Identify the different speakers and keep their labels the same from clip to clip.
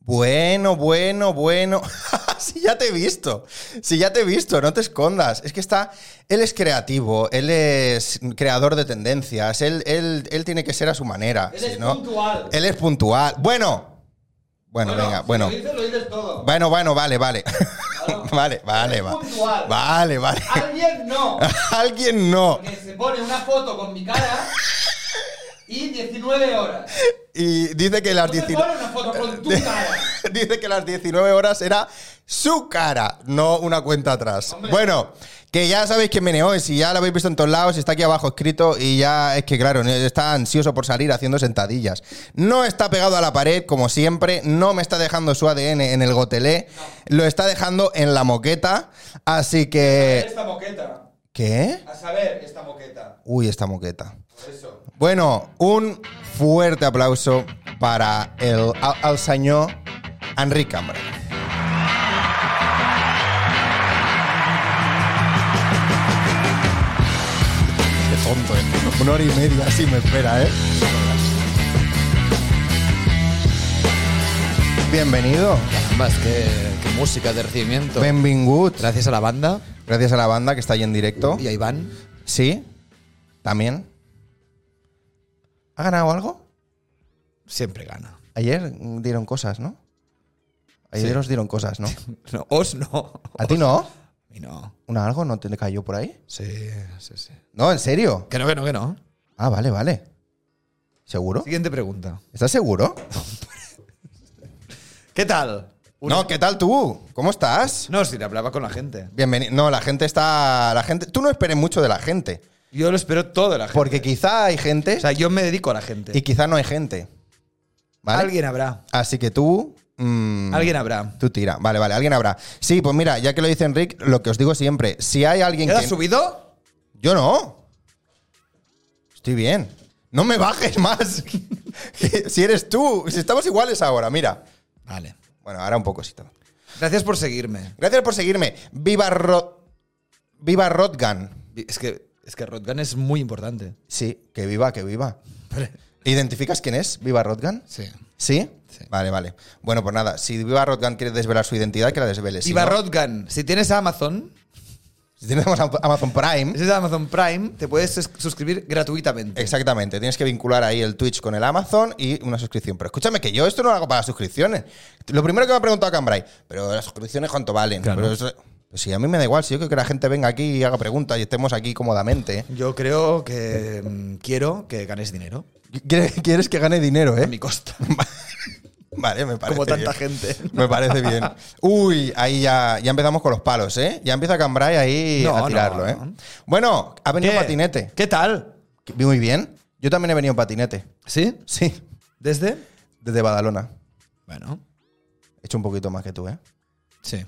Speaker 1: Bueno, bueno, bueno. si ya te he visto, si ya te he visto, no te escondas. Es que está, él es creativo, él es creador de tendencias, él, él, él tiene que ser a su manera.
Speaker 2: Él
Speaker 1: si
Speaker 2: es
Speaker 1: no-
Speaker 2: puntual.
Speaker 1: Él es puntual. Bueno, bueno, venga,
Speaker 2: si
Speaker 1: bueno.
Speaker 2: Lo dices, lo dices todo.
Speaker 1: Bueno, bueno, vale, vale.
Speaker 2: Claro.
Speaker 1: vale, vale,
Speaker 2: Es
Speaker 1: va- Ah.
Speaker 2: puntual.
Speaker 1: Vale, vale.
Speaker 2: Alguien no.
Speaker 1: Alguien no.
Speaker 2: Porque se pone una foto con mi cara y 19 horas.
Speaker 1: Y dice que las
Speaker 2: No se
Speaker 1: 19
Speaker 2: pone una foto con tu cara.
Speaker 1: Dice que las 19 horas era su cara, no una cuenta atrás.
Speaker 2: Hombre.
Speaker 1: Bueno, que ya sabéis quién viene hoy, si ya lo habéis visto en todos lados, está aquí abajo escrito y ya es que claro, está ansioso por salir haciendo sentadillas. No está pegado a la pared, como siempre, no me está dejando su ADN en el gotelé, lo está dejando en la moqueta, así que...
Speaker 2: Esta moqueta.
Speaker 1: ¿Qué?
Speaker 2: A saber, esta moqueta.
Speaker 1: Uy, esta moqueta.
Speaker 2: Por eso.
Speaker 1: Bueno, un fuerte aplauso para el, al, al señor Henry Cameron. Qué tonto, ¿eh? Una hora y media así me espera, ¿eh? Bienvenido,
Speaker 3: Más que, que música de recibimiento.
Speaker 1: bienvenido.
Speaker 3: Gracias a la banda
Speaker 1: Gracias a la banda que está ahí en directo.
Speaker 3: y a Iván.
Speaker 1: Sí, también. ¿Ha ganado algo?
Speaker 3: Siempre gana.
Speaker 1: Ayer dieron cosas, ¿no? Ayer
Speaker 3: Sí.
Speaker 1: os dieron cosas, ¿no?
Speaker 3: No, os no.
Speaker 1: ¿A ti no?
Speaker 3: A mí no.
Speaker 1: ¿Una algo no te cayó por ahí?
Speaker 3: Sí, sí, sí.
Speaker 1: No, ¿en serio?
Speaker 3: Que no, que no, que no.
Speaker 1: Ah, vale, vale. ¿Seguro?
Speaker 3: Siguiente pregunta.
Speaker 1: ¿Estás seguro?
Speaker 3: ¿Qué tal? Una-
Speaker 1: No, ¿qué tal tú? ¿Cómo estás?
Speaker 3: No, si te hablaba con la gente.
Speaker 1: Bienvenido. No, la gente está... La gente... Tú no esperes mucho de la gente.
Speaker 3: Yo lo espero todo de la gente.
Speaker 1: Porque quizá hay
Speaker 3: o
Speaker 1: gente
Speaker 3: sea, yo me dedico a la gente.
Speaker 1: y quizá no hay gente. ¿Vale?
Speaker 3: Alguien habrá.
Speaker 1: Así que tú... mm,
Speaker 3: Alguien habrá.
Speaker 1: Tú tira. Vale, vale. Alguien habrá. Sí, pues mira, ya que lo dice Enric, lo que os digo siempre. Si hay alguien
Speaker 3: ¿Queda
Speaker 1: que...
Speaker 3: subido?
Speaker 1: Yo no. Estoy bien. No me bajes más. Que si eres tú. Si estamos iguales ahora, mira.
Speaker 3: Vale.
Speaker 1: Bueno, ahora un poco sí. todo.
Speaker 3: Gracias por seguirme.
Speaker 1: Gracias por seguirme. Viva Ro- Viva Rodgan.
Speaker 3: Es que, es que Rodgan es muy importante.
Speaker 1: Sí, que viva, que viva. ¿Identificas quién es? Viva Rodgan.
Speaker 3: Sí.
Speaker 1: ¿Sí?
Speaker 3: Sí.
Speaker 1: Vale, vale. Bueno, pues nada, si Viva Rodgan quiere desvelar su identidad, que la desvele. Si
Speaker 3: Iba
Speaker 1: no-
Speaker 3: Rodgan, si tienes Amazon,
Speaker 1: si tenemos Am- Amazon Prime.
Speaker 3: Ese es Amazon Prime, te puedes sus- suscribir gratuitamente.
Speaker 1: Exactamente, tienes que vincular ahí el Twitch con el Amazon y una suscripción. Pero escúchame que yo esto no lo hago para las suscripciones. Lo primero que me ha preguntado Cambrai, pero las suscripciones cuánto valen.
Speaker 3: Claro.
Speaker 1: Pero eso- pues sí, a mí me da igual, si yo quiero que la gente venga aquí y haga preguntas y estemos aquí cómodamente.
Speaker 3: Yo creo que mm, quiero que ganes dinero
Speaker 1: Quieres quieres que gane dinero,
Speaker 3: a
Speaker 1: ¿eh?
Speaker 3: mi costa,
Speaker 1: Vale, me parece
Speaker 3: como tanta
Speaker 1: bien.
Speaker 3: gente.
Speaker 1: Me parece bien. Uy, ahí ya, ya empezamos con los palos, ¿eh? Ya empieza Cambrai ahí
Speaker 3: No,
Speaker 1: a tirarlo,
Speaker 3: no,
Speaker 1: ¿eh?
Speaker 3: no.
Speaker 1: Bueno, ha venido
Speaker 3: ¿Qué?
Speaker 1: patinete.
Speaker 3: ¿Qué tal?
Speaker 1: Muy bien. Yo también he venido en patinete.
Speaker 3: ¿Sí?
Speaker 1: Sí,
Speaker 3: ¿Desde?
Speaker 1: desde Badalona.
Speaker 3: Bueno,
Speaker 1: He hecho un poquito más que tú, ¿eh?
Speaker 3: sí.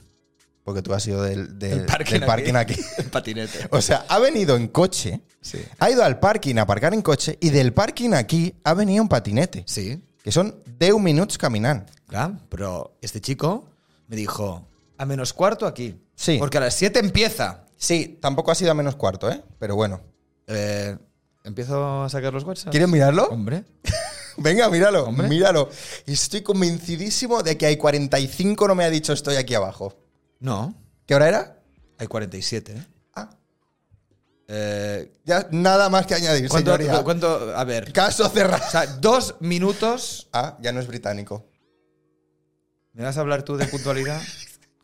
Speaker 1: Porque tú has ido del, del-
Speaker 3: El parking,
Speaker 1: del parking aquí.
Speaker 3: El patinete.
Speaker 1: O sea, ha venido en coche,
Speaker 3: Sí.
Speaker 1: ha ido al parking a aparcar en coche y del parking aquí ha venido en patinete.
Speaker 3: Sí,
Speaker 1: Que son 10 minutos caminant.
Speaker 3: claro. Pero este chico me dijo, a menos cuarto aquí.
Speaker 1: Sí.
Speaker 3: Porque a las 7 empieza.
Speaker 1: Sí, tampoco ha sido a menos cuarto, ¿eh? Pero bueno.
Speaker 3: Eh, ¿Empiezo a sacar los WhatsApp?
Speaker 1: ¿Quieres mirarlo?
Speaker 3: Hombre.
Speaker 1: Venga, míralo,
Speaker 3: Hombre.
Speaker 1: míralo. Y estoy convencidísimo de que hay 45 no me ha dicho estoy aquí abajo.
Speaker 3: No,
Speaker 1: ¿Qué hora era?
Speaker 3: hay 47.
Speaker 1: Ah,
Speaker 3: Eh,
Speaker 1: ya nada más que añadir,
Speaker 3: ¿cuánto,
Speaker 1: señoría.
Speaker 3: ¿Cuánto? A ver.
Speaker 1: Caso cerrado.
Speaker 3: O sea, dos minutos.
Speaker 1: Ah, ya no es británico.
Speaker 3: ¿Me vas a hablar tú de puntualidad?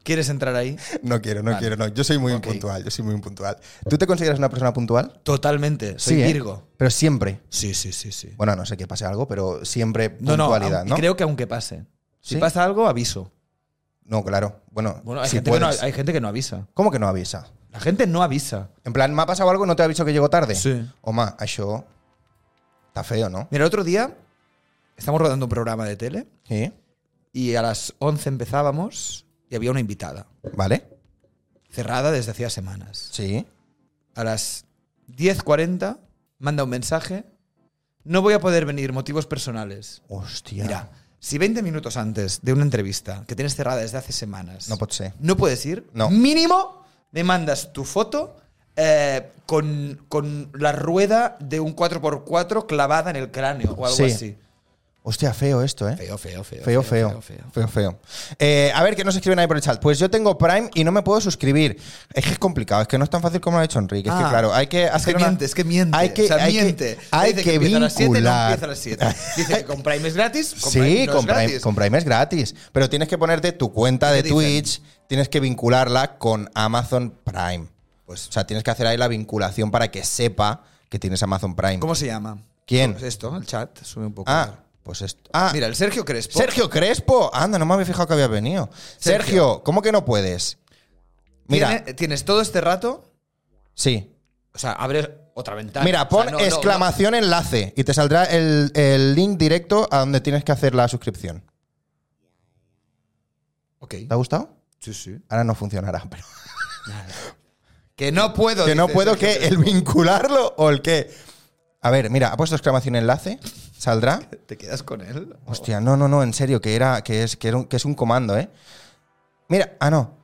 Speaker 3: ¿Quieres entrar ahí?
Speaker 1: No quiero, no
Speaker 3: Vale.
Speaker 1: quiero, no. Yo soy muy
Speaker 3: Ok.
Speaker 1: impuntual, yo soy muy impuntual. ¿Tú te consideras una persona puntual?
Speaker 3: Totalmente. Soy
Speaker 1: ¿eh?
Speaker 3: Virgo.
Speaker 1: Pero siempre.
Speaker 3: Sí, sí, sí, sí.
Speaker 1: Bueno, a no sé que pase algo, pero siempre
Speaker 3: No, no,
Speaker 1: puntualidad,
Speaker 3: aun-
Speaker 1: ¿no?
Speaker 3: Creo que aunque pase. Si
Speaker 1: ¿Sí?
Speaker 3: pasa algo, aviso.
Speaker 1: No, claro. Bueno,
Speaker 3: Bueno, hay,
Speaker 1: si
Speaker 3: gente que no,
Speaker 1: puedes.
Speaker 3: hay gente que no avisa.
Speaker 1: ¿Cómo que no avisa?
Speaker 3: La gente no avisa.
Speaker 1: En plan, ¿me ha pasado algo y no te aviso que llego tarde?
Speaker 3: Sí.
Speaker 1: Oma, eso está feo, ¿no?
Speaker 3: Mira, el otro día estamos rodando un programa de tele
Speaker 1: Sí.
Speaker 3: y a las 11 empezábamos y había una invitada.
Speaker 1: ¿Vale?
Speaker 3: Cerrada desde hacía semanas.
Speaker 1: Sí.
Speaker 3: a las 10.40 manda un mensaje. No voy a poder venir, motivos personales.
Speaker 1: Hostia.
Speaker 3: Mira, si 20 minutos antes de una entrevista que tienes cerrada desde hace semanas
Speaker 1: No pot ser.
Speaker 3: no puedes ir,
Speaker 1: No.
Speaker 3: mínimo me mandas tu foto eh, con, con la rueda de un 4x4 clavada en el cráneo o algo
Speaker 1: Sí.
Speaker 3: así.
Speaker 1: Hostia, feo esto, ¿eh?
Speaker 3: Feo, feo, feo.
Speaker 1: Feo, feo. Feo, feo. Eh, a ver, que nos escriben ahí por el chat. Pues yo tengo Prime y no me puedo suscribir. Es que es complicado, es que no es tan fácil como lo ha hecho Enrique. es
Speaker 3: Ah.
Speaker 1: que claro, hay que
Speaker 3: Es que
Speaker 1: hacer una-
Speaker 3: miente, es que miente.
Speaker 1: Hay que,
Speaker 3: o sea,
Speaker 1: hay que-
Speaker 3: miente.
Speaker 1: hay
Speaker 3: Dice
Speaker 1: que
Speaker 3: empieza a las 7, no
Speaker 1: vincular.
Speaker 3: empieza a las 7. Dice que con Prime es gratis. Con Prime
Speaker 1: Sí, em-
Speaker 3: no es
Speaker 1: con Prime,
Speaker 3: gratis.
Speaker 1: con Prime es gratis. Pero tienes que ponerte tu cuenta de
Speaker 3: ¿Qué dicen?
Speaker 1: Twitch, tienes que vincularla con Amazon Prime.
Speaker 3: Pues
Speaker 1: o sea, tienes que hacer ahí la vinculación para que sepa que tienes Amazon Prime.
Speaker 3: ¿Cómo se llama?
Speaker 1: em- ¿Quién?
Speaker 3: Pues esto, el chat. Sube un poco.
Speaker 1: Ah, pues esto. Ah,
Speaker 3: Mira, el Sergio Crespo.
Speaker 1: Sergio Crespo. Anda, no me había fijado que habías venido. Sergio,
Speaker 3: Sergio,
Speaker 1: ¿cómo que no puedes? Mira,
Speaker 3: Mira. tienes todo este rato.
Speaker 1: sí.
Speaker 3: O sea, abres otra ventana.
Speaker 1: Mira,
Speaker 3: O sea,
Speaker 1: pon
Speaker 3: no, no, no.
Speaker 1: exclamación enlace y te saldrá el, el link directo a donde tienes que hacer la suscripción.
Speaker 3: Ok.
Speaker 1: ¿Te ha gustado?
Speaker 3: Sí, sí.
Speaker 1: Ahora no funcionará, pero.
Speaker 3: Que no puedo.
Speaker 1: Que no
Speaker 3: dice
Speaker 1: puedo
Speaker 3: Sergio
Speaker 1: que el vincularlo o el qué. A ver, mira, ha puesto exclamación enlace, saldrá.
Speaker 3: Crespo. ¿Te quedas con él?
Speaker 1: Hostia, no, no, no, en serio, que era, que es, que era un, que es un comando, ¿eh? Mira, ah, no.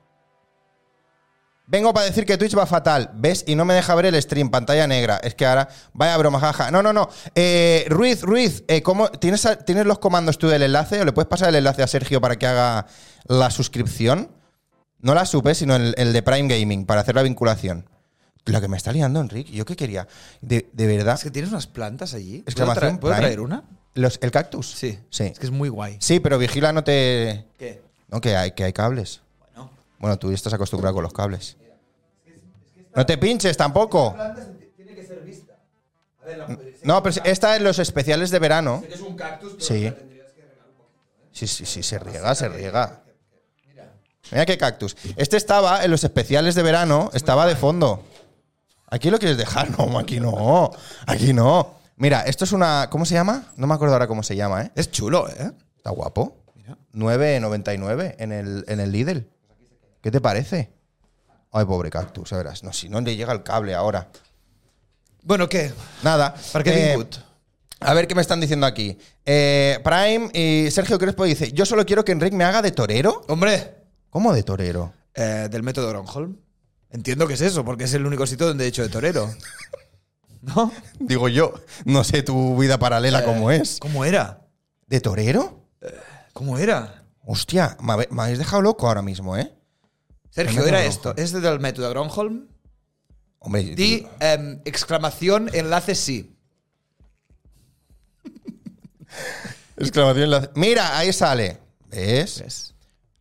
Speaker 1: Vengo para decir que Twitch va fatal, ¿ves? Y no me deja ver el stream, pantalla negra. Es que ahora, vaya broma, jaja. No, no, no. Eh, Ruiz, Ruiz, eh, ¿cómo, ¿tienes, a- ¿tienes los comandos tú del enlace? ¿O le puedes pasar el enlace a Sergio para que haga la suscripción? No la supe, sino el, el de Prime Gaming, para hacer la vinculación. Lo que me está liando, Enrique, ¿yo qué quería? De, de verdad.
Speaker 3: Es que tienes unas plantas allí. ¿Puedo,
Speaker 1: Exclamación
Speaker 3: traer- ¿puedo
Speaker 1: Prime.
Speaker 3: traer una?
Speaker 1: Los, ¿El cactus?
Speaker 3: Sí.
Speaker 1: Sí.
Speaker 3: Es que es muy guay.
Speaker 1: Sí, pero vigila, no te.
Speaker 3: ¿Qué?
Speaker 1: No, que hay, que hay cables.
Speaker 3: Bueno.
Speaker 1: Bueno, tú estás acostumbrado con los cables. No te pinches tampoco.
Speaker 2: Tiene que ser vista. A ver, la sé que
Speaker 1: No, pero si- esta en los especiales de verano.
Speaker 2: es un cactus, pero
Speaker 1: Sí.
Speaker 2: la tendrías que regar un poquito. ¿eh?
Speaker 1: Sí, sí, sí, se riega, se riega. Mira qué cactus. Este estaba en los especiales de verano, estaba de fondo. Aquí lo quieres dejar, no, aquí no. Aquí no. Mira, esto es una. ¿Cómo se llama? No me acuerdo ahora cómo se llama, ¿eh?
Speaker 3: Es chulo, ¿eh?
Speaker 1: Está guapo.
Speaker 3: Mira.
Speaker 1: 9,99 en el, en el Lidl. ¿Qué te parece? Ay, pobre cactus, ya verás. No, si no le llega el cable ahora.
Speaker 3: Bueno, ¿qué?
Speaker 1: Nada.
Speaker 3: ¿Para qué
Speaker 1: eh,
Speaker 3: vingut?
Speaker 1: A ver qué me están diciendo aquí. Eh, Prime y Sergio Crespo dice: Yo solo quiero que Enrique me haga de torero.
Speaker 3: Hombre,
Speaker 1: ¿Cómo de torero?
Speaker 3: eh, del método Gronholm. Entiendo que es eso, porque es el único sitio donde he hecho de torero. ¿No?
Speaker 1: Digo yo, no sé tu vida paralela cómo es.
Speaker 3: ¿Cómo era?
Speaker 1: Eh. ¿De torero?
Speaker 3: ¿Ccómo era?
Speaker 1: Hostia, me habe- me habéis dejado loco ahora mismo, ¿eh?
Speaker 3: Sergio,
Speaker 1: método
Speaker 3: era
Speaker 1: Gronholm.
Speaker 3: esto. Es del método Gronholm.
Speaker 1: Hombre,
Speaker 3: Di em, exclamación, enlace sí.
Speaker 1: exclamación. la- Mira, ahí sale. ¿Ves?
Speaker 3: ¿Ves?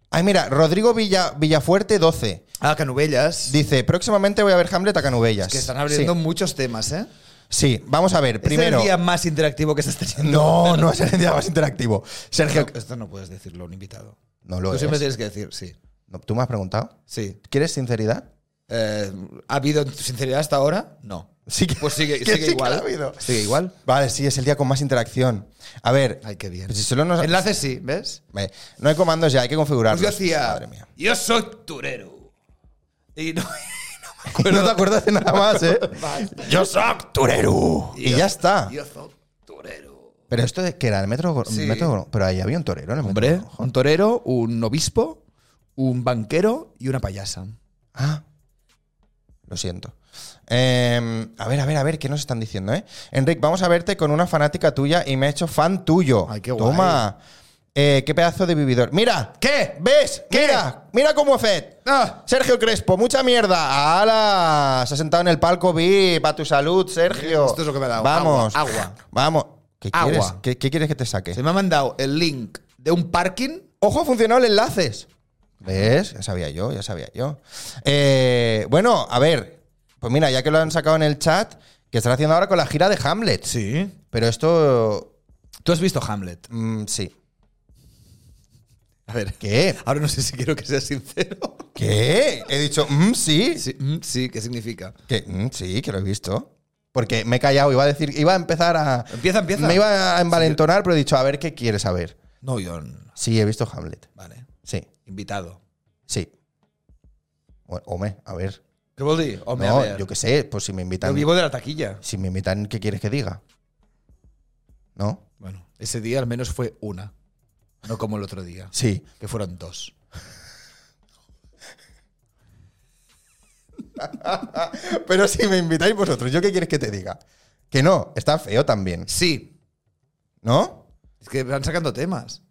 Speaker 1: Ay, mira, Rodrigo Villa, Villafuerte 12.
Speaker 3: Ah, Canuvellas.
Speaker 1: Dice, próximamente voy a ver Hamlet a Canuvellas.
Speaker 3: que están abriendo muchos temas, ¿eh?
Speaker 1: Sí, sí, vamos a ver. Primero.
Speaker 3: Es el día más interactivo que estás teniendo.
Speaker 1: No, no es el día más interactivo. Sergio.
Speaker 3: No, esto no puedes decirlo a un invitado.
Speaker 1: No lo
Speaker 3: Tú
Speaker 1: es.
Speaker 3: siempre tienes que decir, sí.
Speaker 1: No, ¿Tú me has preguntado?
Speaker 3: Sí.
Speaker 1: ¿Quieres sinceridad?
Speaker 3: Eh, ¿Ha habido sinceridad hasta ahora? No.
Speaker 1: Sí que-
Speaker 3: Pues sigue,
Speaker 1: que
Speaker 3: sigue
Speaker 1: sí que
Speaker 3: igual.
Speaker 1: la ha habido.
Speaker 3: Sigue igual.
Speaker 1: Vale, sí, es el día con más interacción. A ver.
Speaker 3: Ay, qué bien.
Speaker 1: pues si solo nos-
Speaker 3: Enlace sí, ¿ves?
Speaker 1: Eh, No hay comandos ya, hay que configurarlos.
Speaker 3: Pues yo hacía.
Speaker 1: Madre mía.
Speaker 3: Yo soy turero. Y no, no me
Speaker 1: No te acuerdas de nada más, ¿eh?
Speaker 3: Más.
Speaker 1: Yo soy Turero. Y
Speaker 3: Yo-
Speaker 1: ya está.
Speaker 3: Yo soy turero.
Speaker 1: Pero esto de que era el metro,
Speaker 3: Sí.
Speaker 1: metro- Pero ahí había un torero en el metro.
Speaker 3: Hombre, un torero, un obispo, un banquero y una payasa.
Speaker 1: Ah. Lo siento. Eh, a ver, a ver, a ver, ¿qué nos están diciendo, eh? Enric, vamos a verte con una fanática tuya y me ha hecho fan tuyo.
Speaker 3: Ay, qué guay.
Speaker 1: Toma. Eh, qué pedazo de vividor. Mira.
Speaker 3: ¿Qué?
Speaker 1: ¿Ves?
Speaker 3: ¿Qué?
Speaker 1: Mira. Mira cómo Fed.
Speaker 3: Ah.
Speaker 1: Sergio Crespo, mucha mierda. ¡Hala! Se ha sentado en el palco VIP. A tu salud, Sergio.
Speaker 3: Esto es lo que me ha dado.
Speaker 1: Vamos.
Speaker 3: Agua, agua.
Speaker 1: Vamos. ¿Qué
Speaker 3: Agua.
Speaker 1: quieres? ¿Qué, qué quieres que te saque?
Speaker 3: Se me ha mandado el link de un parking.
Speaker 1: Ojo, ha funcionado el enlaces. ¿Ves? Ya sabía yo, ya sabía yo. Eh, bueno, a ver. Pues mira, ya que lo han sacado en el chat, que están haciendo ahora con la gira de Hamlet.
Speaker 3: Sí.
Speaker 1: Pero esto.
Speaker 3: ¿Tú has visto Hamlet?
Speaker 1: mm, sí.
Speaker 3: A ver.
Speaker 1: ¿Qué?
Speaker 3: Ahora no sé si quiero que seas sincero.
Speaker 1: ¿Qué? He dicho, mm, sí.
Speaker 3: Sí, mm, sí, ¿qué significa?
Speaker 1: Que, mm, sí, que lo he visto. Porque me he callado, iba a decir, iba a empezar a.
Speaker 3: Empieza, empieza.
Speaker 1: Me iba a envalentonar, pero he dicho, a ver qué quieres saber.
Speaker 3: No, yo. no.
Speaker 1: Sí, he visto Hamlet.
Speaker 3: Vale.
Speaker 1: Sí,
Speaker 3: Invitado.
Speaker 1: sí. Bueno, Hombre, a ver.
Speaker 3: ¿Qué vol dir? Home,
Speaker 1: no,
Speaker 3: a ver.
Speaker 1: yo
Speaker 3: Yo,
Speaker 1: qué sé, pues si me invitan.
Speaker 3: vivo de la taquilla.
Speaker 1: Si me invitan, ¿qué quieres que diga? ¿No?
Speaker 3: Bueno, ese día al menos fue una. No como el otro día,
Speaker 1: Sí.
Speaker 3: que fueron dos.
Speaker 1: Pero si me invitáis vosotros, ¿yo qué quieres que te diga? Que no, está feo también.
Speaker 3: Sí,
Speaker 1: ¿No?
Speaker 3: Es que van sacando temas.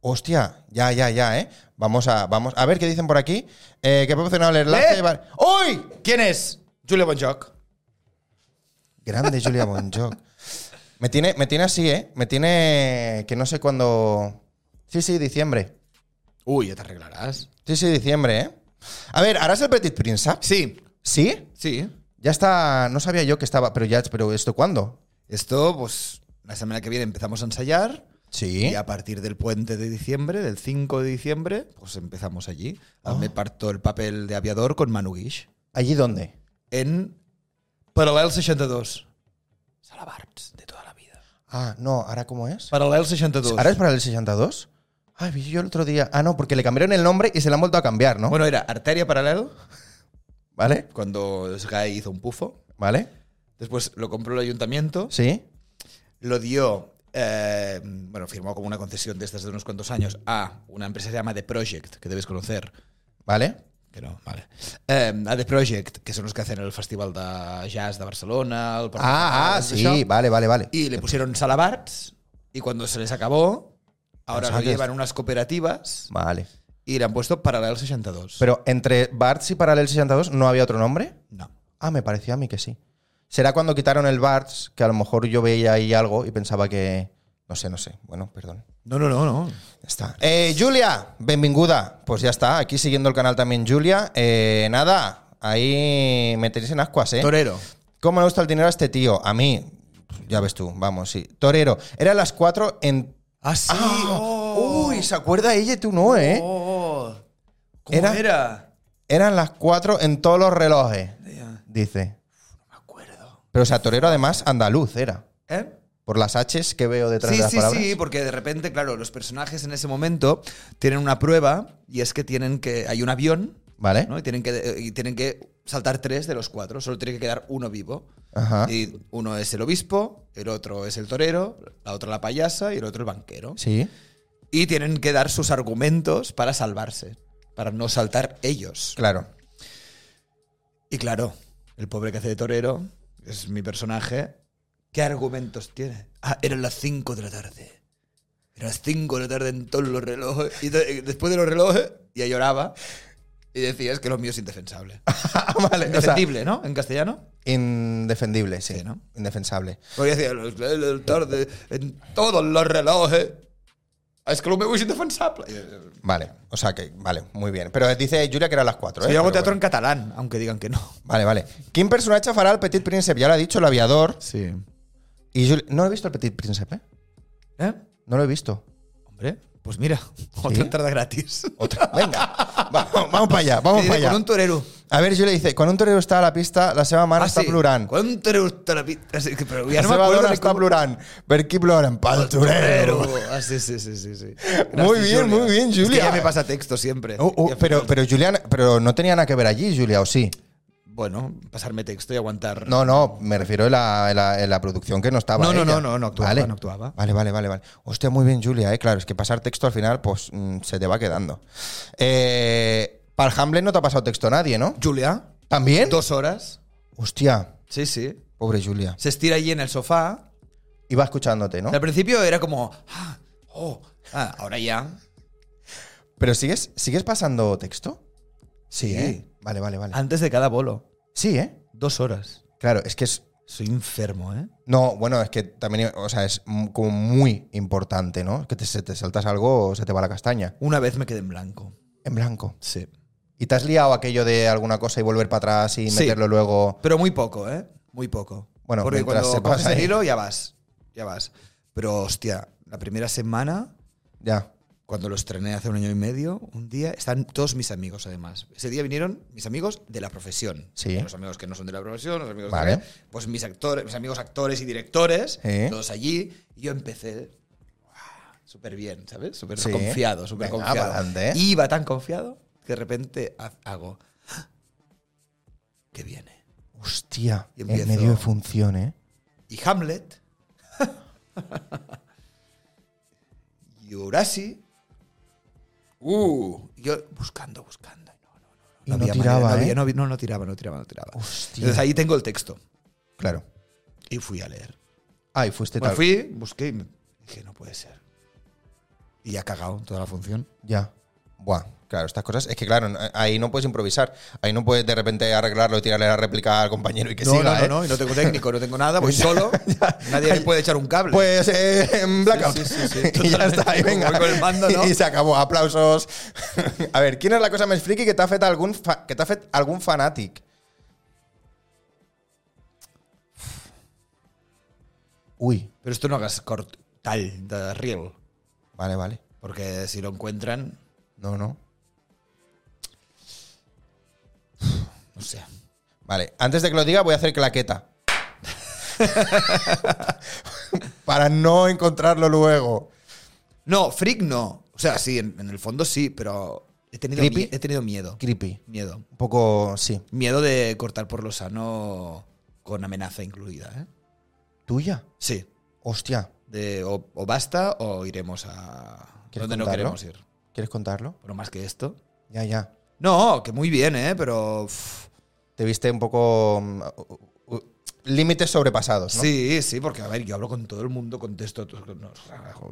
Speaker 1: Hostia, ya, ya, ya, ¿eh? Vamos a, vamos a ver qué dicen por aquí. Eh, que proporcionado el enlace.
Speaker 3: ¿Eh?
Speaker 1: va- ¡Uy!
Speaker 3: ¿Quién es? Julia Bonjoc.
Speaker 1: Grande Julia Bonjoc. Me tiene, me tiene así, ¿eh? Me tiene que no sé cuándo. Sí, sí, diciembre.
Speaker 3: Uy, ya te arreglarás.
Speaker 1: Sí, sí, diciembre, ¿eh? A ver, ¿harás el Petit Prince? Up?
Speaker 3: Sí,
Speaker 1: ¿Sí?
Speaker 3: sí.
Speaker 1: Ya está. No sabía yo que estaba. Pero ya, pero ¿esto cuándo?
Speaker 3: Esto, pues, la semana que viene empezamos a ensayar.
Speaker 1: Sí.
Speaker 3: Y a partir del puente de diciembre, del 5 de diciembre, pues empezamos allí. Ah, Me parto el papel de aviador con Manu Guix
Speaker 1: ¿Allí dónde?
Speaker 3: en Paralel 62. Salabarts de toda la vida.
Speaker 1: Ah, no, ¿ahora cómo es?
Speaker 3: Paralel 62.
Speaker 1: ¿Ahora es para el 62? Ay, vi yo el otro día. Ah, no, porque le cambiaron el nombre y se le han vuelto a cambiar, ¿no?
Speaker 3: Bueno, era Arteria Paralel,
Speaker 1: ¿Vale?
Speaker 3: cuando Sky hizo un pufo.
Speaker 1: ¿Vale?
Speaker 3: Después lo compró el ayuntamiento.
Speaker 1: Sí.
Speaker 3: Lo dio, eh, bueno, firmó como una concesión de estas de unos cuantos años a una empresa que se llama The Project, que debes conocer.
Speaker 1: ¿Vale?
Speaker 3: Que no, vale. Eh, a The Project, que són els que hacen el Festival de Jazz de Barcelona, el Porta
Speaker 1: Ah, ah,
Speaker 3: Canals,
Speaker 1: sí,
Speaker 3: això.
Speaker 1: vale, vale, vale.
Speaker 3: Y le pusieron salabarts, y cuando se les acabó, ahora
Speaker 1: Pensaba
Speaker 3: lo
Speaker 1: que
Speaker 3: llevan unas cooperativas
Speaker 1: Vale.
Speaker 3: y le han puesto Paralel 62.
Speaker 1: Pero entre Barts y Paralel 62 no había otro nombre.
Speaker 3: no.
Speaker 1: Ah, me pareció a mí que sí. ¿Será cuando quitaron el Barts que a lo mejor yo veía ahí algo y pensaba que... No sé, no sé. Bueno, perdón.
Speaker 3: No, no, no, no.
Speaker 1: Ya está. Eh, Julia, benvinguda. Pues ya está, aquí siguiendo el canal también Julia. Eh, nada, ahí me tenéis en ascuas, ¿eh?
Speaker 3: Torero.
Speaker 1: ¿Cómo le gusta el dinero a este tío? A mí, ya ves tú, vamos, sí. Torero, era las 4 en...
Speaker 3: Ah, sí.
Speaker 1: Ah,
Speaker 3: Oh.
Speaker 1: Uy, se acuerda ella y tú no, ¿eh?
Speaker 3: Oh. ¿Cómo
Speaker 1: Era-
Speaker 3: era?
Speaker 1: Eran las 4 en todos los relojes,
Speaker 3: Ya,
Speaker 1: dice.
Speaker 3: no me acuerdo.
Speaker 1: Pero, o sea, Torero además andaluz era.
Speaker 3: ¿Eh?
Speaker 1: Por las H's que veo detrás
Speaker 3: Sí,
Speaker 1: de las
Speaker 3: sí,
Speaker 1: palabras.
Speaker 3: sí, porque de repente, claro, los personajes en ese momento tienen una prueba y es que tienen que. Hay un avión
Speaker 1: ¿Vale?
Speaker 3: ¿no? Y tienen que, eh, y tienen que saltar tres de los cuatro, solo tiene que quedar uno vivo.
Speaker 1: Ajá.
Speaker 3: Y uno es el obispo, el otro es el torero, la otra la payasa y el otro el banquero.
Speaker 1: Sí.
Speaker 3: Y tienen que dar sus argumentos para salvarse, para no saltar ellos.
Speaker 1: Claro.
Speaker 3: Y claro, el pobre que hace de torero, es mi personaje, ¿qué argumentos tiene? Ah, eran las 5 de la tarde. Eran las 5 de la tarde en todos los relojes. Y de- después de los relojes, ya lloraba. Y decía, es que lo mío es indefensable.
Speaker 1: vale, o sea,
Speaker 3: Indefendible, ¿no? En castellano.
Speaker 1: indefendible, sí.
Speaker 3: Sí, ¿no?
Speaker 1: Indefensable.
Speaker 3: Porque decía, los de la tarde en todos los relojes. Ah, Es que lo mío es indefensable. Y, eh,
Speaker 1: Vale, o sea que, vale, muy bien. Pero dice Julia que eran las 4,
Speaker 3: sí,
Speaker 1: ¿eh?
Speaker 3: yo hago
Speaker 1: Pero
Speaker 3: teatro en
Speaker 1: bueno.
Speaker 3: catalán, aunque digan que no.
Speaker 1: Vale, vale. ¿Quién personaje fará el Petit Príncipe? Ya lo ha dicho, el aviador.
Speaker 3: Sí.
Speaker 1: Y Julia- No he visto el Petit Príncipe, ¿eh?
Speaker 3: ¿Eh?
Speaker 1: No lo he visto.
Speaker 3: Hombre, pues mira, otra entrada gratis.
Speaker 1: Otra. Venga, vamos, vamos para allá, vamos
Speaker 3: Sí,
Speaker 1: para allá.
Speaker 3: Con un torero.
Speaker 1: A ver, Julia dice, cuando un torero está a la pista, la seva mare
Speaker 3: Ah,
Speaker 1: està
Speaker 3: sí.
Speaker 1: plorant.
Speaker 3: Quan te gusta la pista? Sí, Pero
Speaker 1: La
Speaker 3: ya no me
Speaker 1: seva
Speaker 3: acuerdo
Speaker 1: dona
Speaker 3: de
Speaker 1: està
Speaker 3: cómo-
Speaker 1: plorant. Per qui ploren? Pel torero.
Speaker 3: Ah, sí, sí, sí, sí. sí.
Speaker 1: Muy bien, muy bien,
Speaker 3: Es que
Speaker 1: Julia.
Speaker 3: ya me pasa texto siempre.
Speaker 1: Oh, oh,
Speaker 3: Y al
Speaker 1: pero,
Speaker 3: final,
Speaker 1: pero, Julián, pero no tenía nada que ver allí, Julia, ¿o sí?
Speaker 3: Bueno, pasarme texto y aguantar.
Speaker 1: No, no, me refiero a la, a la- a la producción que no estaba.
Speaker 3: No, no,
Speaker 1: ella.
Speaker 3: no, no, no actuaba, no actuaba.
Speaker 1: Vale, vale, vale, vale. Hostia, muy bien, Julia, ¿eh? Claro, es que pasar texto al final, pues mm, se te va quedando. Eh, para el Hamlet no te ha pasado texto nadie, ¿no?
Speaker 3: Julia,
Speaker 1: ¿También?
Speaker 3: dos horas.
Speaker 1: Hostia,
Speaker 3: Sí, sí.
Speaker 1: pobre Julia.
Speaker 3: Se estira allí en el sofá.
Speaker 1: Iba escuchándote, ¿no?
Speaker 3: Al principio era como. ah, oh, ah, ahora ya.
Speaker 1: Pero sigues, ¿sigues pasando texto? Sí,
Speaker 3: Sí.
Speaker 1: ¿eh? Vale, vale, vale.
Speaker 3: Antes de cada bolo.
Speaker 1: Sí, ¿eh?
Speaker 3: Dos horas.
Speaker 1: Claro, es que es.
Speaker 3: Soy enfermo, ¿eh?
Speaker 1: No, bueno, es que también, o sea, es m- como muy importante, ¿no? Que te, se te saltas algo o se te va la castaña.
Speaker 3: Una vez me quedé en blanco.
Speaker 1: En blanco.
Speaker 3: Sí.
Speaker 1: ¿Y te has liado aquello de alguna cosa y volver para atrás y
Speaker 3: Sí.
Speaker 1: meterlo luego?
Speaker 3: Pero muy poco, ¿eh? Muy poco.
Speaker 1: Bueno,
Speaker 3: Porque
Speaker 1: mientras
Speaker 3: cuando
Speaker 1: sepas
Speaker 3: coges el
Speaker 1: ahí.
Speaker 3: hilo ya vas. Ya vas. Pero, hostia, la primera semana,
Speaker 1: Ya.
Speaker 3: cuando lo estrené hace un año y medio, un día, están todos mis amigos además. Ese día vinieron mis amigos de la profesión.
Speaker 1: Sí.
Speaker 3: Los amigos que no son de la profesión, los amigos
Speaker 1: Vale.
Speaker 3: de... Pues mis actores, mis amigos actores y directores,
Speaker 1: Sí.
Speaker 3: todos allí. Y yo empecé ¡guau! súper bien, ¿sabes? Súper
Speaker 1: Sí.
Speaker 3: confiado, súper
Speaker 1: Venga,
Speaker 3: confiado.
Speaker 1: pa'lante.
Speaker 3: Iba tan confiado que de repente ha- hago... ¡ah! Que viene.
Speaker 1: Hostia.
Speaker 3: Y
Speaker 1: en
Speaker 3: empiezo.
Speaker 1: medio de función, ¿eh?
Speaker 3: y Hamlet, y Urasi, uh, yo buscando, buscando. y No, no, no, no,
Speaker 1: Y no tiraba,
Speaker 3: manera, no,
Speaker 1: ¿eh?
Speaker 3: había- no, había- no, no tiraba, no tiraba, no tiraba.
Speaker 1: Hostia.
Speaker 3: Entonces ahí tengo el texto
Speaker 1: Claro.
Speaker 3: y fui a leer.
Speaker 1: Ah, y fuiste
Speaker 3: Me
Speaker 1: tal.
Speaker 3: fui, busqué y me- Dije, no puede ser. Y ya cagado toda la función.
Speaker 1: Ya. Buah, claro, estas cosas. Es que, claro, no- ahí no puedes improvisar. Ahí no puedes de repente arreglarlo y tirarle la réplica al compañero y que
Speaker 3: no,
Speaker 1: siga,
Speaker 3: no, no,
Speaker 1: ¿eh?
Speaker 3: no, y no tengo técnico, no tengo nada, voy solo. Nadie me puede echar un cable.
Speaker 1: Pues eh, en blackout.
Speaker 3: Sí, sí, sí, sí,
Speaker 1: y ya está, y
Speaker 3: totalmente.
Speaker 1: venga.
Speaker 3: Voy con el mando, ¿no?
Speaker 1: Y se acabó. Aplausos. A ver, ¿quién es la cosa más friki que te ha fet algún, fa- que te ha fet algún fanatic? Uy.
Speaker 3: Pero esto no hagas cort tal de riel.
Speaker 1: Vale, vale.
Speaker 3: Porque si lo encuentran,
Speaker 1: No, no.
Speaker 3: no sé.
Speaker 1: Vale, antes de que lo diga voy a hacer claqueta. Para no encontrarlo luego.
Speaker 3: No, freak no. O sea, sí, en, en el fondo sí, pero he tenido,
Speaker 1: ¿Creepy?
Speaker 3: mie- he tenido miedo.
Speaker 1: Creepy.
Speaker 3: Miedo.
Speaker 1: Un poco, sí.
Speaker 3: Miedo de cortar por lo sano con amenaza incluida, ¿eh?
Speaker 1: ¿Tuya?
Speaker 3: Sí.
Speaker 1: Hostia.
Speaker 3: De o, o basta o iremos a
Speaker 1: ¿Quieres
Speaker 3: donde no
Speaker 1: contarlo?
Speaker 3: queremos ir.
Speaker 1: ¿Quieres contarlo?
Speaker 3: Pero más que esto.
Speaker 1: Ya, ya.
Speaker 3: No, que muy bien, ¿eh? Pero... uf,
Speaker 1: Te viste un poco... mm, u- u- límites sobrepasados, ¿no?
Speaker 3: Sí, sí, porque a ver, jo hablo con tot el mundo, contesto... a tot- No,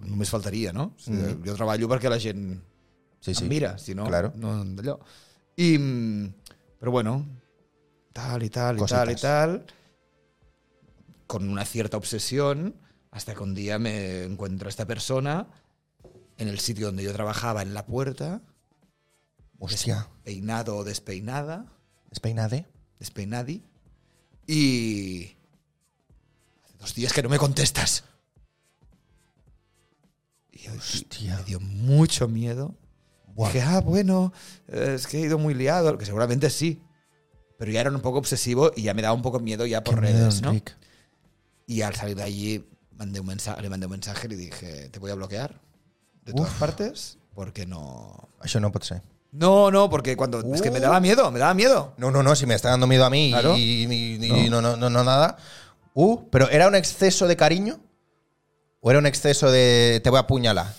Speaker 3: només faltaria, no? Mm -hmm. Jo treballo perquè la gent
Speaker 1: sí.
Speaker 3: em mira, si no,
Speaker 1: Claro.
Speaker 3: no d'allò. I... mm, Però bueno, tal y tal y
Speaker 1: Cositas.
Speaker 3: tal y tal, con una cierta obsesión, hasta que un día me encuentro a esta persona en el sitio donde yo trabajaba, en la puerta,
Speaker 1: Hostia. ¿eh?
Speaker 3: peinado o despeinada,
Speaker 1: Despeinade.
Speaker 3: despeinadi, y... Hace dos días que no me contestas. Y yo- y
Speaker 1: Hostia.
Speaker 3: me dio mucho miedo.
Speaker 1: Buah.
Speaker 3: Dije, ah, bueno, eh, es que he ido muy liado, que seguramente sí. Pero ya era un poco obsesivo y ya me daba un poco miedo ya por
Speaker 1: Qué miedo,
Speaker 3: redes, ¿no?
Speaker 1: Enric.
Speaker 3: Y al salir de allí mandé un mensaje, le mandé un mensaje y le dije, te voy a bloquear de todas
Speaker 1: Uf.
Speaker 3: partes porque no...
Speaker 1: Això no pot ser.
Speaker 3: No, no, porque cuando... Es que me daba miedo, me daba miedo.
Speaker 1: No, no, no, si me está dando miedo a mí y-
Speaker 3: Claro.
Speaker 1: y, y- y no. No, no, no nada. Uh, pero ¿era un exceso de cariño? ¿O era un exceso de te voy a apuñalar?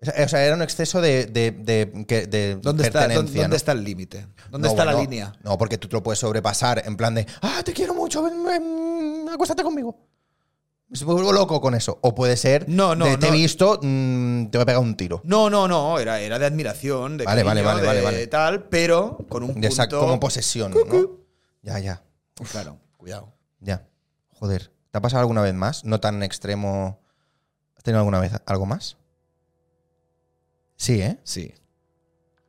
Speaker 1: O sea, o sea, era un exceso de, de, de- que- de
Speaker 3: ¿Dónde está, dó-
Speaker 1: pertenencia,
Speaker 3: dónde
Speaker 1: ¿no?
Speaker 3: está el límite? ¿Dónde
Speaker 1: No,
Speaker 3: está la
Speaker 1: bueno,
Speaker 3: línea?
Speaker 1: No, porque tú te lo puedes sobrepasar en plan de, ah, te quiero mucho, ven, ven, acuéstate conmigo. Me vuelvo loco con eso. O puede ser,
Speaker 3: No, no,
Speaker 1: de, te he
Speaker 3: no.
Speaker 1: visto, mm, te voy a pegar un tiro.
Speaker 3: No, no, no, era, era de admiración, de
Speaker 1: Vale, vale,
Speaker 3: cariño,
Speaker 1: vale, vale,
Speaker 3: de
Speaker 1: vale.
Speaker 3: tal, pero con un
Speaker 1: De esa-
Speaker 3: punto...
Speaker 1: como posesión, ¿no? Ya, ya.
Speaker 3: Claro, cuidado.
Speaker 1: Ya. Joder. ¿Te ha pasado alguna vez más? No tan extremo. ¿Has tenido alguna vez algo más? Sí, ¿eh?
Speaker 3: Sí.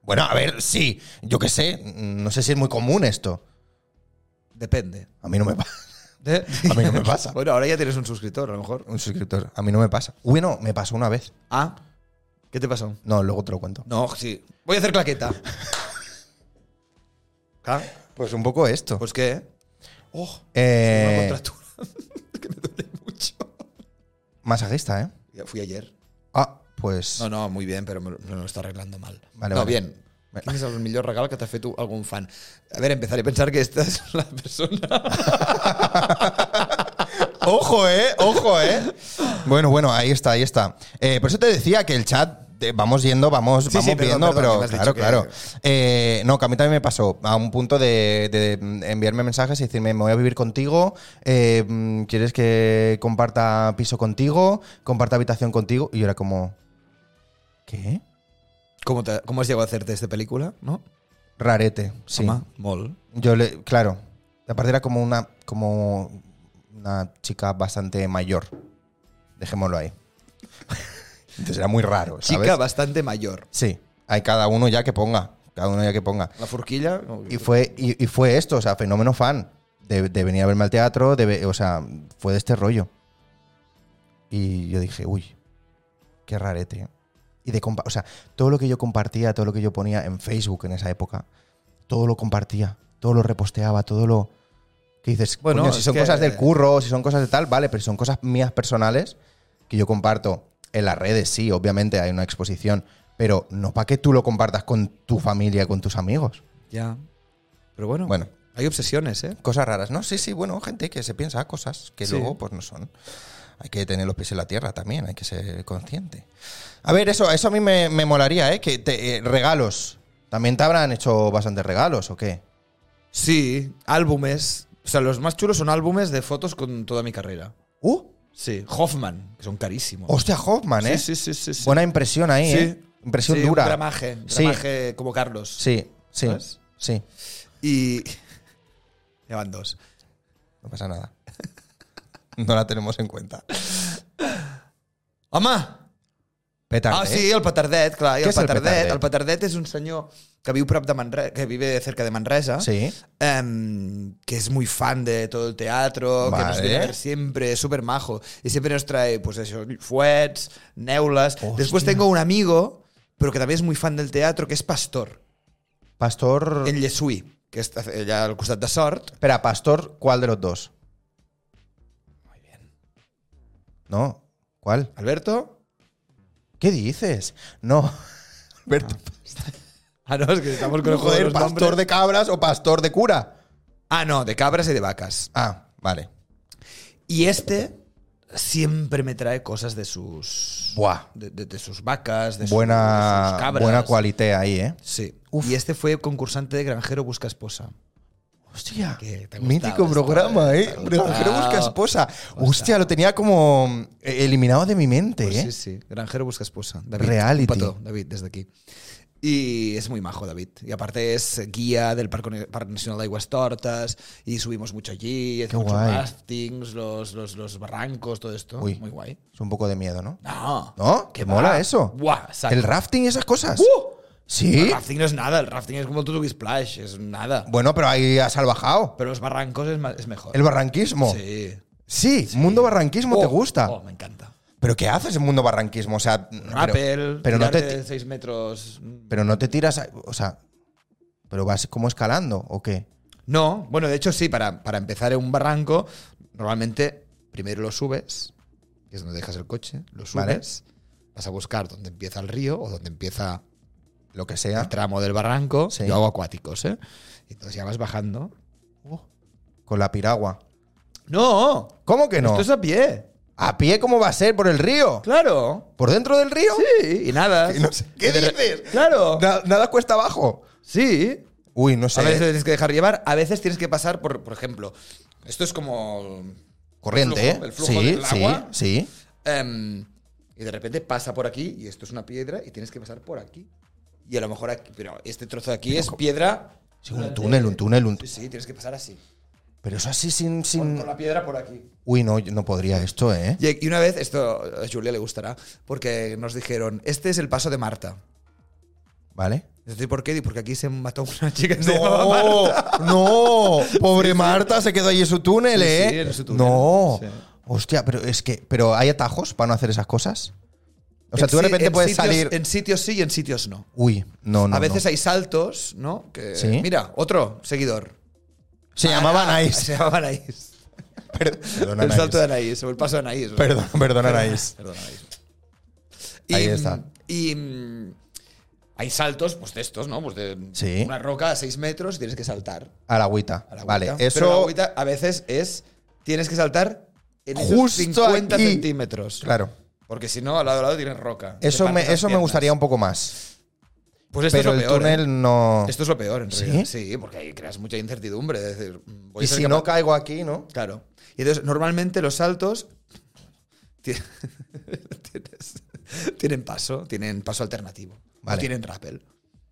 Speaker 1: Bueno, a ver, sí. Yo qué sé. No sé si es muy común esto.
Speaker 3: Depende.
Speaker 1: A mí no me pasa.
Speaker 3: ¿Eh?
Speaker 1: A mí no me pasa.
Speaker 3: bueno, ahora ya tienes un suscriptor, a lo mejor.
Speaker 1: Un suscriptor. A mí no me pasa. Uy, no, me pasó una vez.
Speaker 3: Ah, ¿qué te pasó?
Speaker 1: No, luego te lo cuento.
Speaker 3: No, sí. Voy a hacer claqueta. ¿Ah?
Speaker 1: Pues un poco esto.
Speaker 3: Pues qué. Oh, una
Speaker 1: Eh,
Speaker 3: contractura que me duele mucho.
Speaker 1: masajista, ¿eh?
Speaker 3: Ya fui ayer.
Speaker 1: Ah, pues.
Speaker 3: No, no, muy bien, pero me lo, me lo está arreglando mal.
Speaker 1: Vale,
Speaker 3: no,
Speaker 1: vale.
Speaker 3: bien.
Speaker 1: Vale.
Speaker 3: ¿Quién es el millor regal que te ha fet tu algún fan? A ver, empezaré a pensar que esta es la persona.
Speaker 1: Ojo, eh, ojo, eh. Bueno, bueno, ahí está, ahí está. Eh, por eso te decía que el chat. eh, Vamos yendo, vamos,
Speaker 3: Sí, sí,
Speaker 1: vamos
Speaker 3: perdón,
Speaker 1: viendo,
Speaker 3: perdón, que me has
Speaker 1: pero claro,
Speaker 3: dicho que-
Speaker 1: claro. Eh, no, que a mí también me pasó a un punto de, de enviarme mensajes y decirme, me voy a vivir contigo, eh, mm, ¿quieres que comparta piso contigo, comparta habitación contigo? Y yo era como, ¿qué?
Speaker 3: ¿Cómo, te- cómo has llegado a hacerte esta película? ¿No?
Speaker 1: Rarete, sí.
Speaker 3: Home, molt.
Speaker 1: Yo le, claro, aparte era como una, como una chica bastante mayor. Dejémoslo ahí. Entonces era muy raro, ¿sabes?
Speaker 3: Chica bastante mayor.
Speaker 1: Sí, hay cada uno ya que ponga, cada uno ya que ponga.
Speaker 3: La forquilla.
Speaker 1: Y fue, y, y fue esto, o sea, fenómeno fan de, de venir a verme al teatro, de, ve- o sea, fue de este rollo. Y yo dije, uy, qué rarete. Y de compa- o sea, todo lo que yo compartía, todo lo que yo ponía en Facebook en esa época, todo lo compartía, todo lo reposteaba, todo lo que dices,
Speaker 3: Bueno,
Speaker 1: bueno, si
Speaker 3: es
Speaker 1: son
Speaker 3: que-
Speaker 1: cosas del curro, si son cosas de tal, vale, pero si son cosas mías personales que yo comparto en las redes, sí, obviamente hay una exposición, pero no para que tú lo compartas con tu familia, con tus amigos.
Speaker 3: Ya. Pero bueno.
Speaker 1: Bueno.
Speaker 3: Hay obsesiones, ¿eh?
Speaker 1: Cosas raras, ¿no? Sí, sí, bueno, gente que se piensa cosas que
Speaker 3: Sí.
Speaker 1: luego pues no son. Hay que tener los pies en la tierra también, hay que ser consciente. A ver, eso, eso a mí me, me molaría, ¿eh? Que te- eh, regalos. ¿También te habrán hecho bastantes regalos o qué?
Speaker 3: Sí, álbumes. O sea, los más chulos son álbumes de fotos con toda mi carrera.
Speaker 1: ¡Uh!
Speaker 3: Sí, Hoffman, que son carísimos.
Speaker 1: Hostia, Hoffman, ¿eh?
Speaker 3: Sí, sí, sí, sí, sí.
Speaker 1: Buena impresión ahí,
Speaker 3: Sí.
Speaker 1: ¿eh? Impresión
Speaker 3: Sí,
Speaker 1: dura.
Speaker 3: Un gramaje, un
Speaker 1: Sí.
Speaker 3: gramaje como Carlos.
Speaker 1: Sí, sí,
Speaker 3: ¿Sabes?
Speaker 1: sí.
Speaker 3: Y. Llevan dos.
Speaker 1: No pasa nada. No la tenemos en cuenta.
Speaker 3: Home!
Speaker 1: Petarde,
Speaker 3: Ah,
Speaker 1: ¿eh?
Speaker 3: sí, el Petardet, clar. I
Speaker 1: Què
Speaker 3: el
Speaker 1: és el
Speaker 3: Petardet,
Speaker 1: petardet?
Speaker 3: el Petardet és un senyor que viu prop de Manresa, que vive cerca de Manresa,
Speaker 1: Sí.
Speaker 3: em, que es muy fan de todo el teatro, que nos
Speaker 1: Vale.
Speaker 3: viene a ver siempre, es súper majo. Y siempre nos trae, pues eso, fuets, neulas. Después tengo un amigo, pero que también es muy fan del teatro, que es Pastor,
Speaker 1: Pastor.
Speaker 3: en Llesuí, que està allà al costat de Sort.
Speaker 1: Espera, Pastor, ¿cuál de los dos? No, ¿cuál?
Speaker 3: Alberto?
Speaker 1: ¿Qué dices? No. Alberto,
Speaker 3: Ah, no, es que estamos con el juego de
Speaker 1: joder,
Speaker 3: los
Speaker 1: pastor
Speaker 3: nombres.
Speaker 1: de cabras o pastor de cura.
Speaker 3: Ah, no, de cabras y de vacas.
Speaker 1: Ah, vale.
Speaker 3: Y este siempre me trae cosas de sus...
Speaker 1: Buah.
Speaker 3: de, de- de sus vacas, de, su- de sus
Speaker 1: Buena,
Speaker 3: cabras.
Speaker 1: buena cualité ahí, ¿eh?
Speaker 3: Sí. Y este fue concursante de Granjero Busca Esposa.
Speaker 1: Hostia,
Speaker 3: Que te ha gustado
Speaker 1: mítico
Speaker 3: esto,
Speaker 1: programa,
Speaker 3: eh,
Speaker 1: ¿eh?
Speaker 3: te ha
Speaker 1: Pero
Speaker 3: gustado.
Speaker 1: busca esposa. Hostia, lo tenía como eh, eliminado de mi mente,
Speaker 3: Pues
Speaker 1: ¿eh?
Speaker 3: sí, sí. Granjero Busca Esposa. David,
Speaker 1: Reality.
Speaker 3: un pato, David, desde aquí. Y es muy majo, David. Y aparte es guía del Parque, Parque Nacional de Aguas Tortas. Y subimos mucho allí. Hacemos mucho
Speaker 1: guay.
Speaker 3: rafting, los, los, los barrancos, todo esto.
Speaker 1: Uy.
Speaker 3: Muy guay.
Speaker 1: Es un poco de miedo, ¿no?
Speaker 3: No.
Speaker 1: ¿No?
Speaker 3: que
Speaker 1: Que mola
Speaker 3: va.
Speaker 1: eso.
Speaker 3: Buah, exacto.
Speaker 1: El rafting y esas cosas.
Speaker 3: ¡Uh! El
Speaker 1: Sí.
Speaker 3: rafting no es nada. El rafting es como el Tutuki Splash. Es nada.
Speaker 1: Bueno, pero ahí has salvajado.
Speaker 3: Pero los barrancos es, ma- es mejor.
Speaker 1: El barranquismo. Sí.
Speaker 3: Sí.
Speaker 1: mundo barranquismo te
Speaker 3: Oh,
Speaker 1: gusta.
Speaker 3: oh, me encanta.
Speaker 1: Pero ¿qué haces en mundo barranquismo? O sea,
Speaker 3: Rappel,
Speaker 1: pero no te
Speaker 3: tirarte
Speaker 1: ti-
Speaker 3: 6 metros.
Speaker 1: pero no te tiras, a- o sea, pero vas como escalando o qué?
Speaker 3: No, bueno, de hecho sí, para, para empezar en un barranco, normalmente primero lo subes, que es donde dejas el coche, lo
Speaker 1: Vale.
Speaker 3: subes, vas a buscar donde empieza el río o donde empieza
Speaker 1: Lo que
Speaker 3: el
Speaker 1: sea,
Speaker 3: tramo del barranco.
Speaker 1: Sí.
Speaker 3: Yo hago acuáticos, ¿eh? Y Entonces ya vas bajando.
Speaker 1: con la piragua.
Speaker 3: ¡No!
Speaker 1: ¿Cómo que no?
Speaker 3: Esto es a pie.
Speaker 1: ¿A pie cómo va a ser por el río?
Speaker 3: Claro.
Speaker 1: ¿Por dentro del río?
Speaker 3: Sí, y nada.
Speaker 1: Que no sé- ¿Qué dices?
Speaker 3: Claro.
Speaker 1: Na- nada cuesta abajo.
Speaker 3: Sí.
Speaker 1: Uy, no sé.
Speaker 3: A veces te tienes que dejar llevar, a veces tienes que pasar por, por ejemplo, esto es como
Speaker 1: Corriente,
Speaker 3: el flujo,
Speaker 1: ¿eh?
Speaker 3: el flujo
Speaker 1: sí,
Speaker 3: del agua.
Speaker 1: sí, sí.
Speaker 3: em, y de repente pasa por aquí y esto es una piedra y tienes que pasar por aquí. Y a lo mejor aquí, pero este trozo de aquí es piedra.
Speaker 1: Sí, un túnel, un túnel, un
Speaker 3: Sí,
Speaker 1: túnel.
Speaker 3: sí, tienes que pasar así.
Speaker 1: Pero eso así sin,
Speaker 3: Con,
Speaker 1: sin...
Speaker 3: con la piedra por aquí.
Speaker 1: Uy, no, yo no podría esto, ¿eh?
Speaker 3: Y y una vez, esto a Julia le gustará, porque nos dijeron, este es el paso de Marta.
Speaker 1: ¿Vale?
Speaker 3: Entonces, ¿por qué? Porque aquí se mató una chica que se llamaba Marta.
Speaker 1: No, no, pobre Marta se quedó ahí en su túnel,
Speaker 3: Sí, sí,
Speaker 1: ¿eh?
Speaker 3: en su túnel,
Speaker 1: No,
Speaker 3: sí.
Speaker 1: hostia, pero es que, pero hay atajos para no hacer esas cosas. O sea,
Speaker 3: En
Speaker 1: tú de
Speaker 3: si-
Speaker 1: repente
Speaker 3: en
Speaker 1: puedes
Speaker 3: sitios-
Speaker 1: salir.
Speaker 3: En sitios sí y en sitios no.
Speaker 1: Uy, no, no.
Speaker 3: a veces
Speaker 1: no.
Speaker 3: hay saltos, ¿no? Que,
Speaker 1: Sí.
Speaker 3: Mira, otro seguidor.
Speaker 1: se llamaba Anaís.
Speaker 3: Se llamaba Anaís.
Speaker 1: Perdona,
Speaker 3: Ah, El salto de
Speaker 1: Anaís.
Speaker 3: Anaís, o el paso de Anaís.
Speaker 1: Perdón, perdona, Anaís.
Speaker 3: Perdón, Anaís.
Speaker 1: Ahí está.
Speaker 3: Y mm, hay saltos, pues de estos, ¿no? Pues de
Speaker 1: Sí.
Speaker 3: una roca a 6 metros y tienes que saltar
Speaker 1: A la agüita.
Speaker 3: a la
Speaker 1: Vale,
Speaker 3: agüita. Pero la
Speaker 1: eso.
Speaker 3: agüita a veces es, tienes que saltar en esos
Speaker 1: Justo
Speaker 3: 50
Speaker 1: aquí.
Speaker 3: centímetros.
Speaker 1: Claro.
Speaker 3: Porque si no, al lado a lado tienes roca. Te
Speaker 1: Eso me,
Speaker 3: partes las
Speaker 1: eso me
Speaker 3: piernas.
Speaker 1: gustaría un poco más.
Speaker 3: Pues esto
Speaker 1: Pero
Speaker 3: es
Speaker 1: el
Speaker 3: lo peor. ¿eh?
Speaker 1: túnel no.
Speaker 3: Esto es lo peor, en
Speaker 1: ¿Sí?
Speaker 3: realidad. Sí, porque ahí creas mucha incertidumbre. Es decir, mm, voy a
Speaker 1: Y
Speaker 3: ser
Speaker 1: si
Speaker 3: capaz-
Speaker 1: no caigo aquí, ¿no?
Speaker 3: Claro. Y entonces, normalmente los saltos ti- tienes- tienen paso, tienen paso alternativo. No
Speaker 1: Vale.
Speaker 3: tienen rappel.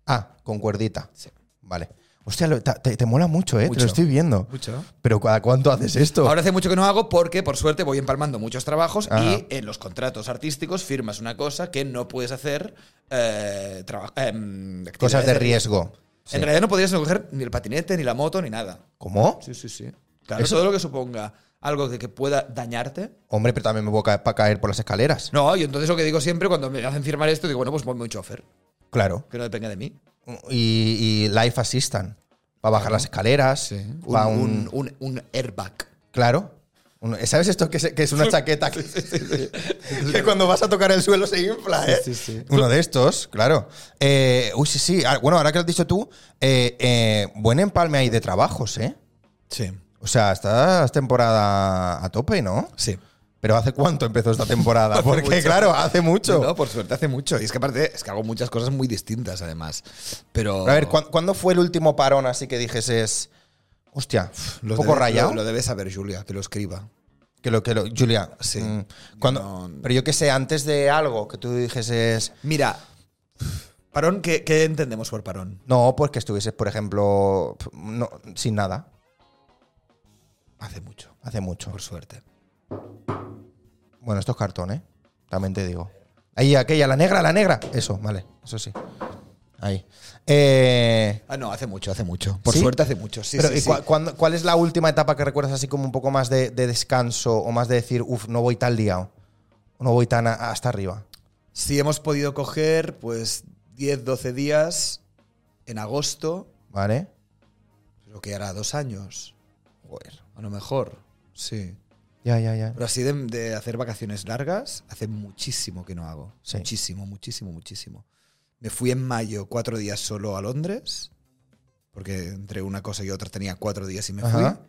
Speaker 1: Ah, con cuerdita.
Speaker 3: Sí.
Speaker 1: Vale. Hostia, lo- ta- te, te mola mucho, ¿eh? Te
Speaker 3: Mucho.
Speaker 1: lo estoy viendo.
Speaker 3: Mucho.
Speaker 1: Pero ¿cada cuánto haces esto?
Speaker 3: Ahora hace mucho que no hago porque, por suerte, voy empalmando muchos trabajos
Speaker 1: Ajá.
Speaker 3: y en los contratos artísticos firmas una cosa que no puedes hacer eh, traba- em,
Speaker 1: Cosas
Speaker 3: actividades
Speaker 1: de riesgo. Sí.
Speaker 3: En realidad no podrías coger ni el patinete, ni la moto, ni nada.
Speaker 1: ¿Cómo?
Speaker 3: Sí, sí, sí. Claro,
Speaker 1: Eso-
Speaker 3: todo lo que suponga algo que, que pueda dañarte.
Speaker 1: Hombre, pero también me voy a caer, para caer por las escaleras.
Speaker 3: No, y entonces lo que digo siempre cuando me hacen firmar esto, digo, bueno, pues ponme un chofer,
Speaker 1: Claro.
Speaker 3: que no depende de mí.
Speaker 1: Y, y Life Assistant. Para bajar las escaleras.
Speaker 3: Un,
Speaker 1: pa' un,
Speaker 3: un, un- un airbag.
Speaker 1: Claro. Un- ¿Sabes esto que es, que es una chaqueta? Que, que cuando vas a tocar el suelo se infla, ¿eh?
Speaker 3: Sí, sí, sí.
Speaker 1: Uno de estos, claro. Eh, uy, sí, sí. Ah, Bueno, ahora que lo has dicho tú, eh, eh, buen empalme ahí de trabajos, ¿eh?
Speaker 3: Sí,
Speaker 1: O sea, estás temporada a tope, ¿no?
Speaker 3: sí.
Speaker 1: Pero ¿hace cuánto empezó esta temporada? Porque,
Speaker 3: mucho.
Speaker 1: claro, hace mucho.
Speaker 3: No, por suerte hace mucho. Y es que aparte, es que hago muchas cosas muy distintas además. Pero...
Speaker 1: A ver, ¿cuán- ¿cuándo fue el último parón así que dijes es. Hostia, un
Speaker 3: los
Speaker 1: poco
Speaker 3: debe-
Speaker 1: rayado?
Speaker 3: Lo, lo debe saber Julia, que lo escriba.
Speaker 1: Que lo que lo. Julia.
Speaker 3: Sí.
Speaker 1: mm, Cuando,
Speaker 3: No.
Speaker 1: Pero yo qué sé, antes de algo que tú dijeses.
Speaker 3: Mira, parón, ¿qué, qué entendemos por parón?
Speaker 1: No, pues que estuvieses, por ejemplo, pf, no, sin nada.
Speaker 3: Hace mucho,
Speaker 1: Hace mucho.
Speaker 3: por suerte.
Speaker 1: Bueno, esto es cartón, ¿eh? También te digo. Ahí, aquella, la negra, la negra. Eso, vale, eso sí. Ahí. Eh,
Speaker 3: Ah, no, hace mucho, hace mucho. Por
Speaker 1: ¿Sí?
Speaker 3: suerte hace mucho, sí,
Speaker 1: pero,
Speaker 3: sí,
Speaker 1: ¿y
Speaker 3: sí.
Speaker 1: cua- cuándo- ¿Cuál es la última etapa que recuerdas así como un poco más de, de descanso o más de decir, uff, no voy tan liado? No voy tan a- hasta arriba.
Speaker 3: Si hemos podido coger, pues, 10, 12 días en agosto,
Speaker 1: ¿Vale?
Speaker 3: lo que hará dos años,
Speaker 1: Joder.
Speaker 3: a lo mejor, sí.
Speaker 1: Ya, ya, ya.
Speaker 3: Pero así de, de hacer vacaciones largas, hace muchísimo que no hago.
Speaker 1: Sí.
Speaker 3: Muchísimo, muchísimo, muchísimo. Me fui en mayo cuatro días solo a Londres, porque entre una cosa y otra tenía cuatro días y me
Speaker 1: Ajá.
Speaker 3: fui.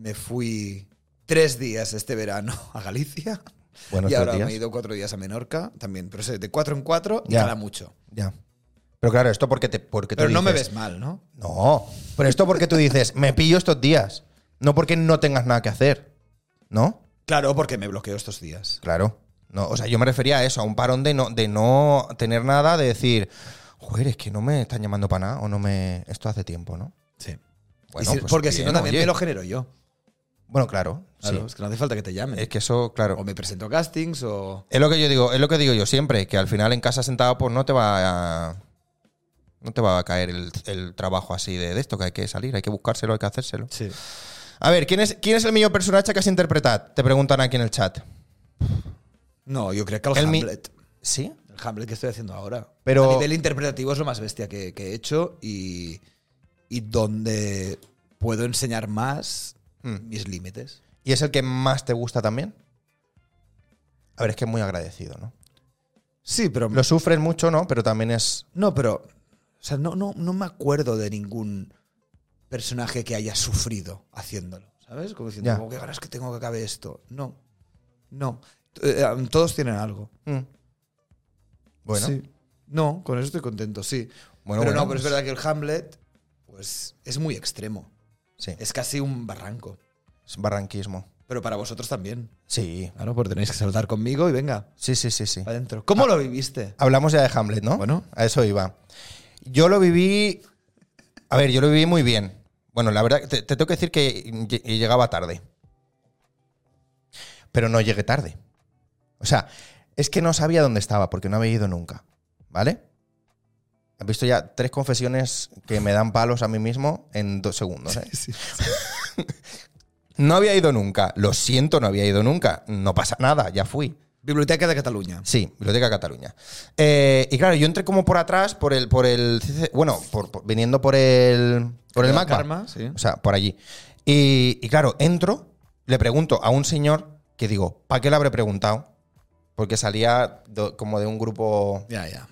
Speaker 3: Me fui tres días este verano a Galicia.
Speaker 1: Buenos
Speaker 3: y ahora
Speaker 1: días.
Speaker 3: me he ido cuatro días a Menorca también. Pero sé, de cuatro en cuatro, y
Speaker 1: Ya.
Speaker 3: cada mucho.
Speaker 1: Ya. Pero claro, esto porque te. Porque tú
Speaker 3: Pero no me
Speaker 1: dices-
Speaker 3: ves mal, ¿no?
Speaker 1: No. Pero esto porque tú dices, me pillo estos días. No porque no tengas nada que hacer. ¿No?
Speaker 3: Claro, porque me bloqueo estos días.
Speaker 1: Claro. No, o sea, yo me refería a eso, a un parón de no, de no tener nada, de decir, joder, es que no me están llamando para nada o no me. Esto hace tiempo, ¿no?
Speaker 3: Sí.
Speaker 1: Bueno, pues
Speaker 3: porque si
Speaker 1: bien,
Speaker 3: no, también
Speaker 1: oye.
Speaker 3: me lo genero yo.
Speaker 1: Bueno, claro.
Speaker 3: Claro,
Speaker 1: sí.
Speaker 3: Es que no hace falta que te llamen.
Speaker 1: Es que eso, claro.
Speaker 3: O me presento a castings o.
Speaker 1: Es lo que yo digo, es lo que digo yo siempre, que al final en casa sentado, pues no te va a. No te va a caer el, el trabajo así de, de esto, que hay que salir, hay que buscárselo, hay que hacérselo.
Speaker 3: Sí.
Speaker 1: A ver, ¿quién és, quin és el millor personatge que has interpretat? Te preguntan aquí en el chat.
Speaker 3: No, yo creo que el,
Speaker 1: El mi-
Speaker 3: Hamlet.
Speaker 1: ¿Sí?
Speaker 3: El Hamlet que estoy haciendo ahora.
Speaker 1: Pero-
Speaker 3: A nivel interpretativo es lo más bestia que, que he hecho y, y donde puedo enseñar más
Speaker 1: Mm.
Speaker 3: mis límites.
Speaker 1: ¿Y es el que más te gusta también? A ver, es que es muy agradecido, ¿no?
Speaker 3: Sí, pero.
Speaker 1: Lo sufres mucho, ¿no? Pero también es...
Speaker 3: No, pero. O sea, no, no, no me acuerdo de ningún personaje que haya sufrido haciéndolo. ¿Sabes? Como diciendo,
Speaker 1: Ya.
Speaker 3: "Oh, qué ganas que tengo que acabe esto. No. No. Eh, eh, Todos tienen algo.
Speaker 1: Mm. Bueno,
Speaker 3: Sí. No, con eso estoy contento, sí.
Speaker 1: Bueno,
Speaker 3: pero
Speaker 1: bueno,
Speaker 3: no, pero es
Speaker 1: pues-
Speaker 3: verdad que el Hamlet, pues es muy extremo.
Speaker 1: sí.
Speaker 3: Es casi un barranco.
Speaker 1: Es barranquismo.
Speaker 3: Pero para vosotros también.
Speaker 1: Sí.
Speaker 3: Claro, pues tenéis que saltar conmigo y venga,
Speaker 1: Sí, sí, sí, sí.
Speaker 3: para adentro. ¿Cómo lo viviste?
Speaker 1: Hablamos ya de Hamlet, ¿no?
Speaker 3: Ah. Bueno.
Speaker 1: A eso iba. Yo lo viví. A ver, yo lo viví muy bien. Bueno, la verdad, te, te tengo que decir que lle- llegaba tarde. Pero no llegué tarde. O sea, es que no sabía dónde estaba porque no había ido nunca. ¿Vale? Has visto ya tres confesiones que me dan palos a mí mismo en dos segundos. ¿eh? No había ido nunca. Lo siento, no había ido nunca. No pasa nada, ya fui.
Speaker 3: Biblioteca de Cataluña.
Speaker 1: Sí, Biblioteca Cataluña. Eh, y claro, yo entré como por atrás, por el, por el, CC bueno, por, por- viniendo por el, por el
Speaker 3: Carme,
Speaker 1: Macba.
Speaker 3: Carme, sí.
Speaker 1: o sea, por allí. Y, y claro, entro, le pregunto a un señor que digo, ¿para qué le habré preguntado? Porque salía do- como de un grupo.
Speaker 3: Ya, ya.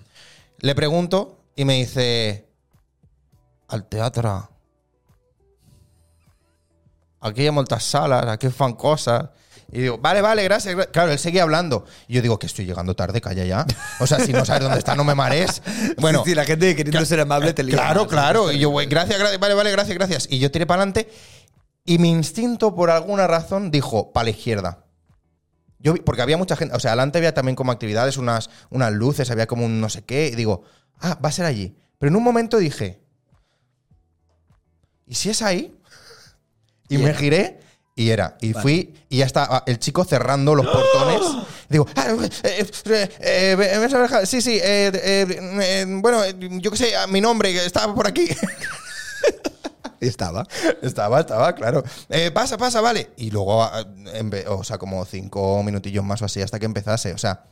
Speaker 1: Le pregunto y me dice, al teatre. Aquí hay muchas salas, aquí fan cosas. Y digo, vale, vale, gracias. gra-". Claro, él seguía hablando. Y yo digo, que estoy llegando tarde, calla ya. O sea, si no sabes dónde está, no me marees. Bueno,
Speaker 3: si la gente queriendo ser amable te lía.
Speaker 1: claro,
Speaker 3: más,
Speaker 1: claro.
Speaker 3: entonces,
Speaker 1: Y yo, güey, gracias, gracias, vale, vale, gracias, gracias. Y yo tiré para adelante y mi instinto, por alguna razón, dijo, para la izquierda. Yo vi- porque había mucha gente, o sea, adelante había también como actividades, unas, unas luces, había como un no sé qué, y digo, ah, va a ser allí. Pero en un momento dije, ¿y si es ahí? Y
Speaker 3: Y
Speaker 1: me
Speaker 3: era.
Speaker 1: giré y era. Y
Speaker 3: Vale.
Speaker 1: fui y ya estaba el chico cerrando los portones. Digo, ah, eh, eh, eh, eh, ¿me has dejado? sí, sí, eh, eh, eh, bueno, eh, yo qué sé, ah, mi nombre que estaba por aquí.
Speaker 3: Y estaba.
Speaker 1: estaba, estaba, claro. Eh, pasa, pasa, vale. Y luego, ah, en ve- o sea, como cinco minutillos más o así hasta que empezase. O sea,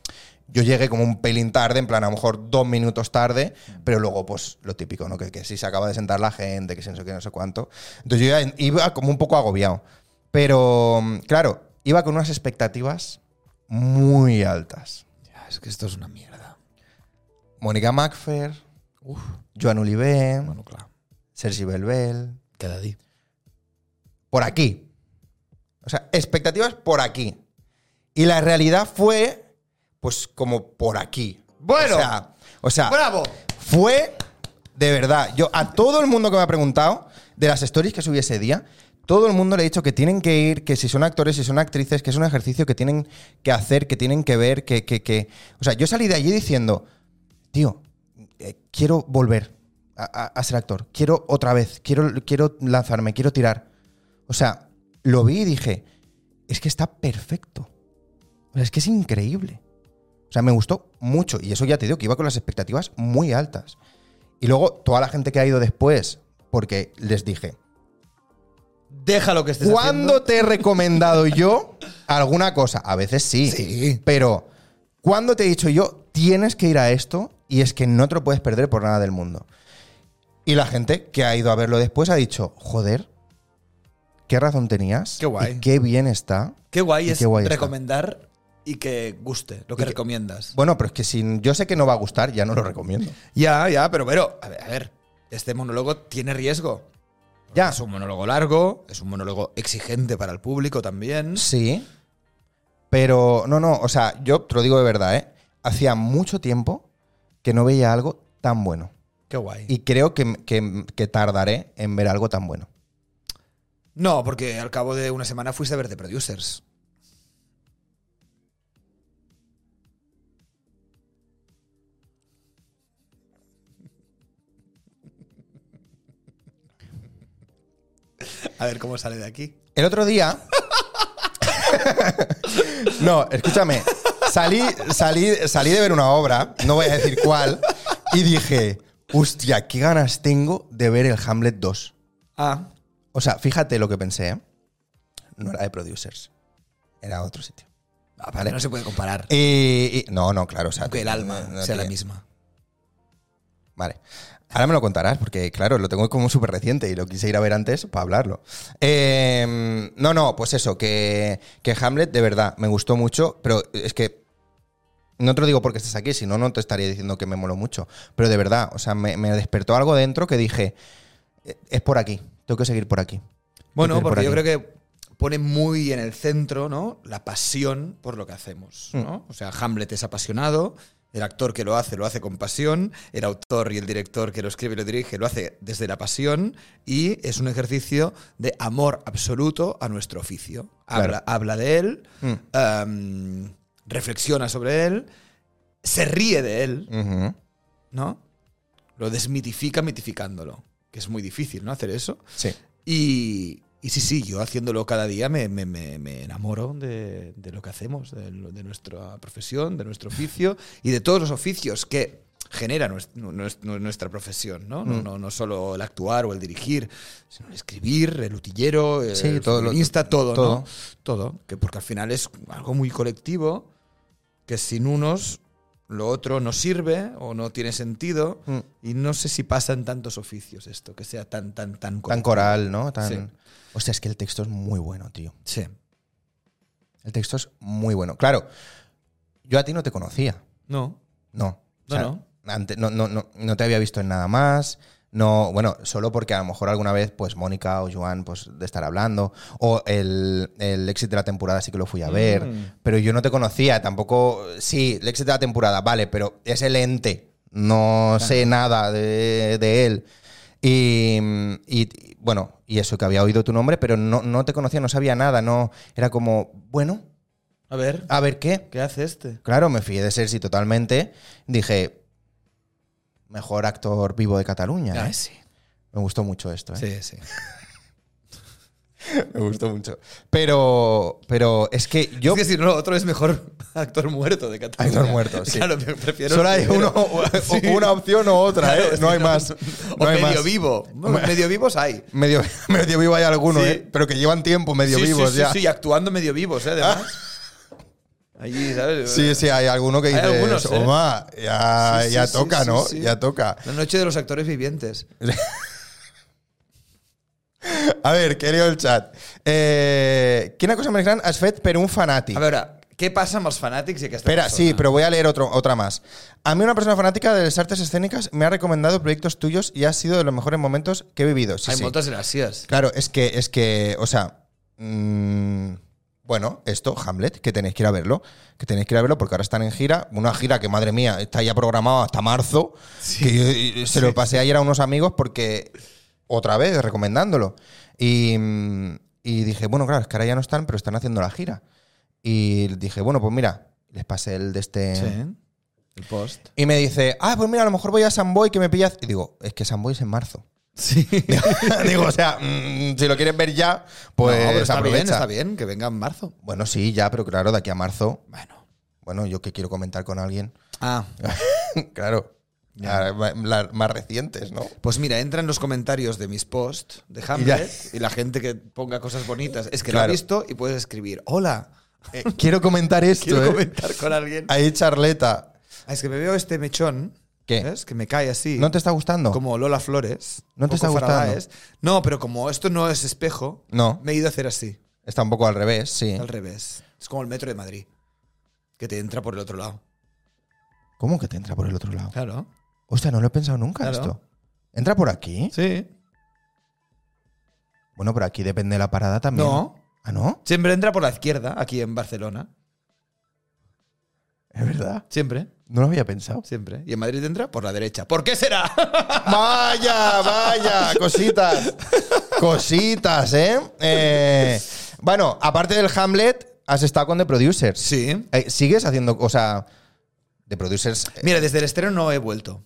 Speaker 1: yo llegué como un pelín tarde, en plan, a lo mejor dos minutos tarde, pero luego, pues, lo típico, ¿no? Que, que si se acaba de sentar la gente, que si no sé qué, no sé cuánto. Entonces yo ya iba como un poco agobiado. Pero, mm, claro, iba con unas expectativas muy altas.
Speaker 3: Ya, es que esto es una mierda.
Speaker 1: Mónica Macfer, Joan Oliver,
Speaker 3: Bueno, claro.
Speaker 1: Sergi Belbel,
Speaker 3: Cada día.
Speaker 1: por aquí. O sea, expectativas por aquí. Y la realidad fue, pues, como por aquí.
Speaker 3: Bueno.
Speaker 1: O sea, o sea,
Speaker 3: ¡Bravo!
Speaker 1: fue de verdad. Yo, a todo el mundo que me ha preguntado de las stories que subí ese día, Todo el mundo le ha dicho que tienen que ir, que si son actores, si son actrices, que es un ejercicio que tienen que hacer, que tienen que ver, que... que, que... O sea, yo salí de allí diciendo, tío, eh, quiero volver a, a- a ser actor, quiero otra vez, quiero, quiero lanzarme, quiero tirar. O sea, lo vi y dije, es que está perfecto. O sea, es que es increíble. O sea, me gustó mucho. Y eso ya te digo que iba con las expectativas muy altas. Y luego toda la gente que ha ido después, porque les dije,
Speaker 3: Deja lo que estés
Speaker 1: ¿Cuándo te he recomendado yo alguna cosa? A veces sí.
Speaker 3: Sí.
Speaker 1: Pero, ¿cuándo te he dicho yo tienes que ir a esto y es que no te lo puedes perder por nada del mundo? Y la gente que ha ido a verlo después ha dicho, joder, ¿qué razón tenías?
Speaker 3: Qué guay.
Speaker 1: Y qué bien está.
Speaker 3: Qué guay
Speaker 1: Y
Speaker 3: es
Speaker 1: qué guay está.
Speaker 3: recomendar y que guste lo que recomiendas.
Speaker 1: Bueno, pero es que si yo sé que no va a gustar, ya no lo recomiendo.
Speaker 3: Ya, ya, pero, pero, a ver, a ver, este monólogo tiene riesgo.
Speaker 1: Ya.
Speaker 3: Es un monólogo largo, es un monólogo exigente para el público también.
Speaker 1: Sí. Pero, no, no, o sea, yo te lo digo de verdad, ¿eh? Hacía mucho tiempo que no veía algo tan bueno.
Speaker 3: Qué guay.
Speaker 1: Y creo que, que- que tardaré en ver algo tan bueno.
Speaker 3: No, porque al cabo de una semana fuiste a ver The Producers. A ver cómo sale de aquí.
Speaker 1: El otro día. no, escúchame. Salí, salí, salí de ver una obra, no voy a decir cuál, y dije, hostia, qué ganas tengo de ver el Hamlet 2.
Speaker 3: Ah,
Speaker 1: O sea, fíjate lo que pensé, ¿eh? No era de Producers, era otro sitio.
Speaker 3: aparte ah, no se puede comparar.
Speaker 1: Y, y- no, no, claro, o sea,
Speaker 3: Aunque el alma
Speaker 1: Eh, no
Speaker 3: sea la
Speaker 1: tiene-
Speaker 3: misma.
Speaker 1: Vale. Ahora me lo contarás, porque claro, lo tengo como súper reciente y lo quise ir a ver antes para hablarlo. Eh, no, no, pues eso, que, que Hamlet de verdad me gustó mucho, pero es que no te lo digo porque estés aquí, si no, no te estaría diciendo que me moló mucho. Pero de verdad, o sea, me, me despertó algo dentro que dije, "Eh, es por aquí, tengo que seguir por aquí.
Speaker 3: Bueno,
Speaker 1: Tengo que ir por
Speaker 3: porque yo
Speaker 1: aquí".
Speaker 3: creo que pone muy en el centro, ¿no? La pasión por lo que hacemos, ¿no? O sea, Hamlet es apasionado, el actor que lo hace lo hace con pasión, el autor y el director que lo escribe y lo dirige lo hace desde la pasión y es un ejercicio de amor absoluto a nuestro oficio. Habla, habla de él, em, reflexiona sobre él, se ríe de él,
Speaker 1: Mm, Ujú.
Speaker 3: ¿no? Lo desmitifica mitificándolo, que es muy difícil, ¿no? Hacer eso.
Speaker 1: Sí.
Speaker 3: Y, y sí, sí, yo haciéndolo cada día me, me- me- me enamoro de, de lo que hacemos, de, lo- de nuestra profesión, de nuestro oficio y de todos los oficios que genera nues- nu- nues- nu- nuestra profesión, ¿no?
Speaker 1: Mm.
Speaker 3: No, no- no solo el actuar o el dirigir, sino el escribir, el utillero, el
Speaker 1: Sí, todo lo-
Speaker 3: feminista, todo, ¿no?
Speaker 1: todo.
Speaker 3: Todo, que porque al final es algo muy colectivo, que sin unos lo otro no sirve o no tiene sentido
Speaker 1: Mm.
Speaker 3: y no sé si pasa en tantos oficios esto, que sea tan, tan, tan
Speaker 1: Tan
Speaker 3: colectivo.
Speaker 1: coral, ¿no? Tan...
Speaker 3: Sí.
Speaker 1: O sea, es que el texto es muy bueno, tío.
Speaker 3: Sí.
Speaker 1: El texto es muy bueno. Claro, yo a ti no te conocía.
Speaker 3: No.
Speaker 1: No.
Speaker 3: No, no.
Speaker 1: ante- no, no, no- no te había visto en nada más. No, bueno, solo porque a lo mejor alguna vez, pues Mónica o Joan, pues de estar hablando. O el, el exit de la temporada sí que lo fui a ver.
Speaker 3: Mm.
Speaker 1: Pero yo no te conocía, tampoco. Sí, el exit de la temporada, vale, pero es el ente. No sé nada de, de él. Y, y- y, bueno, y eso que había oído tu nombre, pero no, no te conocía, no sabía nada. No, era como, bueno,
Speaker 3: A ver,
Speaker 1: a ver qué.
Speaker 3: ¿qué hace este?
Speaker 1: Claro, me fié de Cersei totalmente. Dije, mejor actor vivo de Cataluña. ¿eh?
Speaker 3: sí. pues.
Speaker 1: Me gustó mucho esto. ¿eh?
Speaker 3: Sí, sí.
Speaker 1: Me gustó mucho. Pero, pero es que yo...
Speaker 3: Es que si no, lo otro es mejor actor muerto de Cataluña.
Speaker 1: Actor muerto, sí.
Speaker 3: Claro, me prefiero.
Speaker 1: Solo hay
Speaker 3: primero.
Speaker 1: uno-
Speaker 3: Sí.
Speaker 1: una opción o otra, ¿eh?
Speaker 3: Claro,
Speaker 1: no hay
Speaker 3: sí,
Speaker 1: más.
Speaker 3: O
Speaker 1: No hay
Speaker 3: medio
Speaker 1: más.
Speaker 3: vivo. Bueno,
Speaker 1: Me-
Speaker 3: medio vivos hay.
Speaker 1: Medio, medio vivo hay alguno,
Speaker 3: Sí.
Speaker 1: ¿eh? pero que llevan tiempo medio
Speaker 3: Sí, sí,
Speaker 1: vivos
Speaker 3: sí,
Speaker 1: ya.
Speaker 3: Sí, y actuando medio vivos, ¿eh? además. Allí, ¿sabes?
Speaker 1: Sí, sí, hay alguno que
Speaker 3: Hay
Speaker 1: dices,
Speaker 3: algunos, ¿eh?
Speaker 1: "Oma, ya,
Speaker 3: Sí, sí,
Speaker 1: ya
Speaker 3: sí,
Speaker 1: toca,
Speaker 3: sí,
Speaker 1: ¿no?
Speaker 3: sí.
Speaker 1: Ya toca.
Speaker 3: La noche de los actores vivientes.
Speaker 1: A ver, què diu el xat? Eh, quina cosa més gran has fet per un fanàtic?
Speaker 3: A veure, què passa amb els fanàtics i aquesta
Speaker 1: Espera,
Speaker 3: persona?
Speaker 1: sí, pero voy a leer otro, otra más. A mí una persona fanática de las artes escénicas me ha recomendado proyectos tuyos y ha sido de los mejores momentos que he vivido. Sí,
Speaker 3: Hay
Speaker 1: sí.
Speaker 3: moltes gràcies.
Speaker 1: Claro, es que, es que, o sea, mm, bueno, esto, Hamlet, que tenéis que ir a verlo, que tenéis que ir a verlo porque ahora están en gira, una gira que, madre mía, está ya programada hasta marzo, que yo, y- se lo pasé ayer a unos amigos porque otra vez recomendándolo. Y, mm, y dije, bueno, claro, es que ahora ya no están, pero están haciendo la gira. Y dije, bueno, pues mira, les pasé el de este.
Speaker 3: Sí. El post.
Speaker 1: Y me dice, ah, pues mira, a lo mejor voy a Samboy que me pillas. Y digo, es que Samboy es en marzo.
Speaker 3: Sí.
Speaker 1: digo, o sea, mm, si lo quieres ver ya, pues
Speaker 3: no, pero está
Speaker 1: aprovecha.
Speaker 3: bien, está bien, que venga en marzo.
Speaker 1: Bueno, sí, ya, pero claro, de aquí a marzo,
Speaker 3: Bueno.
Speaker 1: bueno, yo que quiero comentar con alguien.
Speaker 3: Ah,
Speaker 1: claro.
Speaker 3: Ya.
Speaker 1: Las las más recientes, ¿no?
Speaker 3: pues mira, entra en los comentarios de mis posts de Hamlet y la gente que ponga cosas bonitas. Es que lo
Speaker 1: Claro.
Speaker 3: ha visto y puedes escribir, hola,
Speaker 1: Eh, quiero comentar esto,
Speaker 3: quiero
Speaker 1: ¿eh?
Speaker 3: comentar con alguien.
Speaker 1: Ahí, Charleta.
Speaker 3: Ah, Es que me veo este mechón,
Speaker 1: ¿Qué?
Speaker 3: ¿ves? Que me cae así.
Speaker 1: ¿No te está gustando?
Speaker 3: Como Lola Flores.
Speaker 1: ¿No te
Speaker 3: poco
Speaker 1: está gustando?
Speaker 3: Faradaes. No, pero como esto no es espejo,
Speaker 1: No.
Speaker 3: me he ido a hacer así,
Speaker 1: Está un poco al revés, sí.
Speaker 3: al revés. Es como el metro de Madrid, que te entra por el otro lado.
Speaker 1: ¿Cómo que te entra por el otro lado?
Speaker 3: Claro.
Speaker 1: Hostia, no lo he pensado nunca
Speaker 3: Claro.
Speaker 1: esto. ¿Entra por aquí?
Speaker 3: Sí.
Speaker 1: Bueno, pero aquí depende de la parada también.
Speaker 3: No.
Speaker 1: ¿Ah, no?
Speaker 3: Siempre entra por la izquierda, aquí en Barcelona.
Speaker 1: Es verdad.
Speaker 3: Siempre,
Speaker 1: No lo había pensado.
Speaker 3: siempre. Y en Madrid entra por la derecha. ¿Por qué será?
Speaker 1: Vaya, vaya, cositas. Cositas, ¿eh? Eh, Bueno, aparte del Hamlet, has estado con The Producers.
Speaker 3: Sí.
Speaker 1: Eh, ¿Sigues haciendo, o sea, The Producers, eh,
Speaker 3: Mira, desde el estreno no he vuelto.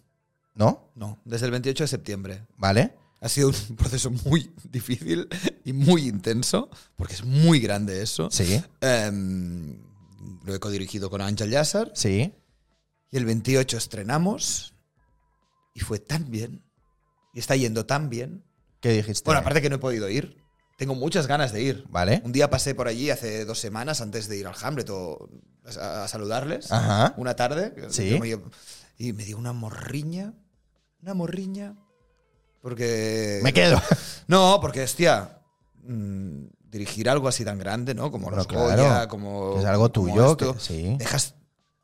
Speaker 1: no?
Speaker 3: No, desde el 28 de septiembre.
Speaker 1: ¿Vale?
Speaker 3: Ha sido un proceso muy difícil y muy intenso, porque es muy grande eso.
Speaker 1: Sí,
Speaker 3: Em, lo he codirigido con Ángel Yassar
Speaker 1: sí.
Speaker 3: y el 28 estrenamos y fue tan bien y está yendo tan bien.
Speaker 1: ¿Qué dijiste?
Speaker 3: Bueno, aparte que no he podido ir, tengo muchas ganas de ir.
Speaker 1: ¿Vale?
Speaker 3: Un día pasé por allí hace dos semanas antes de ir al Hamlet o a, a saludarles.
Speaker 1: Ajá.
Speaker 3: Una tarde.
Speaker 1: Sí.
Speaker 3: yo me lle- y me dio una morriña. Una morriña. Porque.
Speaker 1: Me quedo.
Speaker 3: No, porque, hostia. mm, dirigir algo así tan grande, ¿no? Como
Speaker 1: Bueno,
Speaker 3: los
Speaker 1: claro,
Speaker 3: Goya, como.
Speaker 1: que es algo
Speaker 3: como
Speaker 1: tuyo,
Speaker 3: esto,
Speaker 1: que- sí.
Speaker 3: Dejas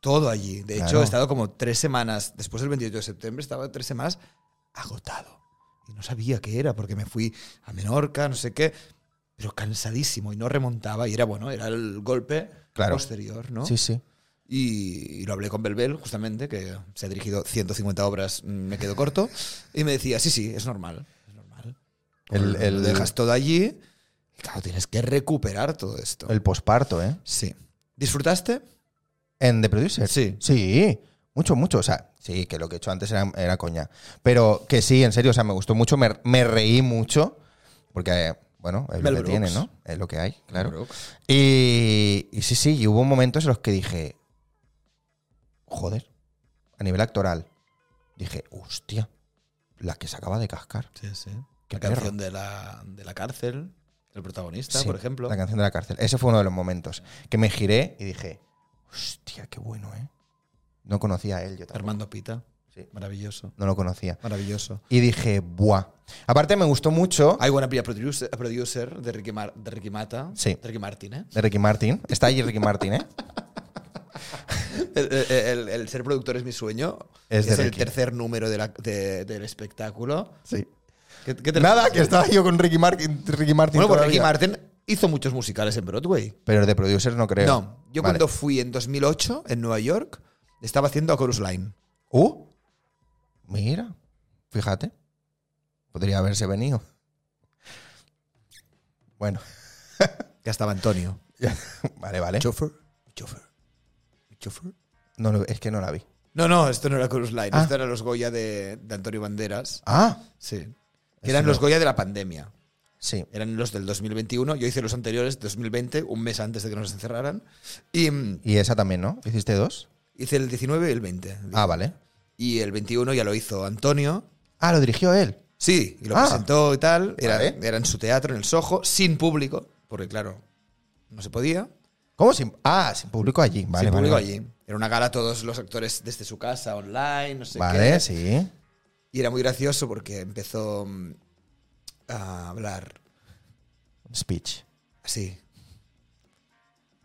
Speaker 3: todo allí. De hecho,
Speaker 1: ¿Eh? Claro.
Speaker 3: he estado como tres semanas. Después del 28 de septiembre, estaba tres semanas agotado. Y no sabía qué era, porque me fui a Menorca, no sé qué. Pero cansadísimo y no remontaba. Y era bueno, era el golpe
Speaker 1: Claro.
Speaker 3: posterior, ¿no?
Speaker 1: Sí, sí.
Speaker 3: Y, y lo hablé con Belbel, justamente, que se ha dirigido 150 obras, mm, me quedo corto. Y me decía, sí, sí, es normal. Es normal.
Speaker 1: El-
Speaker 3: Lo
Speaker 1: el-
Speaker 3: dejas todo allí. Y claro, tienes que recuperar todo esto.
Speaker 1: El posparto, ¿eh?
Speaker 3: Sí. ¿Disfrutaste?
Speaker 1: ¿En The Producer?
Speaker 3: Sí.
Speaker 1: Sí, mucho, mucho. O sea, sí, que lo que he hecho antes era, era coña. Pero que sí, en serio, o sea, me gustó mucho, me, me reí mucho. Porque, eh, bueno, es
Speaker 3: Mel
Speaker 1: lo que tiene,
Speaker 3: Brooks.
Speaker 1: ¿no? Es lo que hay, claro.
Speaker 3: Brooke.
Speaker 1: Y, y sí, sí, y hubo momentos en los que dije, joder, a nivel actoral, dije, hostia, la que se acaba de cascar.
Speaker 3: Sí, sí.
Speaker 1: Qué
Speaker 3: la canción de la, de la cárcel, el protagonista,
Speaker 1: Sí,
Speaker 3: por ejemplo.
Speaker 1: La canción de la cárcel. Ese fue uno de los momentos que me giré y dije, hostia, qué bueno, ¿eh? No conocía a él, yo tampoco.
Speaker 3: Armando Pita.
Speaker 1: Sí.
Speaker 3: Maravilloso.
Speaker 1: No lo conocía.
Speaker 3: Maravilloso.
Speaker 1: Y dije, buah. Aparte me gustó mucho
Speaker 3: Hay buena pilla producer, producer de, Ricky Mar- de Ricky Mata.
Speaker 1: Sí.
Speaker 3: De Ricky Martin, ¿eh?
Speaker 1: de Ricky Martin. Está allí Ricky Martin, ¿eh?
Speaker 3: El, el- el- el ser productor es mi sueño.
Speaker 1: Es
Speaker 3: Es,
Speaker 1: de
Speaker 3: el
Speaker 1: Ricky.
Speaker 3: tercer número de la- de- del espectáculo.
Speaker 1: Sí.
Speaker 3: ¿Qué- qué te
Speaker 1: Nada, que
Speaker 3: refieres?
Speaker 1: estaba yo con Ricky, Mar- Ricky Martin.
Speaker 3: Bueno, pues
Speaker 1: todavía.
Speaker 3: Ricky Martin hizo muchos musicales en Broadway.
Speaker 1: Pero de producers no creo.
Speaker 3: no, yo
Speaker 1: Vale.
Speaker 3: cuando fui en 2008 en Nueva York, estaba haciendo a Chorus Line.
Speaker 1: ¡Uh! Mira, fíjate. Podría haberse venido. Bueno,
Speaker 3: Ya estaba Antonio.
Speaker 1: vale, vale.
Speaker 3: Chofer. Chofer. Chofer.
Speaker 1: No, lo- es que no la vi.
Speaker 3: No, no, esto no era Chorus Line.
Speaker 1: Ah.
Speaker 3: Esto eran los Goya de, de Antonio Banderas.
Speaker 1: Ah,
Speaker 3: Sí. Que
Speaker 1: Eso
Speaker 3: eran
Speaker 1: no.
Speaker 3: los Goya de la pandemia.
Speaker 1: sí.
Speaker 3: Eran los del 2021. Yo hice los anteriores, 2020, un mes antes de que nos encerraran. Y mm,
Speaker 1: Y esa también, ¿no? ¿Hiciste dos?
Speaker 3: hice el 19 y el 20.
Speaker 1: Ah, vale.
Speaker 3: Y el 21 ya lo hizo Antonio.
Speaker 1: Ah, lo dirigió él.
Speaker 3: Sí, y lo
Speaker 1: Ah.
Speaker 3: presentó y tal. Era,
Speaker 1: Vale.
Speaker 3: era en su teatro, en el Soho, sin público, porque claro, no se podía.
Speaker 1: ¿Cómo? Sin, ah, sin público allí. Vale,
Speaker 3: sin
Speaker 1: vale,
Speaker 3: público
Speaker 1: vale.
Speaker 3: allí. Era una gala, todos los actores desde su casa, online, no sé
Speaker 1: Vale,
Speaker 3: qué.
Speaker 1: sí.
Speaker 3: Y era muy gracioso porque empezó mm, a hablar
Speaker 1: Speech.
Speaker 3: así.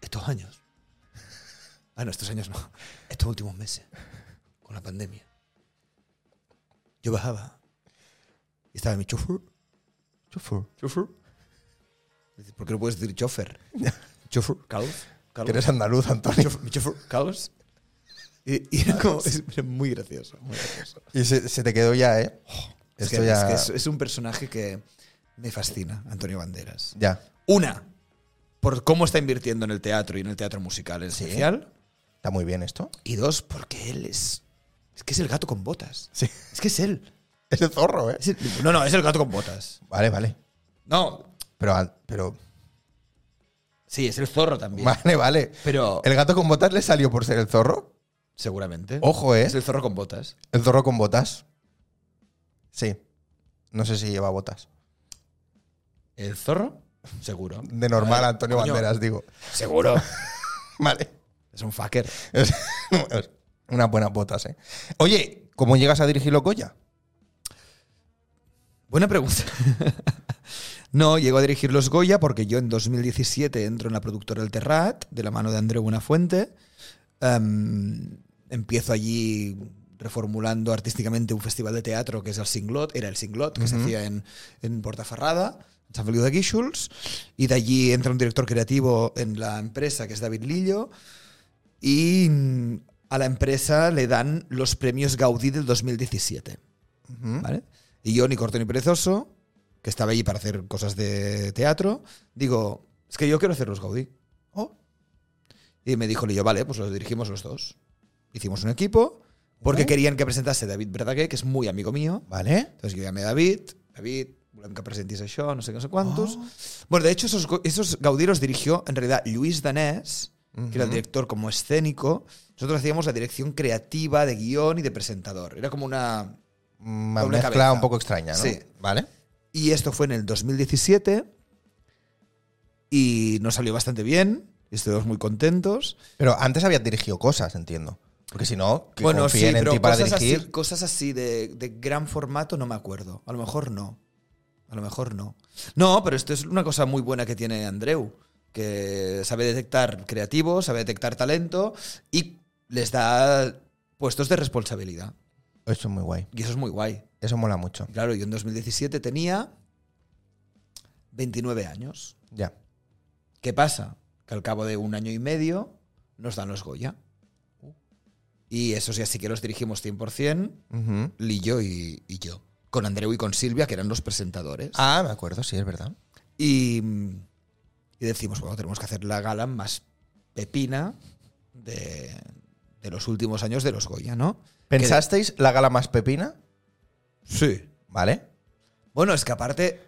Speaker 3: Estos años. Ah, no, estos años no. Estos últimos meses. Con la pandemia. Yo bajaba. Y estaba mi chofer. ¿Chofer? Dice, ¿Por qué no puedes decir chofer? ¿Chofer? ¿Carlos?
Speaker 1: Que
Speaker 3: ¿Carlos?
Speaker 1: eres andaluz, Antonio.
Speaker 3: ¿Chofer? ¿Mi chofer? ¿Carlos? Y, y era como, es- era muy gracioso, muy gracioso.
Speaker 1: Y se, se te quedó ya, ¿eh?
Speaker 3: Oh, Es,
Speaker 1: Esto
Speaker 3: que,
Speaker 1: ya-
Speaker 3: es, que es- es un personaje que me fascina, Antonio Banderas.
Speaker 1: Ya.
Speaker 3: Una, por cómo está invirtiendo en el teatro y en el teatro musical en especial.
Speaker 1: Está muy bien esto.
Speaker 3: Y dos, porque él es. Es que es el gato con botas.
Speaker 1: Sí.
Speaker 3: Es que es él.
Speaker 1: Es el zorro, ¿eh?
Speaker 3: Es el- no, no, es el gato con botas.
Speaker 1: Vale, vale.
Speaker 3: No,
Speaker 1: Pero, al- pero
Speaker 3: sí, es el zorro también.
Speaker 1: vale, vale.
Speaker 3: Pero
Speaker 1: ¿El gato con botas le salió por ser el zorro?
Speaker 3: seguramente.
Speaker 1: Ojo, ¿eh?
Speaker 3: Es el zorro con botas.
Speaker 1: ¿El zorro con botas? Sí. No sé si lleva botas.
Speaker 3: ¿El zorro? Seguro.
Speaker 1: De normal,
Speaker 3: Vale,
Speaker 1: Antonio
Speaker 3: coño,
Speaker 1: Banderas, digo.
Speaker 3: Seguro.
Speaker 1: Vale.
Speaker 3: Es un fucker.
Speaker 1: Es- Unas buenas botas, ¿eh? Oye, ¿cómo llegas a dirigir Locoya?
Speaker 3: Buena pregunta. no, llego a dirigir Los Goya porque yo en 2017 entro en la productora El Terrat, de la mano de Andreu Buenafuente. Em, empiezo allí reformulando artísticamente un festival de teatro que es el Singlot, era el Singlot, que se hacía en, en Portaferrada, en Sant Feliu de Guíxols, y de allí entra un director creativo en la empresa que es David Lillo, y mm, a la empresa le dan los premios Gaudí del 2017. ¿vale? Y yo, ni corto ni perezoso, que estaba allí para hacer cosas de teatro, digo, es que yo quiero hacer los Gaudí. "Oh". Y me dijo yo, vale, pues los dirigimos los dos. Hicimos un equipo, porque
Speaker 1: Ujú.
Speaker 3: querían que presentase David Verdaguer, que es muy amigo mío.
Speaker 1: ¿Vale?
Speaker 3: Entonces yo llamé a David, David, volem que presentis això, no sé qué, no sé cuántos.
Speaker 1: Oh.
Speaker 3: Bueno, de hecho, esos, go- esos Gaudí los dirigió en realidad Luis Danés, que era el
Speaker 1: Ujú.
Speaker 3: director como escénico. Nosotros hacíamos la dirección creativa de guión y de presentador. Era como una,
Speaker 1: Una
Speaker 3: Doble
Speaker 1: Mm, mezcla
Speaker 3: cabeza.
Speaker 1: un poco extraña, ¿no?
Speaker 3: Sí.
Speaker 1: ¿Vale?
Speaker 3: Y esto fue en el 2017 y nos salió bastante bien. y Estuvimos muy contentos.
Speaker 1: Pero antes habías dirigido cosas, entiendo. Porque si no, que
Speaker 3: bueno, sí,
Speaker 1: confíen en
Speaker 3: pero
Speaker 1: ti para
Speaker 3: cosas
Speaker 1: dirigir.
Speaker 3: así, cosas así de, de gran formato no me acuerdo. A lo mejor no. A lo mejor no. No, pero esto es una cosa muy buena que tiene Andreu, que sabe detectar creativos, sabe detectar talento y les da puestos de responsabilidad.
Speaker 1: Eso es muy guay.
Speaker 3: Y eso es muy guay.
Speaker 1: Eso mola mucho.
Speaker 3: Y Claro, yo en 2017 tenía 29 años.
Speaker 1: Ya.
Speaker 3: ¿Qué pasa? Que al cabo de un año y medio nos dan los Goya. Y eso sí, así que los dirigimos 100%,
Speaker 1: Ujú.
Speaker 3: Lillo y, y yo. Con Andreu y con Silvia, que eran los presentadores.
Speaker 1: Ah, me acuerdo, sí, es verdad.
Speaker 3: Y, y decimos, bueno, tenemos que hacer la gala más pepina de, de los últimos años de los Goya, ¿no?
Speaker 1: ¿Pensasteis la gala más pepina?
Speaker 3: Que- sí.
Speaker 1: ¿Vale?
Speaker 3: Bueno, es que aparte,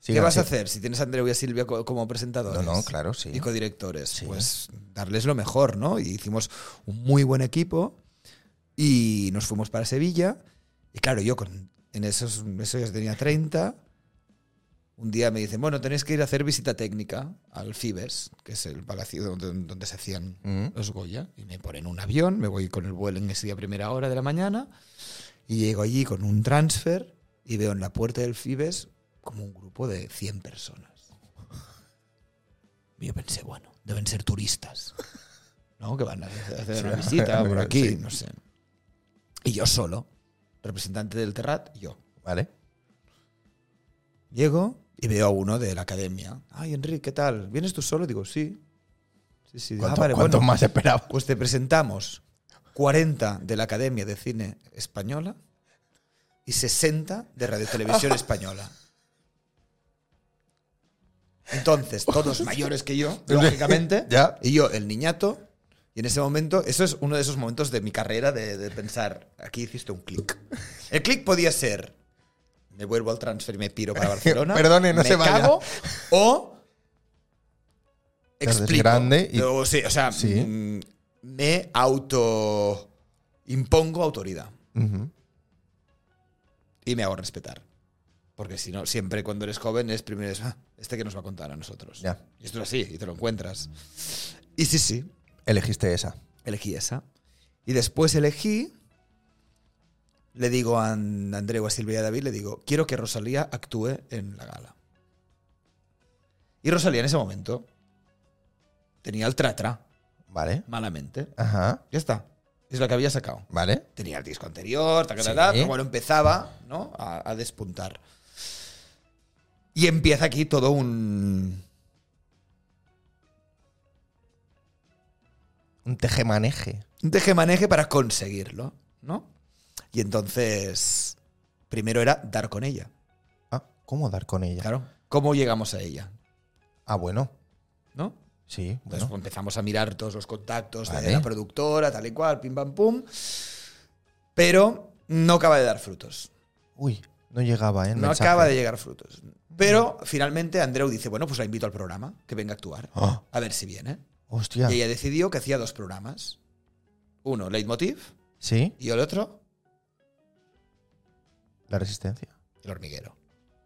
Speaker 1: Sí,
Speaker 3: ¿qué
Speaker 1: no,
Speaker 3: vas a
Speaker 1: sí.
Speaker 3: hacer si tienes a Andreu y a Silvia co- como presentadores?
Speaker 1: No, no, claro, sí.
Speaker 3: y codirectores.
Speaker 1: Sí.
Speaker 3: Pues darles lo mejor, ¿no? Y hicimos un muy buen equipo y nos fuimos para Sevilla. Y claro, yo con, en esos, eso ya tenía 30. Un día me dicen, bueno, tenéis que ir a hacer visita técnica al Fibes, que es el palacio donde, donde se hacían
Speaker 1: Mm.
Speaker 3: los Goya. Y me ponen un avión, me voy con el vuelo en ese día a primera hora de la mañana. Y llego allí con un transfer y veo en la puerta del Fibes como un grupo de 100 personas. Y yo pensé, bueno, deben ser turistas. ¿No? Que van a hacer una visita por aquí,
Speaker 1: Sí.
Speaker 3: no sé. Y yo solo, representante del Terrat, yo.
Speaker 1: ¿Vale?
Speaker 3: Ah, Llego y veo a uno de la academia. Ay, Enrique, ¿qué tal? ¿Vienes tú solo? Digo, sí. Sí, sí. Digo, "Ah,
Speaker 1: ¿Cuánto,
Speaker 3: vale,
Speaker 1: cuánto
Speaker 3: bueno,
Speaker 1: más esperaba?
Speaker 3: Pues te presentamos 40 de la Academia de Cine Española y 60 de Radio Televisión Española. Entonces, todos mayores que yo, lógicamente,
Speaker 1: Ya.
Speaker 3: y yo, el niñato, y en ese momento, eso es uno de esos momentos de mi carrera de, de pensar, aquí hiciste un clic. El clic podía ser, me vuelvo al transfer y me piro para Barcelona.
Speaker 1: Perdone, no
Speaker 3: me
Speaker 1: se vaya.
Speaker 3: cago, o
Speaker 1: Te haces
Speaker 3: explico.
Speaker 1: grande y-
Speaker 3: Yo, sí, o sea,
Speaker 1: Sí.
Speaker 3: mm, me auto impongo autoridad
Speaker 1: Ujú.
Speaker 3: y me hago respetar. Porque si no, siempre cuando eres joven es primero es, "Ah, este que nos va a contar a nosotros.
Speaker 1: Ya.
Speaker 3: Y esto es así, y te lo encuentras. Y sí, sí,
Speaker 1: Elegiste esa.
Speaker 3: elegí esa. Y después elegí, le digo a An- Andreu, a Silvia y a David, le digo, quiero que Rosalía actúe en la gala. Y Rosalía en ese momento tenía el tratra,
Speaker 1: ¿Vale?
Speaker 3: malamente.
Speaker 1: Ajá.
Speaker 3: Ya está, es la que había sacado
Speaker 1: ¿Vale?
Speaker 3: tenía el disco anterior, ta, ta, ta,
Speaker 1: Sí.
Speaker 3: ta, pero bueno, empezaba ¿no? a, a despuntar. Y empieza aquí todo un...
Speaker 1: Un tejemaneje.
Speaker 3: un tejemaneje para conseguirlo, ¿no? Y entonces, Primero era dar con ella.
Speaker 1: Ah, ¿Cómo dar con ella?
Speaker 3: Claro. ¿Cómo llegamos a ella?
Speaker 1: Ah, bueno.
Speaker 3: ¿No?
Speaker 1: Sí,
Speaker 3: Entonces
Speaker 1: bueno.
Speaker 3: pues, empezamos a mirar todos los contactos
Speaker 1: Vale.
Speaker 3: de la productora, tal y cual, pim pam pum. Pero no acaba de dar frutos.
Speaker 1: Uy, no llegaba, ¿eh? el
Speaker 3: No
Speaker 1: mensaje.
Speaker 3: acaba de llegar frutos. Pero finalmente Andreu dice, bueno, pues la invito al programa, que venga a actuar.
Speaker 1: Ah,
Speaker 3: A ver si viene.
Speaker 1: hostia.
Speaker 3: Y ella decidió que hacía dos programas. Uno, Leitmotiv,
Speaker 1: Sí,
Speaker 3: y el otro,
Speaker 1: la resistencia.
Speaker 3: El Hormiguero.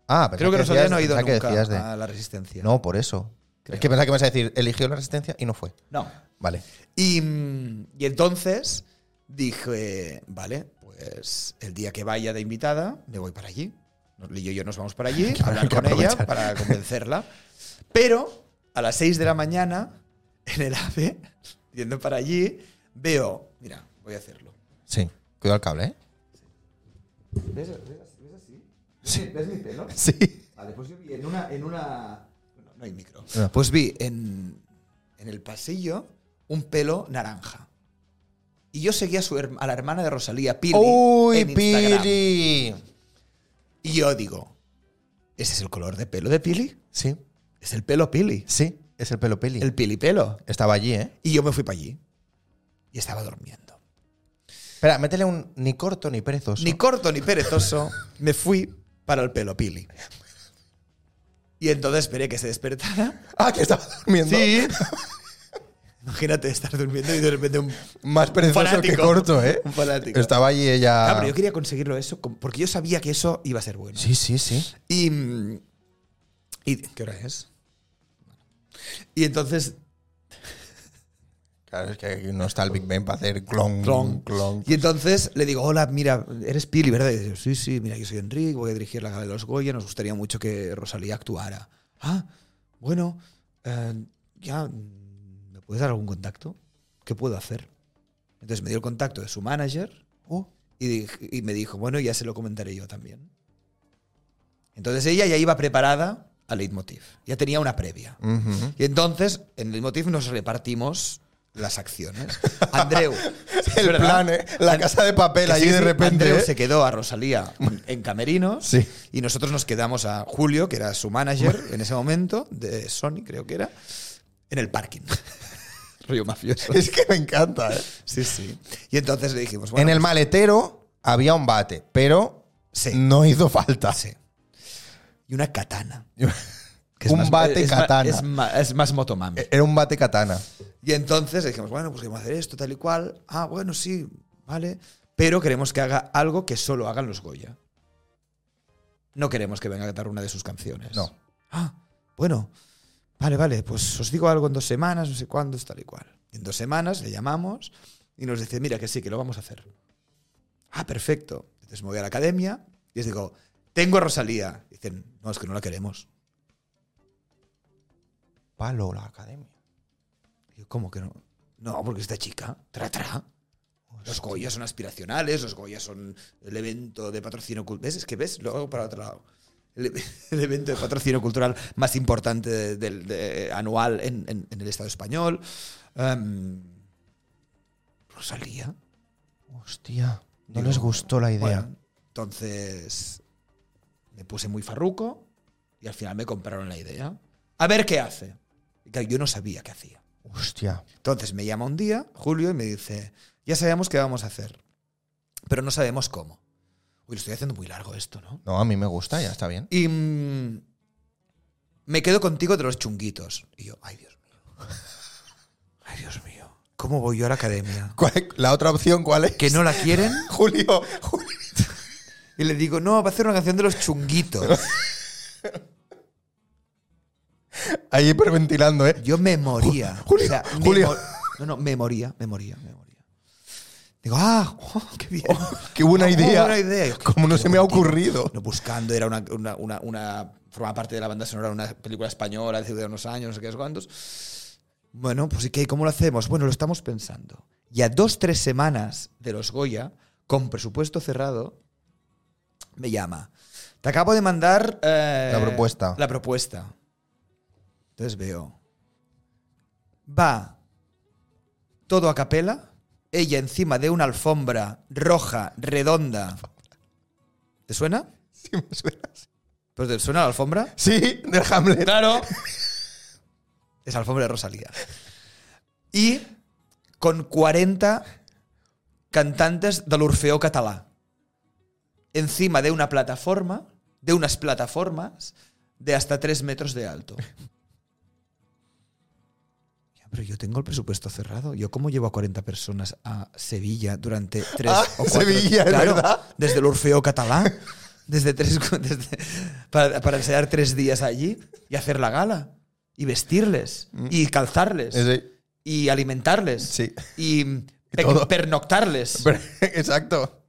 Speaker 1: Ah, pensaba
Speaker 3: Creo que nos
Speaker 1: decías-
Speaker 3: habían oído
Speaker 1: pensaba que
Speaker 3: nunca
Speaker 1: decías de-
Speaker 3: a La Resistencia.
Speaker 1: No, por eso.
Speaker 3: Creo.
Speaker 1: Es que pensaba que me ibas a decir, eligió la resistencia y no fue.
Speaker 3: No.
Speaker 1: Vale.
Speaker 3: Y, mm, y entonces dije, vale, pues el día que vaya de invitada, me voy para allí. Nos- Lillo y yo nos vamos para allí,
Speaker 1: Claro,
Speaker 3: a
Speaker 1: hay
Speaker 3: hablar
Speaker 1: que
Speaker 3: con ella
Speaker 1: aprovechar.
Speaker 3: para convencerla. Pero a las 6 de la mañana, en el AVE, yendo para allí, veo, mira, voy a hacerlo.
Speaker 1: Sí. Cuidado el cable, ¿eh?
Speaker 3: ¿Ves, así? ¿Ves mi pelo?
Speaker 1: Sí.
Speaker 3: Vale, pues yo vi en una. En una no, no hay micro.
Speaker 1: No.
Speaker 3: Pues vi en, en el pasillo un pelo naranja. Y yo seguía a, su herma- a la hermana de Rosalía, Pili.
Speaker 1: ¡Uy,
Speaker 3: en Instagram.
Speaker 1: Piri!
Speaker 3: Y yo digo: ¿Ese es el color de pelo de Pili?
Speaker 1: Sí,
Speaker 3: Es el pelo Pili.
Speaker 1: sí, es el pelo Pili.
Speaker 3: El Pili pelo.
Speaker 1: Estaba allí, ¿eh?
Speaker 3: Y yo me fui para allí. Y estaba durmiendo.
Speaker 1: Espera, métele un ni corto ni perezoso.
Speaker 3: Ni corto ni perezoso, me fui para el pelo Pili. Y entonces esperé que se despertara.
Speaker 1: ah, que estaba durmiendo.
Speaker 3: Sí. Imagínate estar durmiendo y de repente un,
Speaker 1: Más perezoso
Speaker 3: Fanático.
Speaker 1: que corto, ¿eh?
Speaker 3: un fanático.
Speaker 1: Estaba allí ella.
Speaker 3: Ah, pero yo quería conseguirlo eso com- porque yo sabía que eso iba a ser bueno.
Speaker 1: Sí, sí, sí.
Speaker 3: Y, mm, y- ¿Qué hora es? Y entonces.
Speaker 1: Claro, es que aquí no está el Big Ben para hacer clon, clon,
Speaker 3: clon,
Speaker 1: clon.
Speaker 3: Y entonces le digo, hola, mira, eres Pili, ¿verdad? Y dice, sí, sí, mira, yo soy Enrique, voy a dirigir la gala de los Goya, nos gustaría mucho que Rosalía actuara. Ah, bueno, eh, ya, mm, ¿me puedes dar algún contacto? ¿Qué puedo hacer? Entonces me dio el contacto de su manager,
Speaker 1: Uh,
Speaker 3: Y, dij- y me dijo, bueno, ya se lo comentaré yo también. Entonces ella ya iba preparada al leitmotiv. Ya tenía una previa.
Speaker 1: Mm. ujú.
Speaker 3: Y entonces, en el leitmotiv nos repartimos las acciones. Andreu. es
Speaker 1: El
Speaker 3: verdad,
Speaker 1: plan, ¿eh? La
Speaker 3: And-
Speaker 1: casa de papel
Speaker 3: que
Speaker 1: allí
Speaker 3: sí,
Speaker 1: de
Speaker 3: sí,
Speaker 1: repente.
Speaker 3: Andreu
Speaker 1: ¿eh?
Speaker 3: se quedó a Rosalía en camerinos.
Speaker 1: Sí.
Speaker 3: Y nosotros nos quedamos a Julio, que era su manager en ese momento, de Sony, creo que era, en el parking. Río mafioso.
Speaker 1: Es que me encanta, ¿eh? pues-
Speaker 3: Sí, sí. Y entonces le dijimos, bueno,
Speaker 1: en el maletero había un bate, pero
Speaker 3: Sí.
Speaker 1: no hizo falta.
Speaker 3: Sí. Y una katana.
Speaker 1: Un bate
Speaker 3: es ma-
Speaker 1: katana.
Speaker 3: es, ma- es más motomami.
Speaker 1: Era un bate katana.
Speaker 3: Y entonces dijimos, bueno, pues queremos hacer esto, tal y cual. Ah, bueno, sí, vale. Pero queremos que haga algo que solo hagan los Goya. No queremos que venga a cantar una de sus canciones.
Speaker 1: No.
Speaker 3: Ah, bueno. Vale, vale, pues os digo algo en dos semanas, no sé cuándo, tal y cual. Y en dos semanas le llamamos y nos dice, mira, que sí, que lo vamos a hacer. Ah, perfecto. Entonces me voy a la academia y les digo, tengo a Rosalía. Dicen, no, es que no la queremos.
Speaker 1: Palo la academia.
Speaker 3: Y yo, ¿cómo que no? No, porque esta chica, tra, tra. Los Goya son aspiracionales, los Goya son el evento de patrocinio cultural. ¿Ves? Es que ves, lo hago para otro lado. El, e- el evento de patrocinio cultural más importante de- del- de- anual en, en- en el Estado español. Em, Rosalía.
Speaker 1: Hostia. No
Speaker 3: Digo,
Speaker 1: les gustó la idea.
Speaker 3: Bueno, entonces me puse muy farruco y al final me compraron la idea. A ver qué hace. Y claro, yo no sabía qué hacía.
Speaker 1: Hostia.
Speaker 3: Entonces me llama un día, Julio, y me dice, ya sabemos qué vamos a hacer, pero no sabemos cómo. Uy, lo estoy haciendo muy largo esto, ¿no?
Speaker 1: No, a mí me gusta, ya está bien.
Speaker 3: Y mm, me quedo contigo de los chunguitos. Y yo, ay Dios mío. Ay Dios mío. ¿Cómo voy yo a la academia?
Speaker 1: ¿Cuál es- ¿La otra opción cuál es?
Speaker 3: ¿Que no la quieren?
Speaker 1: Julio, Julio.
Speaker 3: Y le digo, no, va a hacer una canción de los chunguitos.
Speaker 1: Ahí hiperventilando, ¿eh?
Speaker 3: Yo me moría.
Speaker 1: Julio,
Speaker 3: O sea, me
Speaker 1: Julio.
Speaker 3: mor- no, no, me moría, me moría, me moría. Digo, ah, oh, qué bien.
Speaker 1: qué buena
Speaker 3: Oh,
Speaker 1: idea.
Speaker 3: buena idea. Yo,
Speaker 1: Como no
Speaker 3: qué
Speaker 1: se me ha
Speaker 3: contigo.
Speaker 1: ocurrido.
Speaker 3: No, buscando, era una, una, una, una- formaba parte de la banda sonora de una película española de hace unos años, no sé qué es cuántos. Bueno, pues ¿y qué? ¿Cómo lo hacemos? Bueno, lo estamos pensando. Y a dos, tres semanas de los Goya, con presupuesto cerrado, me llama. Te acabo de mandar... eh,
Speaker 1: La propuesta.
Speaker 3: La propuesta. Entonces veo. Va todo a capela, ella encima de una alfombra roja, redonda, ¿Te suena?
Speaker 1: Sí, me suena.
Speaker 3: ¿Pero te suena la alfombra?
Speaker 1: Sí, del Hamlet.
Speaker 3: Claro. Es alfombra de Rosalía. Y con 40 cantantes del Orfeó català. Encima de una plataforma, de unas plataformas de hasta 3 metros de alto. Ya, Pero yo tengo el presupuesto cerrado. ¿Yo cómo llevo a 40 personas a Sevilla durante 3
Speaker 1: Ah,
Speaker 3: o 4
Speaker 1: Sevilla, es verdad.
Speaker 3: Desde el Orfeo catalá. Desde tres, desde- para, para enseñar tres días allí y hacer la gala. Y vestirles. Y calzarles.
Speaker 1: Sí.
Speaker 3: Y alimentarles.
Speaker 1: Mm. Eh, Sí.
Speaker 3: Y pe-
Speaker 1: todo.
Speaker 3: pernoctarles.
Speaker 1: Pero- Exacto.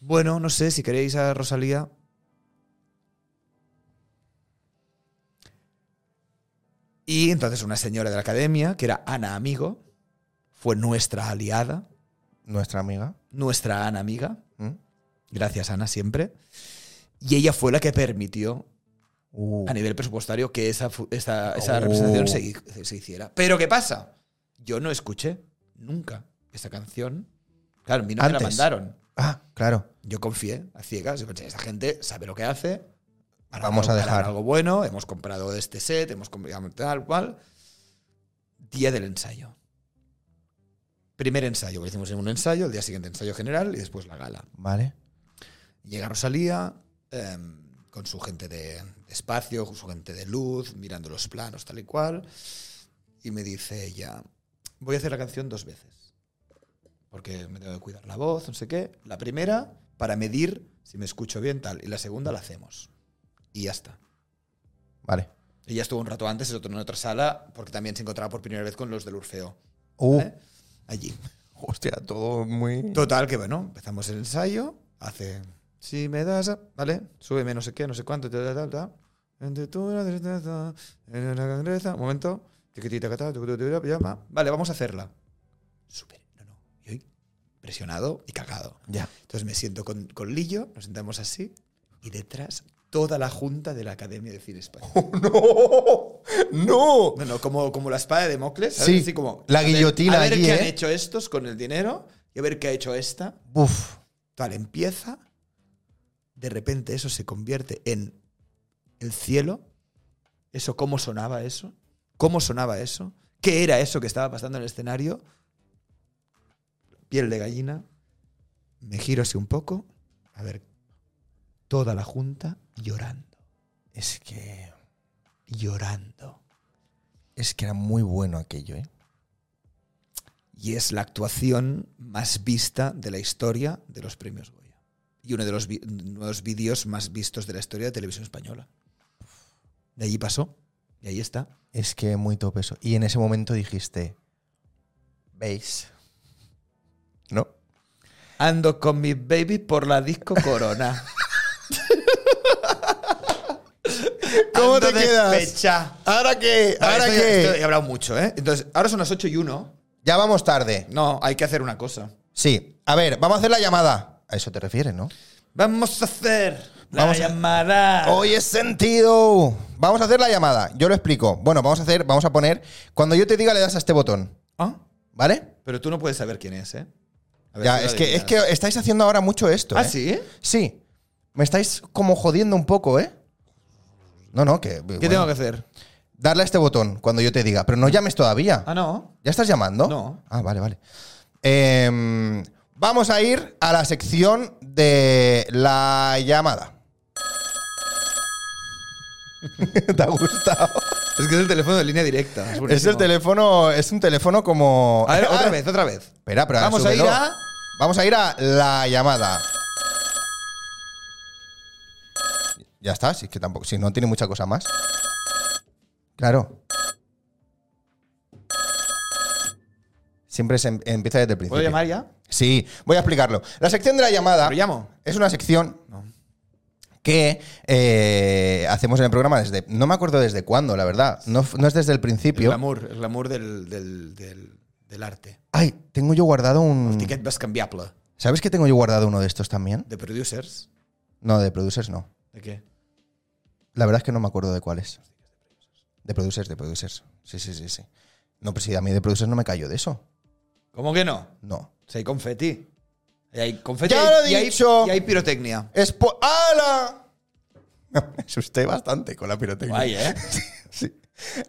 Speaker 3: bueno, no sé, si queréis a Rosalía. Y entonces una señora de la academia, que era Ana Amigo, fue nuestra aliada,
Speaker 1: Nuestra amiga.
Speaker 3: nuestra Ana Amiga.
Speaker 1: ¿Mm?
Speaker 3: Gracias, Ana, siempre. Y ella fue la que permitió
Speaker 1: Uh.
Speaker 3: a nivel presupuestario que esa, fu- esa, esa
Speaker 1: Oh.
Speaker 3: representación se, hi- se hiciera. Pero ¿qué pasa? Yo no escuché nunca esa canción. Claro, a mí no me la
Speaker 1: Antes.
Speaker 3: mandaron.
Speaker 1: Ah, claro.
Speaker 3: Yo confié a ciegas. Yo pensé, esta gente sabe lo que hace. harán
Speaker 1: Vamos a
Speaker 3: algo- harán
Speaker 1: dejar.
Speaker 3: algo bueno. Hemos comprado este set, hemos comprado tal cual. Día del ensayo. Primer ensayo, que hicimos en un ensayo, el día siguiente ensayo general y después la gala.
Speaker 1: Vale.
Speaker 3: Llega Rosalía eh, con su gente de espacio, con su gente de luz, mirando los planos, tal y cual. Y me dice ella, voy a hacer la canción dos veces. Porque me tengo que cuidar la voz, no sé qué. La primera, para medir si me escucho bien, tal. Y la segunda la hacemos. Y ya está.
Speaker 1: Vale.
Speaker 3: Ella estuvo un rato antes, en otra sala, porque también se encontraba por primera vez con los del Urfeo.
Speaker 1: Uh,
Speaker 3: ¿eh? Allí.
Speaker 1: Hostia, todo muy.
Speaker 3: Total, que bueno, empezamos el ensayo, hace... Si me das... a- Vale, súbeme no sé qué, no sé cuánto, ta, ta, ta, ta. Entre tú y la tristeza, en la grandeza. Un momento. Tiquitita, catá, tucu, tucu, tucu, ya, va. Vale, vamos a hacerla. Súper, no, no. Yo impresionado y cagado.
Speaker 1: Ya.
Speaker 3: Entonces me siento con, con Lillo, nos sentamos así, y detrás toda la junta de la Academia de Cine Español.
Speaker 1: ¡No! ¡No!
Speaker 3: No, no, como, como la espada de Damocles, ¿sabes?
Speaker 1: Sí,
Speaker 3: Así como,
Speaker 1: la
Speaker 3: a ver-
Speaker 1: guillotina
Speaker 3: A ver
Speaker 1: allí,
Speaker 3: qué han
Speaker 1: ¿eh?
Speaker 3: hecho estos con el dinero y a ver qué ha hecho esta.
Speaker 1: Uf.
Speaker 3: Tal, empieza, de repente eso se convierte en el cielo, eso, cómo sonaba eso, cómo sonaba eso, qué era eso que estaba pasando en el escenario, piel de gallina, me giro así un poco, a ver, toda la junta llorando,
Speaker 1: Es que.
Speaker 3: llorando.
Speaker 1: Es que era muy bueno aquello, ¿eh?
Speaker 3: Y es la actuación más vista de la historia de los premios Goya. Y uno de los vi- nuevos vídeos más vistos de la historia de televisión española. De allí pasó. Y ahí está.
Speaker 1: Es que muy top eso. Y en ese momento dijiste. ¿Veis? ¿No?
Speaker 3: Ando con mi baby por la disco Corona.
Speaker 1: ¿Cómo te
Speaker 3: Ando
Speaker 1: quedas?
Speaker 3: despecha.
Speaker 1: ¿Ahora qué?
Speaker 3: Vale, esto ya- esto he hablado mucho, ¿eh? Entonces, ahora son las 8 y 1.
Speaker 1: Ya vamos tarde.
Speaker 3: No, hay que hacer una cosa.
Speaker 1: Sí. A ver, vamos a hacer la llamada. A eso te refieres, ¿no?
Speaker 3: Vamos a hacer la
Speaker 1: Vamos a-
Speaker 3: llamada.
Speaker 1: Hoy es sentido. Vamos a hacer la llamada. Yo lo explico. Bueno, vamos a hacer, vamos a poner. Cuando yo te diga, le das a este botón.
Speaker 3: Ah,
Speaker 1: ¿Vale?
Speaker 3: Pero tú no puedes saber quién es, ¿eh? A ver
Speaker 1: Ya,
Speaker 3: si lo
Speaker 1: es que, es
Speaker 3: adivinas.
Speaker 1: que estáis haciendo ahora mucho esto.
Speaker 3: ¿Ah,
Speaker 1: ¿eh?
Speaker 3: sí?
Speaker 1: Sí. Me estáis como jodiendo un poco, ¿eh? No, no, que.
Speaker 3: ¿Qué tengo que hacer?
Speaker 1: Darle a este botón cuando yo te diga. Pero no llames todavía.
Speaker 3: Ah, no.
Speaker 1: ¿Ya estás llamando?
Speaker 3: No.
Speaker 1: Ah, vale, vale. Em, vamos a ir a la sección de la llamada. ¿Te ha gustado?
Speaker 3: Es que es el teléfono de línea directa. Es,
Speaker 1: Es el
Speaker 3: buenísimo.
Speaker 1: teléfono, es un teléfono como.
Speaker 3: A ver, otra
Speaker 1: Ah,
Speaker 3: vez, otra vez.
Speaker 1: Espera, pero
Speaker 3: Vamos a ir
Speaker 1: súbelo.
Speaker 3: a.
Speaker 1: Vamos a ir a la llamada. Ya está, si es que tampoco, si no tiene mucha cosa más. Claro. Siempre se em- empieza desde el principio.
Speaker 3: ¿Puedo llamar ya?
Speaker 1: Sí, voy a explicarlo. La sección de la llamada
Speaker 3: ¿Lo llamo?
Speaker 1: es una sección que eh, hacemos en el programa desde. No me acuerdo desde cuándo, la verdad. No, f- no es desde el
Speaker 3: El
Speaker 1: principio.
Speaker 3: glamour, el glamour del, del, del, del arte.
Speaker 1: Ay, tengo yo guardado un.
Speaker 3: Ticket vas canviable.
Speaker 1: ¿Sabes que tengo yo guardado uno de estos también?
Speaker 3: ¿De producers?
Speaker 1: No, de producers no.
Speaker 3: ¿De qué?
Speaker 1: La verdad es que no me acuerdo de cuáles. De producers, de producers. Sí, sí, sí, sí. No, pero si a mí de producers no me cayó de eso.
Speaker 3: ¿Cómo que no?
Speaker 1: No.
Speaker 3: Soy confeti. Y hay confeti.
Speaker 1: Ya lo he
Speaker 3: y, hay-
Speaker 1: dicho.
Speaker 3: y hay pirotecnia.
Speaker 1: Espo- ¡Hala! Me asusté bastante con la pirotecnia.
Speaker 3: Guay, ¿eh?
Speaker 1: Sí.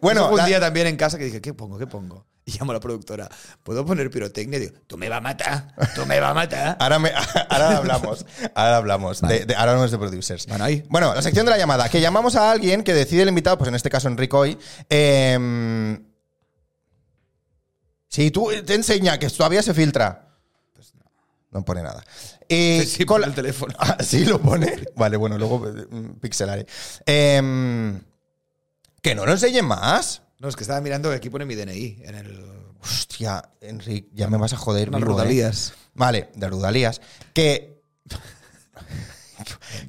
Speaker 3: Bueno,
Speaker 1: Bueno,
Speaker 3: un
Speaker 1: la-
Speaker 3: día también en casa que dije, ¿qué pongo? ¿Qué pongo? Y llamo a la productora, ¿puedo poner pirotecnia? Y digo, tú me vas a matar, tú me vas a matar.
Speaker 1: ahora, me- ahora hablamos. Ahora hablamos. De, de- ahora hablamos de producers.
Speaker 3: Bueno, ahí.
Speaker 1: Bueno, la sección de la llamada. Que llamamos a alguien que decide el invitado, pues en este caso Enrico hoy. eh, si tú eh, te enseña que todavía se filtra. Pues no. pone nada. Y
Speaker 3: Sí, sí,
Speaker 1: con
Speaker 3: pon
Speaker 1: la-
Speaker 3: el teléfono.
Speaker 1: Ah, sí, lo pone. Vale, bueno, luego eh, pixelaré. Em, que no lo enseñen más.
Speaker 3: No, es que estaba mirando que aquí pone mi DNI en el...
Speaker 1: Hostia, Enric, ya me vas a joder.
Speaker 3: Unas
Speaker 1: vivo, ¿eh?
Speaker 3: rodalías.
Speaker 1: Vale, de Rudalías. Que.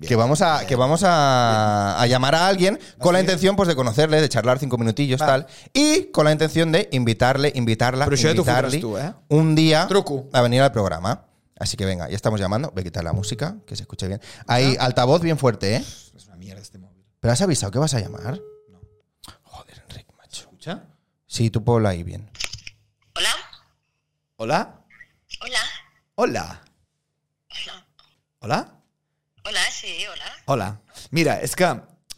Speaker 1: Que vamos, a, que vamos a, a llamar a alguien con la intención pues, de conocerle, de charlar cinco minutillos,
Speaker 3: Va.
Speaker 1: tal. Y con la intención de invitarle, invitarla,
Speaker 3: Pero això ja t'ho
Speaker 1: invitarle
Speaker 3: fotràs tu, eh?
Speaker 1: un día
Speaker 3: Truco.
Speaker 1: a venir al programa. Así que venga, ya estamos llamando. Voy a quitar la música, que se escuche bien. Ahí, altavoz bien fuerte, ¿eh?
Speaker 3: Es una mierda este móvil.
Speaker 1: ¿Pero has avisado que vas a llamar? Joder, Enrique, macho.
Speaker 3: ¿Escucha?
Speaker 1: Sí, tú ponlo ahí bien.
Speaker 4: Hola,
Speaker 3: ¿Hola?
Speaker 4: hola,
Speaker 3: Hola. ¿Hola?
Speaker 4: hola, sí, hola.
Speaker 3: Hola. Mira, es que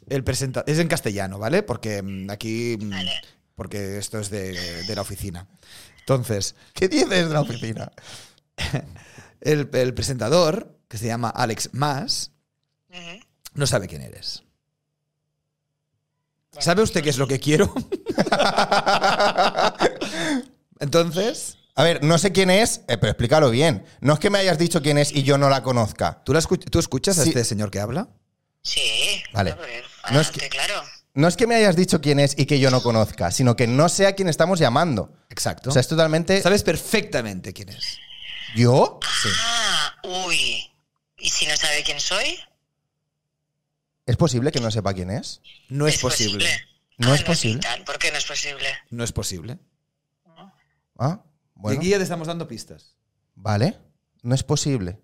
Speaker 3: el presenta es en castellano, ¿vale? Porque mm, aquí... mm,
Speaker 4: Vale.
Speaker 3: Porque esto es de, de la oficina. Entonces,
Speaker 1: ¿Qué dices de la oficina?
Speaker 3: el, el presentador, que se llama Alex Mas,
Speaker 4: Ujú.
Speaker 3: no sabe quién eres. ¿Sabe usted qué es lo que quiero? Entonces,
Speaker 1: A ver, no sé quién es, eh, pero explícalo bien. No es que me hayas dicho quién es y yo no la conozca.
Speaker 3: ¿tú, la escuch- ¿tú escuchas a
Speaker 1: Sí.
Speaker 3: este señor que habla?
Speaker 4: Sí,
Speaker 1: Vale.
Speaker 4: claro,
Speaker 1: No es
Speaker 4: adelante,
Speaker 1: que-
Speaker 4: claro.
Speaker 1: No es que me hayas dicho quién es y que yo no conozca, sino que no sé a quién estamos llamando.
Speaker 3: Exacto.
Speaker 1: O sea, es totalmente.
Speaker 3: Sabes perfectamente quién es.
Speaker 1: ¿Yo?
Speaker 4: Ah, uy. ¿Y si no sabe quién soy?
Speaker 1: ¿Es posible que no sepa quién es?
Speaker 3: No es posible.
Speaker 1: No
Speaker 4: Ah,
Speaker 1: es posible.
Speaker 4: y tal, ¿Por qué no es posible?
Speaker 3: No es posible.
Speaker 1: Ah,
Speaker 3: Y
Speaker 1: bueno.
Speaker 3: aquí ya te estamos dando pistas.
Speaker 1: Vale. No es posible.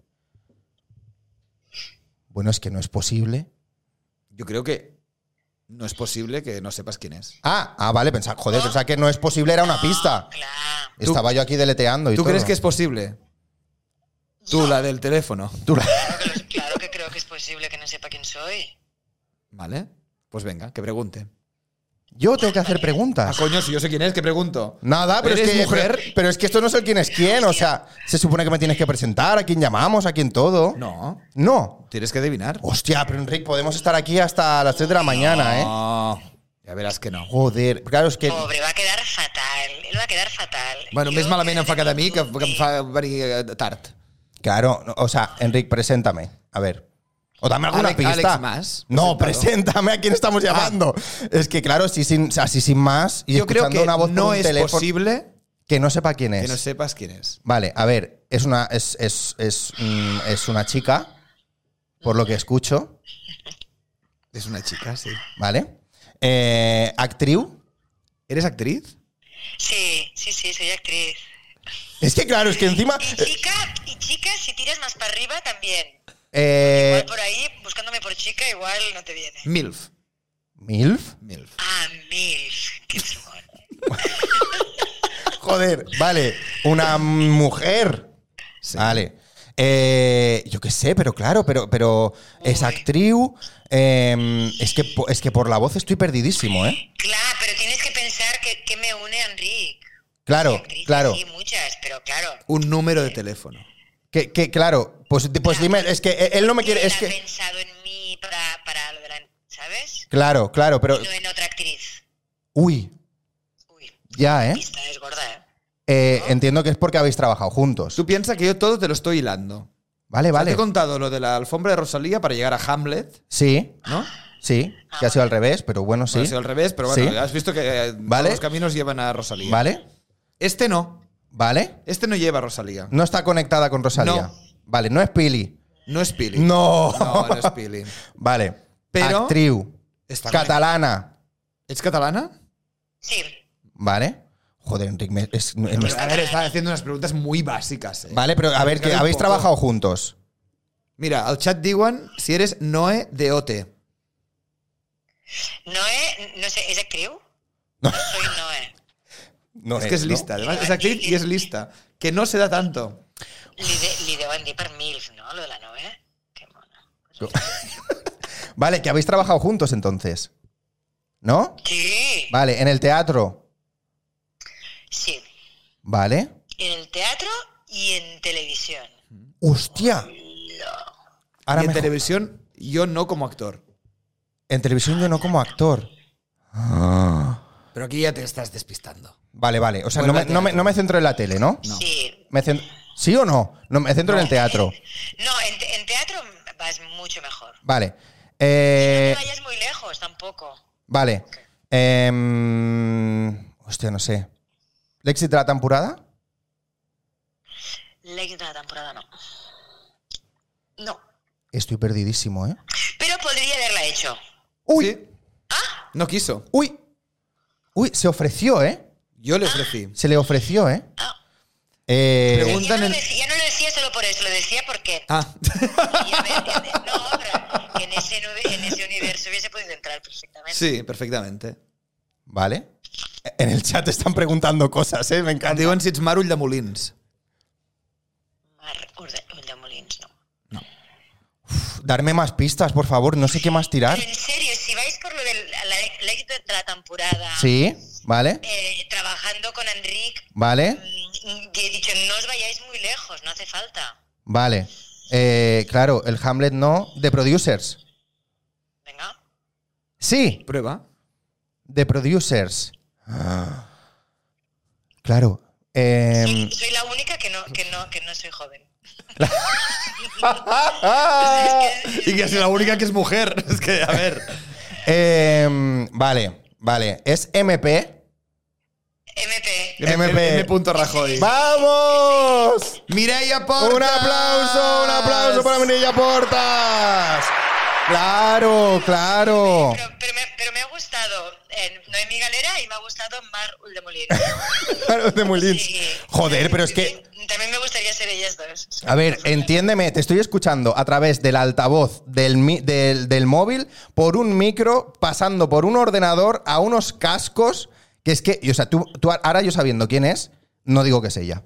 Speaker 1: Bueno, es que no es posible.
Speaker 3: Yo creo que no es posible que no sepas quién es.
Speaker 1: Ah, ah, vale, pensaba, joder, pensaba que no es posible era una pista.
Speaker 4: Claro.
Speaker 3: Tú-
Speaker 1: Estaba yo aquí deleteando y
Speaker 3: ¿Tú
Speaker 1: todo.
Speaker 3: crees que es posible? Tú, la del teléfono.
Speaker 1: Tú la-
Speaker 4: Claro que, lo- claro que creo que es posible que no sepa quién soy.
Speaker 3: Vale. Pues venga, que pregunte.
Speaker 1: Yo tengo que hacer
Speaker 3: Ah,
Speaker 1: preguntas.
Speaker 3: coño, si yo sé quién es, que pregunto.
Speaker 1: Nada, pero es
Speaker 3: ¿Eres
Speaker 1: que.
Speaker 3: mujer?
Speaker 1: Pero, pero es que esto no es el quién es quién. O sea, se supone que me tienes que presentar, a quién llamamos, a quién todo.
Speaker 3: No.
Speaker 1: No.
Speaker 3: Tienes que adivinar.
Speaker 1: Hostia, pero Enrique, podemos estar aquí hasta las 3 de la mañana, ¿eh?
Speaker 3: No, Ah, ya verás que no.
Speaker 1: Joder, claro, es que.
Speaker 4: Pobre, va a quedar fatal. Él va a quedar fatal.
Speaker 3: Bueno,
Speaker 4: Jo
Speaker 3: més malament em fa quedar a mi que, que em
Speaker 4: Sí.
Speaker 3: fa venir eh, tard.
Speaker 1: Claro, no, o sea, Enrique, preséntame. A ver. O dame alguna
Speaker 3: Alex-
Speaker 1: pista.
Speaker 3: Alex Mas, Ah.
Speaker 1: no,
Speaker 3: preséntalo.
Speaker 1: preséntame a quién estamos llamando. Es que, claro, así sin, así sin más. Y
Speaker 3: Yo creo
Speaker 1: escuchando
Speaker 3: que
Speaker 1: una voz por
Speaker 3: no
Speaker 1: un
Speaker 3: es
Speaker 1: teléfono
Speaker 3: posible
Speaker 1: Que no sepa quién es.
Speaker 3: que no sepas quién es.
Speaker 1: Vale, a ver, es una, es, es, es, mm, es una chica, por lo que escucho,
Speaker 3: Es una chica, sí.
Speaker 1: ¿vale? Eh, actriz.
Speaker 3: ¿Eres actriz?
Speaker 4: Sí, sí, sí, soy actriz.
Speaker 1: Es que claro, es que encima.
Speaker 4: Y chica, y chica, si tiras más para arriba también.
Speaker 1: eh,
Speaker 4: Igual por ahí, buscándome por chica, igual no te viene.
Speaker 3: MILF.
Speaker 1: ¿Milf?
Speaker 3: MILF.
Speaker 4: Ah, mil. Qué chungón.
Speaker 1: Joder, vale, una mujer.
Speaker 3: Sí.
Speaker 1: Vale. Eh, yo qué sé, pero claro, pero, pero es
Speaker 4: Uy.
Speaker 1: actriz. eh, es, que, po- es que por la voz estoy perdidísimo, ¿eh?
Speaker 4: Claro, pero tienes que pensar que, que me une a Enric.
Speaker 1: Claro,
Speaker 4: Actrices,
Speaker 1: claro.
Speaker 4: Sí, muchas, pero claro.
Speaker 3: Un número de teléfono.
Speaker 1: Que, que, claro, pues, pues dime, es que él no me quiere.
Speaker 4: Él
Speaker 1: Es
Speaker 4: ha
Speaker 1: que,
Speaker 4: pensado en mí para, para lo de la... ¿Sabes?
Speaker 1: claro, claro, pero.
Speaker 4: No en otra actriz.
Speaker 1: Uy,
Speaker 4: Uy,
Speaker 1: ya, ¿eh?
Speaker 4: esta es gorda, ¿eh?
Speaker 1: Eh, Entiendo que es porque habéis trabajado juntos.
Speaker 3: Tú piensas que yo todo te lo estoy hilando.
Speaker 1: Vale,
Speaker 3: Vale. Te
Speaker 1: vale.
Speaker 3: he contado lo de la alfombra de Rosalía para llegar a Hamlet,
Speaker 1: Sí,
Speaker 3: ¿no?
Speaker 1: sí, que ha sido al revés, pero bueno,
Speaker 3: Bueno,
Speaker 1: sí.
Speaker 3: ha sido al revés, pero bueno,
Speaker 1: Sí.
Speaker 3: has visto que eh,
Speaker 1: Vale.
Speaker 3: todos los caminos llevan a Rosalía.
Speaker 1: Vale,
Speaker 3: Este no.
Speaker 1: vale.
Speaker 3: Este no lleva a Rosalía.
Speaker 1: No está conectada con Rosalía.
Speaker 3: No.
Speaker 1: Vale, no es Pili.
Speaker 3: No es Pili.
Speaker 1: No.
Speaker 3: No, no es Pili.
Speaker 1: Vale.
Speaker 3: Pero-
Speaker 1: Actriz.
Speaker 3: Está
Speaker 1: Catalana.
Speaker 3: ¿Es catalana?
Speaker 4: Sí.
Speaker 1: Vale. Joder, Enrique, me- es- no- no-
Speaker 3: Pues, A ver, está haciendo unas preguntas muy básicas. eh.
Speaker 1: Vale, pero a ver, que
Speaker 3: Explicar un
Speaker 1: habéis
Speaker 3: poco.
Speaker 1: trabajado juntos.
Speaker 3: Mira, al chat diuen si eres Noe de OT.
Speaker 4: Noé, no sé, ¿es actriz? No soy Noé.
Speaker 1: No
Speaker 3: Es que es
Speaker 1: Eh, ¿no?
Speaker 3: lista, además es actriz y es lista. Que no se da tanto.
Speaker 4: Li, de, li deuen dir per MILF, no? Lo de la novia. Qué mono.
Speaker 1: Vale, que habéis trabajado juntos entonces. ¿No?
Speaker 4: Sí.
Speaker 1: Vale, en el teatro.
Speaker 4: Sí.
Speaker 1: Vale.
Speaker 4: En el teatro y en televisión.
Speaker 1: ¡Hostia! Ahora
Speaker 3: Y
Speaker 1: me-
Speaker 3: en televisión, yo no como actor.
Speaker 1: en televisión yo no como actor. Ah.
Speaker 3: Pero aquí ya te estás despistando.
Speaker 1: Vale, vale. O sea, no me, no me- no me centro en la tele, ¿no?
Speaker 4: Sí.
Speaker 1: Me cen- ¿Sí o no? No, me centro en el teatro.
Speaker 4: No, en, te- en teatro vas mucho mejor.
Speaker 1: Vale. Eh,
Speaker 4: No te vayas muy lejos tampoco.
Speaker 1: vale. Em, hostia, no sé. ¿El éxito de la temporada?
Speaker 4: Lex de la temporada no. No.
Speaker 1: Estoy perdidísimo, ¿eh?
Speaker 4: Pero podría haberla hecho.
Speaker 1: ¡Uy!
Speaker 3: Sí. Ah. No quiso.
Speaker 1: ¡Uy! ¡Uy! Se ofreció, ¿eh?
Speaker 3: Yo le ofrecí.
Speaker 1: Se le ofreció, ¿eh?
Speaker 4: Ah.
Speaker 1: Eh,
Speaker 4: Ya
Speaker 3: Pregun-
Speaker 4: no,
Speaker 3: Preguntan
Speaker 4: lo
Speaker 3: en-
Speaker 4: decía, ya no lo decía solo por eso, lo decía porque...
Speaker 3: Ah,
Speaker 4: quería ver que- no, pero que en ese, nu- en ese universo hubiese podido entrar perfectamente.
Speaker 3: sí, perfectamente.
Speaker 1: vale. En el chat están preguntando cosas, ¿eh? Me encanta.
Speaker 3: Diuen si ets mar ull de molins.
Speaker 4: Mar Urde- Ulldemolins, no.
Speaker 1: Darme más pistas, por favor. No sé qué más tirar.
Speaker 4: Pero en serio, si vais por lo del la- el éxito de la temporada,
Speaker 1: Sí, vale.
Speaker 4: eh, trabajando con Enric,
Speaker 1: Vale.
Speaker 4: mm, y he dicho, no os vayáis muy lejos, no hace falta.
Speaker 1: Vale. Eh, claro, el Hamlet no. The Producers.
Speaker 4: Venga.
Speaker 1: Sí,
Speaker 3: Prueba.
Speaker 1: The Producers. Claro.
Speaker 3: Mm.
Speaker 1: em,
Speaker 4: Soy la única que no, que no, que no soy joven.
Speaker 3: Y que es la única que es mujer. Es que, a ver.
Speaker 1: em, vale, vale. Es MP.
Speaker 4: MP.
Speaker 1: MP.
Speaker 3: M. punto Rajoy.
Speaker 1: ¡Vamos!
Speaker 3: Mireia Portas.
Speaker 1: ¡Un aplauso! ¡Un aplauso para Mirilla Portas! ¡Claro, claro!
Speaker 4: Pero, pero, me, pero me ha gustado eh, Noemí Galera y me ha gustado Mar Uldemolín.
Speaker 1: Claro, de Molins. Joder, pero es que.
Speaker 4: También me gustaría ser ellas dos.
Speaker 1: A ver, entiéndeme, te estoy escuchando a través del altavoz del, mi- del, del móvil, por un micro, pasando por un ordenador a unos cascos, que es que, y, o sea, tú, tú ahora yo sabiendo quién es, no digo que es ella.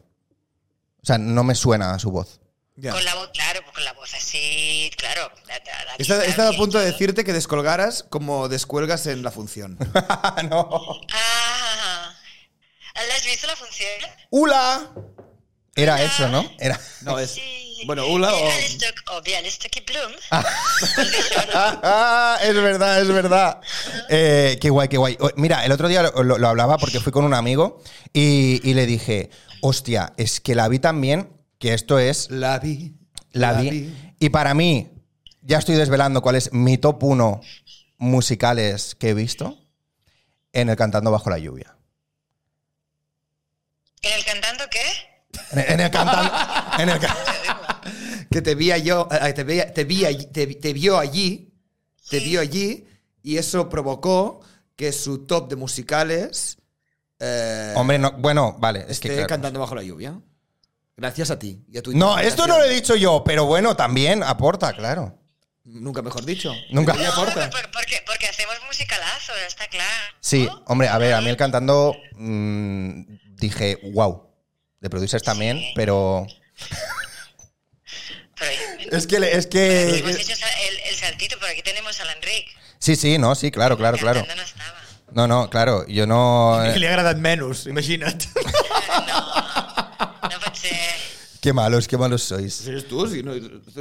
Speaker 1: O sea, no me suena a su voz.
Speaker 3: Ja.
Speaker 4: Con la voz, claro, con la voz así, claro. la- la- la-
Speaker 3: He estado a
Speaker 4: también,
Speaker 3: punto de
Speaker 4: todo.
Speaker 3: decirte que descolgaras como descuelgas en la función.
Speaker 1: Ah, no.
Speaker 4: Ah, ¿la has visto la función?
Speaker 1: ¡Hula! Era eso, ¿no? Era.
Speaker 3: No, es...
Speaker 4: Sí.
Speaker 3: Bueno, Ula o...
Speaker 4: Eh, Alistock, o Bialystock y Bloom.
Speaker 1: Ah, es verdad, es verdad. Eh, qué guay, qué guay. O- Mira, el otro día lo, lo- lo hablaba porque fui con un amigo y, y le dije, hostia, es que la vi también, que esto es
Speaker 3: La vi.
Speaker 1: la vi. Y para mí, ya estoy desvelando cuál es mi top 1 musicales que he visto en el Cantando Bajo la Lluvia.
Speaker 4: ¿En el cantando qué?
Speaker 1: En el, en el Cantando... en el ca-
Speaker 3: Que te vi yo... eh, Te, veía- te, vi allí- te, vi- te vio allí. Te vio allí. Y eso provocó que su top de musicales... eh,
Speaker 1: Hombre, no, bueno, vale, es
Speaker 3: esté
Speaker 1: que... claro.
Speaker 3: cantando bajo la lluvia. Gracias a ti y a tu
Speaker 1: No, esto no lo he dicho
Speaker 3: interpretación.
Speaker 1: yo, pero bueno, también aporta, claro.
Speaker 3: Nunca mejor dicho.
Speaker 1: Nunca.
Speaker 3: Mireia Portas.
Speaker 4: pues por- porque, porque hacemos musicalazo, está claro.
Speaker 1: Sí,
Speaker 4: ¿no?
Speaker 1: hombre, a ver, a mí el cantando mm, dije, wow. De producers también, pero.
Speaker 4: Pero,
Speaker 1: Es que. le- Es
Speaker 4: hemos
Speaker 1: que
Speaker 4: hecho sa- el, el saltito, por aquí tenemos al Enric.
Speaker 1: sí, sí, no, sí, claro, claro, claro.
Speaker 4: Cantando no estaba.
Speaker 1: No, no, claro, yo no. eh,
Speaker 3: li ha agradat menys, imagina't.
Speaker 4: No, no pot ser.
Speaker 1: Qué malos, qué malos sois.
Speaker 3: Pues Eres tú, si no,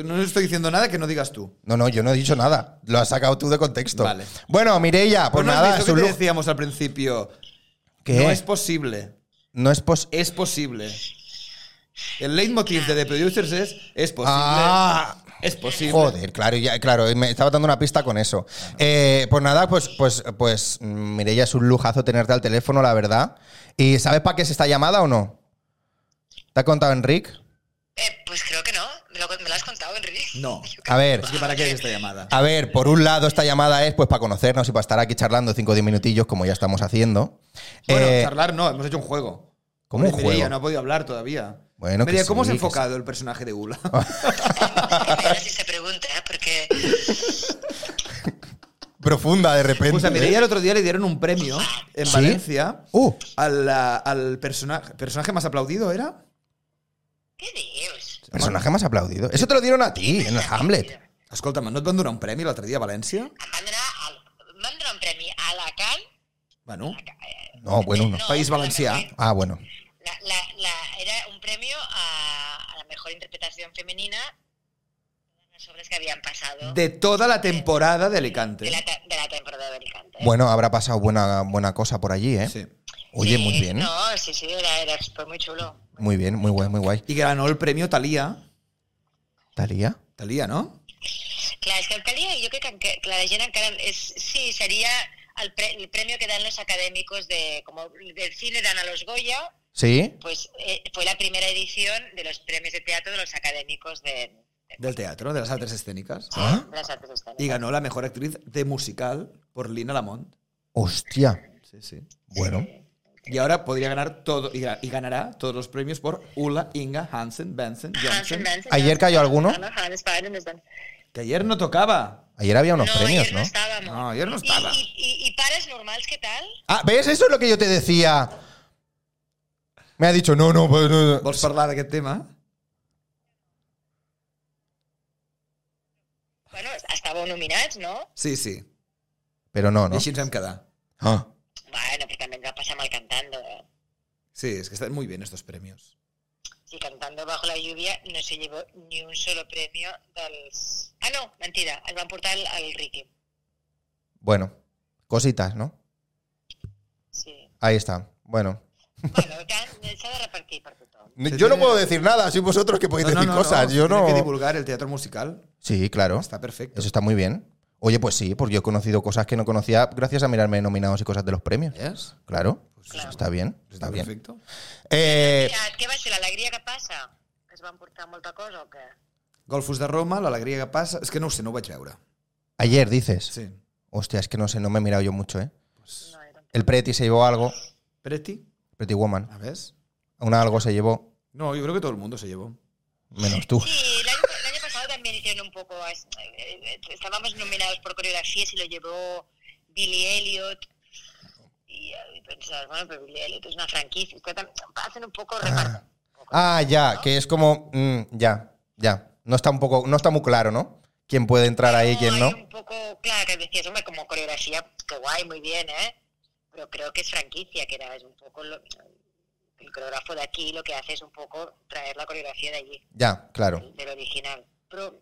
Speaker 3: no estoy diciendo nada que no digas tú.
Speaker 1: No, no, yo no he dicho nada. Lo has sacado tú de contexto.
Speaker 3: Vale.
Speaker 1: Bueno, Mireia, pues
Speaker 3: Pues no has
Speaker 1: nada,
Speaker 3: visto
Speaker 1: su
Speaker 3: que te
Speaker 1: look-
Speaker 3: decíamos al principio.
Speaker 1: ¿Qué?
Speaker 3: No es posible.
Speaker 1: No es posible.
Speaker 3: Es posible. El leitmotiv de The Producers es es posible.
Speaker 1: Ah.
Speaker 3: es posible.
Speaker 1: Joder, claro, ya, claro, me estaba dando una pista con eso. Eh, pues nada, pues, pues, pues, mm, Mireia, es un lujazo tenerte al teléfono, la verdad. ¿Y sabes para qué es esta llamada o no? ¿Te ha contado Enric?
Speaker 4: Eh, pues creo que no. Me lo, me lo has contado, Enric.
Speaker 3: No.
Speaker 1: A ver,
Speaker 3: Es que para qué es esta llamada.
Speaker 1: a ver, por un lado esta llamada es pues para conocernos y para estar aquí charlando 5 o 10 minutillos como ya estamos haciendo.
Speaker 3: Bueno,
Speaker 1: Eh,
Speaker 3: charlar no, hemos hecho un juego.
Speaker 1: ¿Cómo un
Speaker 3: Pobre Mireia,
Speaker 1: juego?
Speaker 3: no ha podido hablar todavía.
Speaker 1: Bueno, que
Speaker 3: Mireia, ¿cómo
Speaker 1: sí,
Speaker 3: has
Speaker 1: que
Speaker 3: enfocado el personaje de Ula?
Speaker 4: Ahora sí se pregunta, ¿eh? porque
Speaker 1: profunda de repente.
Speaker 3: Pues a Mireia el otro día le dieron un premio en
Speaker 1: ¿Sí?
Speaker 3: Valencia
Speaker 1: Uh,
Speaker 3: al, ah, al personaje, personaje más aplaudido, ¿era?
Speaker 4: ¿qué dios?
Speaker 1: Personaje más aplaudido. Eso te lo dieron a ti, en el Hamlet.
Speaker 3: Escolta'm, no et van donar un premi l'altre dia a València?
Speaker 4: Em van donar, el, em van donar un premi a Eh, Alacant.
Speaker 3: Bueno,
Speaker 1: No, bueno, uno.
Speaker 3: País Valencià.
Speaker 1: Ah, bueno.
Speaker 4: La, la, la, era un premio a, a la mejor interpretación femenina de las obras que habían pasado de,
Speaker 3: de toda la temporada de Alicante.
Speaker 4: la, te- de la temporada de Alicante.
Speaker 1: Bueno, habrá pasado buena, buena cosa por allí, ¿eh?
Speaker 3: Sí.
Speaker 1: Oye,
Speaker 4: Sí,
Speaker 1: muy bien.
Speaker 4: No, sí, sí, era, era fue muy chulo.
Speaker 1: Muy bien, muy guay, muy guay.
Speaker 3: Y ganó el premio Talía.
Speaker 1: ¿Talía?
Speaker 3: Talía, no?
Speaker 4: Clar, és que el Calia, jo crec que, enca- que la gent encara... És, sí, seria el, pre, el premio que dan los académicos de, como del cine dan a los Goya,
Speaker 1: ¿Sí?
Speaker 4: pues eh, fue la primera edición de los premios de teatro de los académicos de, de-
Speaker 3: Del teatro, de las artes escénicas.
Speaker 1: ¿Ah?
Speaker 4: de las artes escénicas.
Speaker 3: Y ganó la mejor actriz de musical por Lina Lamont.
Speaker 1: Hostia.
Speaker 3: Sí, sí.
Speaker 1: Bueno.
Speaker 3: Y ahora podría ganar todo y, ga- y ganará todos los premios por Ula, Inga, Hansen, Benson, Johnson.
Speaker 1: ¿Ayer cayó alguno?
Speaker 3: Que ayer no tocaba.
Speaker 1: Ayer había unos
Speaker 4: no,
Speaker 1: premios,
Speaker 4: ayer
Speaker 1: ¿no?
Speaker 4: no estábamos.
Speaker 3: No, ayer no estava.
Speaker 4: I, i, i, i pares normals, què tal?
Speaker 1: Ah, ¿ves? Eso es lo que yo te decía. Me ha dicho, no, no, pues, no, no.
Speaker 3: Vols parlar d'aquest tema?
Speaker 4: Bueno, estàveu nominats, no?
Speaker 3: Sí, sí.
Speaker 1: Pero no,
Speaker 3: I
Speaker 1: ¿no?
Speaker 3: així ens vam quedar.
Speaker 1: Ah.
Speaker 4: Bueno, però també ens va passar amb el Cantando. eh?
Speaker 3: Sí, es que están muy bien estos premios.
Speaker 4: Sí, Cantando bajo la lluvia no se llevó ni un solo premio dels... Ah, no, mentida, ens van portar el, el Ricky.
Speaker 1: Bueno, cositas, ¿no?
Speaker 4: Sí.
Speaker 1: Ahí está. Bueno.
Speaker 4: Bueno, tant, s'ha de repartir per tothom.
Speaker 3: Se
Speaker 1: Yo no
Speaker 3: tiene-
Speaker 1: puedo decir nada, sois vosotros que podéis decir cosas.
Speaker 3: se
Speaker 1: yo
Speaker 3: tiene
Speaker 1: no.
Speaker 3: que divulgar el teatro musical.
Speaker 1: Sí, claro.
Speaker 3: Está perfecto.
Speaker 1: Eso está muy bien. Oye, pues sí, porque yo he conocido cosas que no conocía gracias a mirarme nominados y cosas de los premios.
Speaker 3: ¿Ves?
Speaker 1: Claro.
Speaker 3: Pues
Speaker 4: Claro.
Speaker 1: Está bien. Está
Speaker 3: Está
Speaker 1: bien.
Speaker 3: perfecto.
Speaker 1: Eh,
Speaker 4: Mira, què va ser, l'alegria que passa? Que Es van portar molta cosa o què?
Speaker 3: Golfos de Roma, l'alegria que passa... És que no ho sé, no ho vaig veure.
Speaker 1: ayer dices.
Speaker 3: Sí.
Speaker 1: Hostia, es que no sé, no me he mirado yo mucho, ¿eh?
Speaker 4: No, era...
Speaker 1: El Preti se llevó algo.
Speaker 3: Preti,
Speaker 1: Pretty Woman.
Speaker 3: a ves?
Speaker 1: Un algo se llevó.
Speaker 3: No, yo creo que todo el mundo se llevó.
Speaker 1: Menos tú.
Speaker 4: Sí, el año, el año pasado también hicieron un poco. as- eh, eh, Estábamos nominados por coreografías y lo llevó Billy Elliot. Y, eh, y pensar, bueno, pero Billy Elliot es una franquicia. es que tam- Hacen un poco reparto.
Speaker 1: Ah, ya, que es como. mm, ya, ya. No está un poco. No está muy claro, ¿no? ¿Quién puede entrar ahí y quién
Speaker 4: hay
Speaker 1: no?
Speaker 4: Un poco, claro, que decías, hombre, como coreografía, que guay, muy bien, ¿eh? Pero creo que es franquicia, que era es un poco. lo- el coreógrafo de aquí lo que hace es un poco traer la coreografía de allí,
Speaker 1: Ya, claro.
Speaker 4: del original. Pero,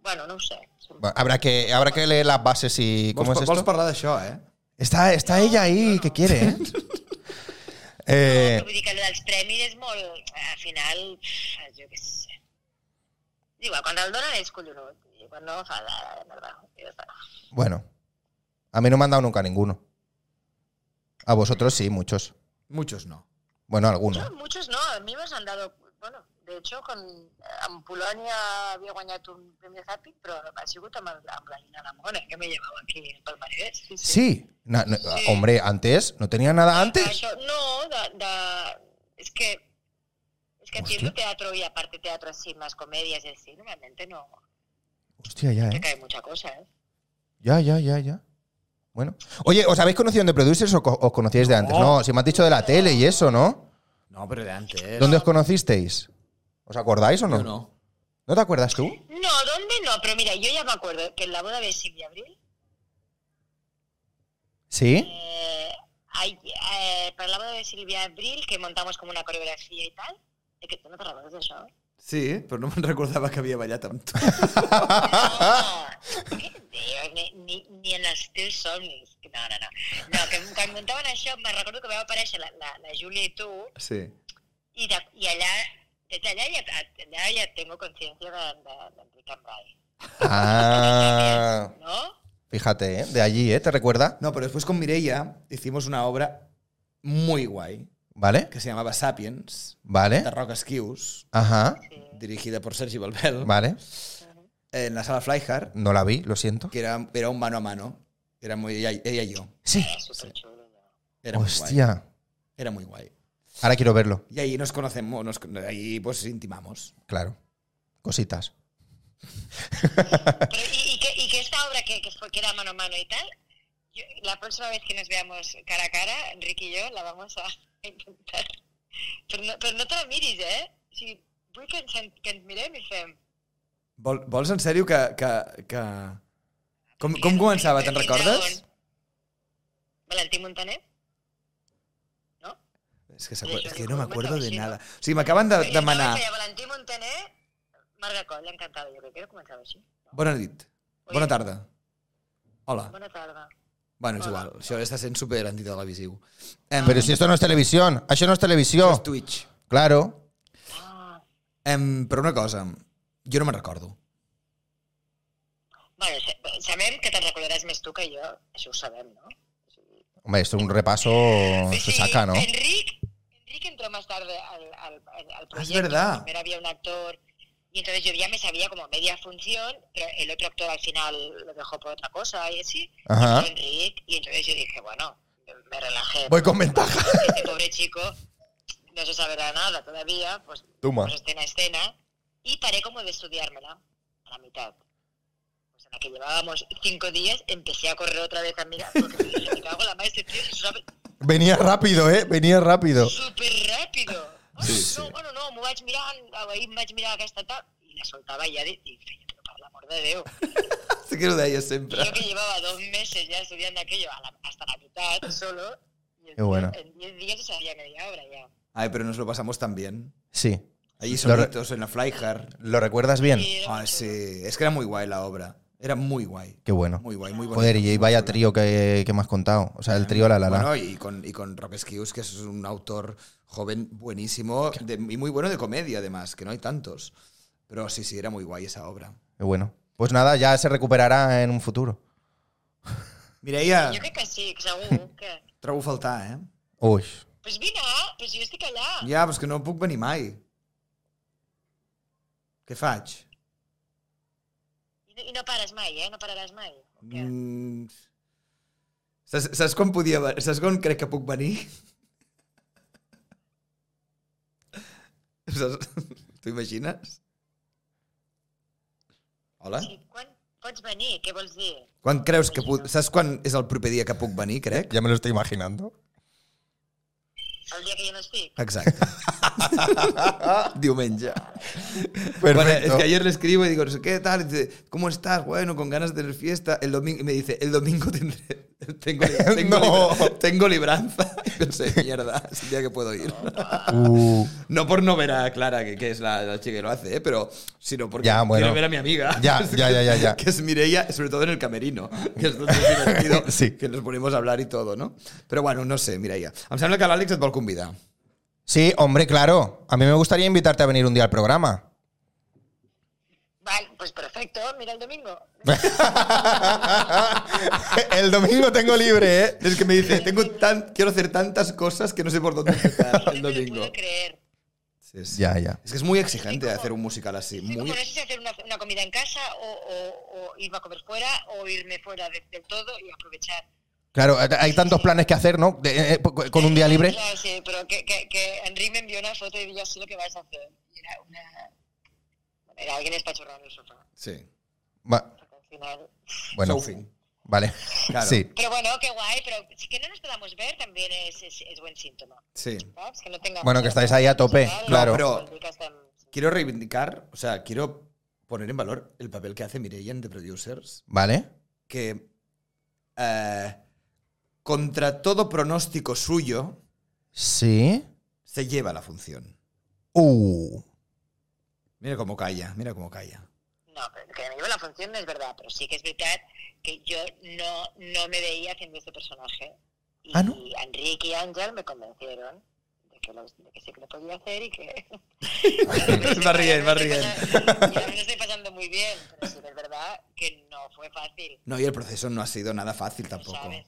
Speaker 4: bueno, no ho sé. Es un
Speaker 1: Va, Habrá que, habrá que leer las bases y.
Speaker 3: Vols,
Speaker 1: ¿Cómo es
Speaker 3: pa- vols
Speaker 1: esto?
Speaker 3: parlar d'això, eh?
Speaker 1: Está, está ella ahí, que quiere, ¿eh?
Speaker 4: Eh...
Speaker 1: Eh,
Speaker 4: Vull dir que el dels premis és molt... Al final, pff, jo què sé. És Igual, quan el donen és collonut. I quan no, fa la la merda. I ja està.
Speaker 1: bueno, a mí no me han dado nunca ninguno. A vosotros sí, muchos.
Speaker 3: Muchos no.
Speaker 1: Bueno, algunos.
Speaker 4: No, muchos no. A mi m'has han dado... Bueno, de hecho, con, en Polònia havia guanyat un premi Zapping, però ha sigut amb, el, amb la Lina Lamona, que me llevava aquí pel Marès. Sí, sí.
Speaker 1: Sí. Na- no- Hombre, antes no tenía nada antes.
Speaker 4: Això, no, de, de, és que... Es que
Speaker 1: Hòstia.
Speaker 4: haciendo teatro y aparte teatro así, más comedias y así, normalmente no,
Speaker 1: Hostia, ya,
Speaker 4: te
Speaker 1: ¿eh?
Speaker 4: cae mucha cosa, ¿eh?
Speaker 1: Ya, ya, ya, ya. Bueno. Oye, ¿os habéis conocido en The Producers o co- os conocíais de antes?
Speaker 3: No.
Speaker 1: No, si me has dicho de la tele y eso, ¿no?
Speaker 3: No, pero de antes.
Speaker 1: ¿Dónde os conocisteis? ¿Os acordáis o
Speaker 3: Yo
Speaker 1: no?
Speaker 3: no.
Speaker 1: ¿No te acuerdas tú?
Speaker 4: No, ¿dónde no? Pero mira, yo ya me acuerdo que en la boda de Silvia Abril,
Speaker 1: ¿Sí?
Speaker 4: eh, hay- eh, para la boda de Silvia Abril, que montamos como una coreografía y tal, es que tú no te recuerdas de eso. ¿eh?
Speaker 3: Sí, però no me'n recordava que havia ballat amb tu.
Speaker 4: No, què dius? ni, ni, ni en els teus somnis. No, no, no. No, que quan muntaven això, me recordo que vau aparèixer la, la, la Júlia i tu,
Speaker 3: Sí.
Speaker 4: i, de, i allà, des d'allà ja, allà ja tengo consciència d'Enric de, de, d'Enric Cambrai,
Speaker 1: Ah,
Speaker 4: no?
Speaker 1: fíjate, ¿eh? De allí, ¿eh? ¿Te recuerda?
Speaker 3: No, pero después con Mireia hicimos una obra muy guay
Speaker 1: ¿Vale?
Speaker 3: que se llamaba Sapiens,
Speaker 1: ¿Vale?
Speaker 3: de Rock Esquius,
Speaker 1: Ajá.
Speaker 3: dirigida por Sergi Balbel,
Speaker 1: Vale.
Speaker 3: en la sala Flyhard,
Speaker 1: No la vi, lo siento.
Speaker 3: que era, era un mano a mano. Era muy ella, ella y yo.
Speaker 1: Sí.
Speaker 4: Era superxulo. No?
Speaker 3: Era muy guay.
Speaker 1: Hostia.
Speaker 3: Era muy guay.
Speaker 1: Ahora quiero verlo.
Speaker 3: Y ahí nos conocemos, nos, ahí pues intimamos.
Speaker 1: Claro. Cositas.
Speaker 4: Pero, y, y que, y que esta obra que, que, fue, que era mano a mano y tal, yo- la próxima vez que nos veamos cara a cara, Enrique y yo, la vamos a intentar. Pero no, pero no te la mires, ¿eh? Si vull que ens, que ens mirem i fem...
Speaker 3: Vol, vols en sèrio que... que, que... Com, com començava, te'n recordes?
Speaker 4: Valentí Montaner? No?
Speaker 3: És que, s'acu- és que no m'acuerdo de nada. O sigui, m'acaben de demanar...
Speaker 4: Feia Valentí Montaner, Marga Coll, encantada. Jo crec que era començava així.
Speaker 3: Bona nit. Bona tarda. Hola.
Speaker 4: Bona tarda.
Speaker 3: Bueno, és igual. Això està sent super antitelevisiu. Em,
Speaker 1: Pero si esto no es televisión, ah, eso no es televisión.
Speaker 3: És Twitch.
Speaker 1: Claro.
Speaker 4: Ah.
Speaker 3: Em, però una cosa, jo no me'n recordo.
Speaker 4: Bueno, sa- sabem que te'n recordaràs més tu que jo. Això ho sabem, no?
Speaker 1: Hombre, esto es un repaso se saca, ¿no?
Speaker 4: Enric, Enric entró más tarde al, al, al-
Speaker 1: Ah,
Speaker 4: al proyecto.
Speaker 3: verdad.
Speaker 4: Primero había un actor y entonces yo ya me sabía como media función, pero el otro actor al final lo dejó por otra cosa y así.
Speaker 1: Ajá.
Speaker 4: Y Enric, y entonces yo dije, bueno, me relajé.
Speaker 1: Voy con ventaja.
Speaker 4: Este pobre chico no se saberá nada todavía, pues,
Speaker 1: Toma.
Speaker 4: pues escena a escena. Y paré como de estudiármela a la mitad. Pues en la que llevábamos cinco días empecé a correr otra vez a mirar. Porque dije, me cago en la madre, este tío se sabe
Speaker 1: Venía rápido, ¿eh? Venía rápido.
Speaker 4: súper rápido. Bueno,
Speaker 3: Sí, sí.
Speaker 4: no, bueno, no, m'ho vaig mirant, ahir em vaig mirar aquesta tal, i la soltava ja de, i feia, però per l'amor de Déu.
Speaker 3: Sí que ho deia
Speaker 4: Yo
Speaker 3: sempre.
Speaker 4: que llevaba dos meses ya estudiando aquello a la- hasta la mitad solo, y en
Speaker 1: Qué bueno.
Speaker 4: diez- en 10 días sabía media obra ya.
Speaker 3: Ay, pero nos lo pasamos tan bien.
Speaker 1: Sí.
Speaker 3: Allí
Speaker 1: Lo re-
Speaker 3: solitos, en la Flyhard.
Speaker 1: ¿Lo recuerdas bien?
Speaker 4: Y era
Speaker 3: Ah,
Speaker 4: mucho-
Speaker 3: sí. Es que era muy guay la obra. Era muy guay.
Speaker 1: Qué bueno.
Speaker 3: Muy guay, muy bonito.
Speaker 1: Joder, y vaya trío que, que me has contado. O sea, el trío La La La.
Speaker 3: Bueno, y con, y con Rock Skews, que es un autor joven buenísimo de- y muy bueno de comedia, además, que no hay tantos. Pero sí, sí, era muy guay esa obra.
Speaker 1: Qué bueno. Pues nada, ya se recuperará en un futuro.
Speaker 3: Mireia,
Speaker 4: Jo crec que sí, que segur que...
Speaker 3: trobo a faltar, eh?
Speaker 1: Uy.
Speaker 4: Pues vine, pues jo estic allà.
Speaker 3: Ja, però és que no puc venir mai. Què faig?
Speaker 4: I, I no pares mai, eh? No pararàs mai. Okay.
Speaker 3: Mm. Saps, saps quan podia... ve- Saps quan crec que puc venir? Saps- T'ho imagines? Hola?
Speaker 4: Sí, quan pots venir? Què vols dir?
Speaker 3: Quan creus que puc... Saps quan és el proper dia que puc venir, crec?
Speaker 1: Ya me lo estoy imaginando.
Speaker 4: El dia que jo no estic?
Speaker 3: Exacte. Diumenge.
Speaker 1: Perfecto.
Speaker 3: Bueno, es que ayer le escribo y digo, no sé qué tal, y dice, ¿cómo estás? Bueno, con ganas de tener fiesta. El domingo, y me dice, el domingo tendré, tengo, li- tengo,
Speaker 1: No.
Speaker 3: libra- tengo libranza. Y pensé, mierda, es el día que puedo ir.
Speaker 1: Uh,
Speaker 3: No por no ver a Clara, que, que es la, la chica que lo hace, ¿eh? pero sino porque
Speaker 1: Ya, bueno.
Speaker 3: quiero ver a mi amiga.
Speaker 1: Ya, ya, ya, ya, ya.
Speaker 3: Que es Mireia, sobre todo en el camerino. Que és tot divertido,
Speaker 1: Sí.
Speaker 3: que nos ponemos a hablar y todo, ¿no? Pero bueno, no sé, Mireia. Em sembla que l'Àlex et vol convidar.
Speaker 1: sí, hombre, claro. A mí me gustaría invitarte a venir un día al programa.
Speaker 4: Vale, pues perfecto, mira el domingo.
Speaker 1: el domingo tengo libre, ¿eh?
Speaker 3: Es que me dice, tengo tan, quiero hacer tantas cosas que no sé por dónde empezar el
Speaker 4: No me lo
Speaker 3: domingo.
Speaker 4: puedo creer.
Speaker 3: Sí, sí.
Speaker 1: Ya, ya.
Speaker 3: Es que es muy exigente hacer un musical así.
Speaker 4: Sí,
Speaker 3: Muy...
Speaker 4: como no sé si hacer una, una comida en casa o, o- o irme a comer fuera o irme fuera de- del todo y aprovechar.
Speaker 1: Claro, hay tantos planes que hacer, ¿no? De- eh, con un día libre.
Speaker 4: Ya, sí, pero que, que, que Enric me envió una foto y yo así lo que vas a hacer. Y era una... Era alguien espachurrado en el sofá.
Speaker 3: Sí.
Speaker 1: Va-
Speaker 4: porque al final...
Speaker 1: Bueno,
Speaker 3: Surfing.
Speaker 1: vale.
Speaker 3: Claro.
Speaker 1: Sí.
Speaker 4: Pero bueno, qué guay, pero si que no nos podamos ver también es, es, es buen síntoma.
Speaker 3: Sí.
Speaker 4: ¿sabes? Que no tengamos
Speaker 1: Bueno, que estáis ahí a tope,
Speaker 4: Claro,
Speaker 1: claro.
Speaker 3: No,
Speaker 4: Enric está en-
Speaker 3: Quiero reivindicar, o sea, quiero poner en valor el papel que hace Mireia en The Producers,
Speaker 1: Vale.
Speaker 3: que eh, contra todo pronóstico suyo
Speaker 1: Sí.
Speaker 3: se lleva la función.
Speaker 1: Uh.
Speaker 3: Mira cómo calla, mira cómo calla.
Speaker 4: No, pero que me llevo la función no es verdad, pero sí que es verdad que yo no, no me veía haciendo este personaje. Y
Speaker 1: Ah, ¿no?
Speaker 4: Enrique y Ángel me convencieron de que, los- de que sí que lo podía hacer y que...
Speaker 3: va bien, va bien.
Speaker 4: Yo me lo estoy pasando muy bien, pero sí que es verdad que no fue fácil.
Speaker 3: No, y el proceso no ha sido nada fácil tampoco.
Speaker 4: ¿Sabes?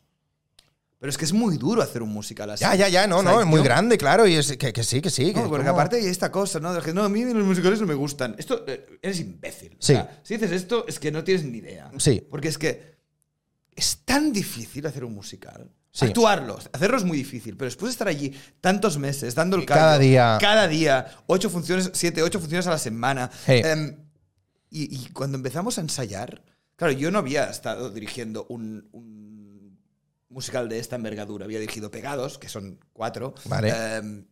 Speaker 3: Pero es que es muy duro hacer un musical así.
Speaker 1: Ya, ya, ya, no,
Speaker 3: O sea,
Speaker 1: no, es muy
Speaker 3: yo-
Speaker 1: grande, claro, y es que, que sí, que sí. Que
Speaker 3: No, porque
Speaker 1: ¿cómo?
Speaker 3: aparte hay esta cosa, ¿no? De que no, a mí los musicales no me gustan. Esto, eh, eres imbécil. O
Speaker 1: Sí.
Speaker 3: sea, si dices esto, es que no tienes ni idea.
Speaker 1: Sí.
Speaker 3: Porque es que es tan difícil hacer un musical.
Speaker 1: Sí.
Speaker 3: Actuarlo, hacerlo es muy difícil, pero después de estar allí tantos meses, dando el
Speaker 1: Cada
Speaker 3: callo,
Speaker 1: día.
Speaker 3: Cada día, ocho funciones, siete, ocho funciones a la semana.
Speaker 1: Sí.
Speaker 3: Em, y, y cuando empezamos a ensayar, claro, yo no había estado dirigiendo un, un musical de eh, esta envergadura, había dirigido Pegados, que son cuatro.
Speaker 1: Vale.
Speaker 3: Em,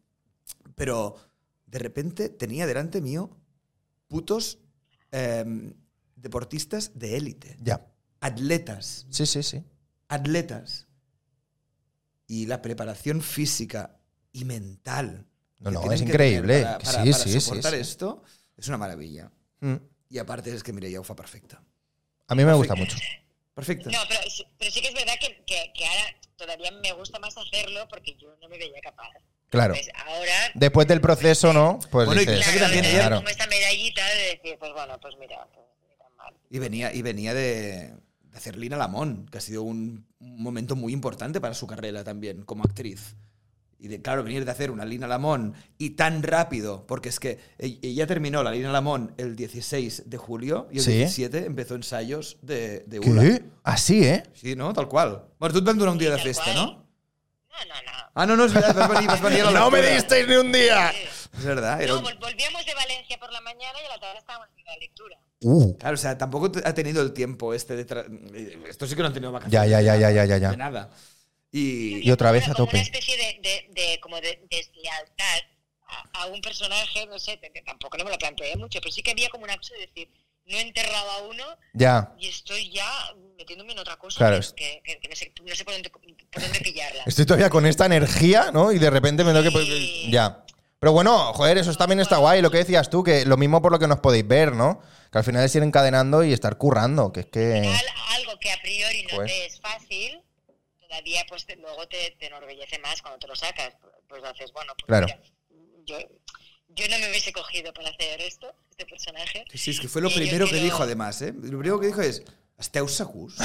Speaker 3: pero de repente tenía delante mío putos em, deportistas de élite,
Speaker 1: Ya.
Speaker 3: atletas,
Speaker 1: Sí, sí, sí.
Speaker 3: atletas. Y la preparación física y mental.
Speaker 1: No,
Speaker 3: que
Speaker 1: no,
Speaker 3: tienen
Speaker 1: es
Speaker 3: que
Speaker 1: increíble.
Speaker 3: tener Para, para-
Speaker 1: Sí,
Speaker 3: para
Speaker 1: sí, sí,
Speaker 3: soportar
Speaker 1: sí.
Speaker 3: esto es una maravilla.
Speaker 1: Mm.
Speaker 3: Y aparte es que Mireia Ufa perfecta.
Speaker 1: A mí me gusta mucho.
Speaker 3: Perfecta.
Speaker 4: No, pero, sí- pero sí que es verdad que, que- que ahora todavía me gusta más hacerlo porque yo no me veía capaz.
Speaker 1: Claro.
Speaker 4: Pues ahora,
Speaker 1: Después del proceso, ¿no? Pues
Speaker 3: Bueno, y
Speaker 1: dices,
Speaker 3: piensa que
Speaker 4: claro,
Speaker 3: también
Speaker 4: es
Speaker 3: ella-
Speaker 1: claro.
Speaker 4: como esta medallita de decir, pues bueno, pues mira, pues ni tan mal.
Speaker 3: Y venía, y venía de, de hacer Lina Lamón, que ha sido un, un momento muy importante para su carrera también como actriz. Y de, claro, venir de hacer una Lina Lamón y tan rápido, porque es que e- ella terminó la Lina Lamón el 16 de julio y el
Speaker 1: Sí.
Speaker 3: 17 empezó ensayos de, de Ula.
Speaker 1: ¿Qué? Así, ¿eh?
Speaker 3: Sí, ¿no? Tal cual. Bueno, tú et van donar un
Speaker 4: Sí,
Speaker 3: día de
Speaker 4: tal
Speaker 3: festa,
Speaker 4: cual.
Speaker 3: no?
Speaker 4: No, no, no.
Speaker 3: Ah, no, no, es verdad, vas venir, vas venir a la
Speaker 1: No me
Speaker 3: lectura.
Speaker 1: disteis ni un día.
Speaker 3: Es verdad. era
Speaker 4: No,
Speaker 3: un-
Speaker 4: vol- volvíamos de Valencia por la mañana y a la tarde estábamos en la lectura.
Speaker 1: Uh,
Speaker 3: Claro, o sea, tampoco te- ha tenido el tiempo este de... tra- Esto sí que no han tenido
Speaker 1: ya,
Speaker 3: vacaciones.
Speaker 1: ya, ya, ya, ya, ya,
Speaker 3: De
Speaker 1: ya.
Speaker 3: nada. Y,
Speaker 1: Y otra vez a
Speaker 4: Como
Speaker 1: tope.
Speaker 4: Una especie de, de, de- como de deslealtad a, a un personaje, no sé, t- tampoco no me lo planteé mucho, pero sí que había como una cosa de decir, no he enterrado a uno
Speaker 1: Ya.
Speaker 4: y estoy ya metiéndome en otra cosa
Speaker 1: Claro,
Speaker 4: que-
Speaker 1: es-
Speaker 4: que, que- que no sé, no sé por, dónde, por dónde pillarla.
Speaker 1: Estoy todavía con esta energía, ¿no? Y de repente me tengo que. pues,
Speaker 4: Sí.
Speaker 1: Ya. Pero bueno, joder, eso también está guay, lo que decías tú, que lo mismo por lo que nos podéis ver, ¿no? Que al final es ir encadenando y estar currando, que es que.
Speaker 4: Al- algo que a priori no
Speaker 1: Joder.
Speaker 4: te es fácil, todavía pues te- luego te, te enorgullece más cuando te lo sacas. Pues haces, bueno, pues
Speaker 1: Claro.
Speaker 4: mira, yo, yo no me hubiese cogido para hacer esto, este personaje.
Speaker 3: Sí, Sí, es que fue lo
Speaker 4: Y yo
Speaker 3: primero que
Speaker 4: quiero-
Speaker 3: dijo, además, ¿eh? Lo primero que dijo es, esteu segurs?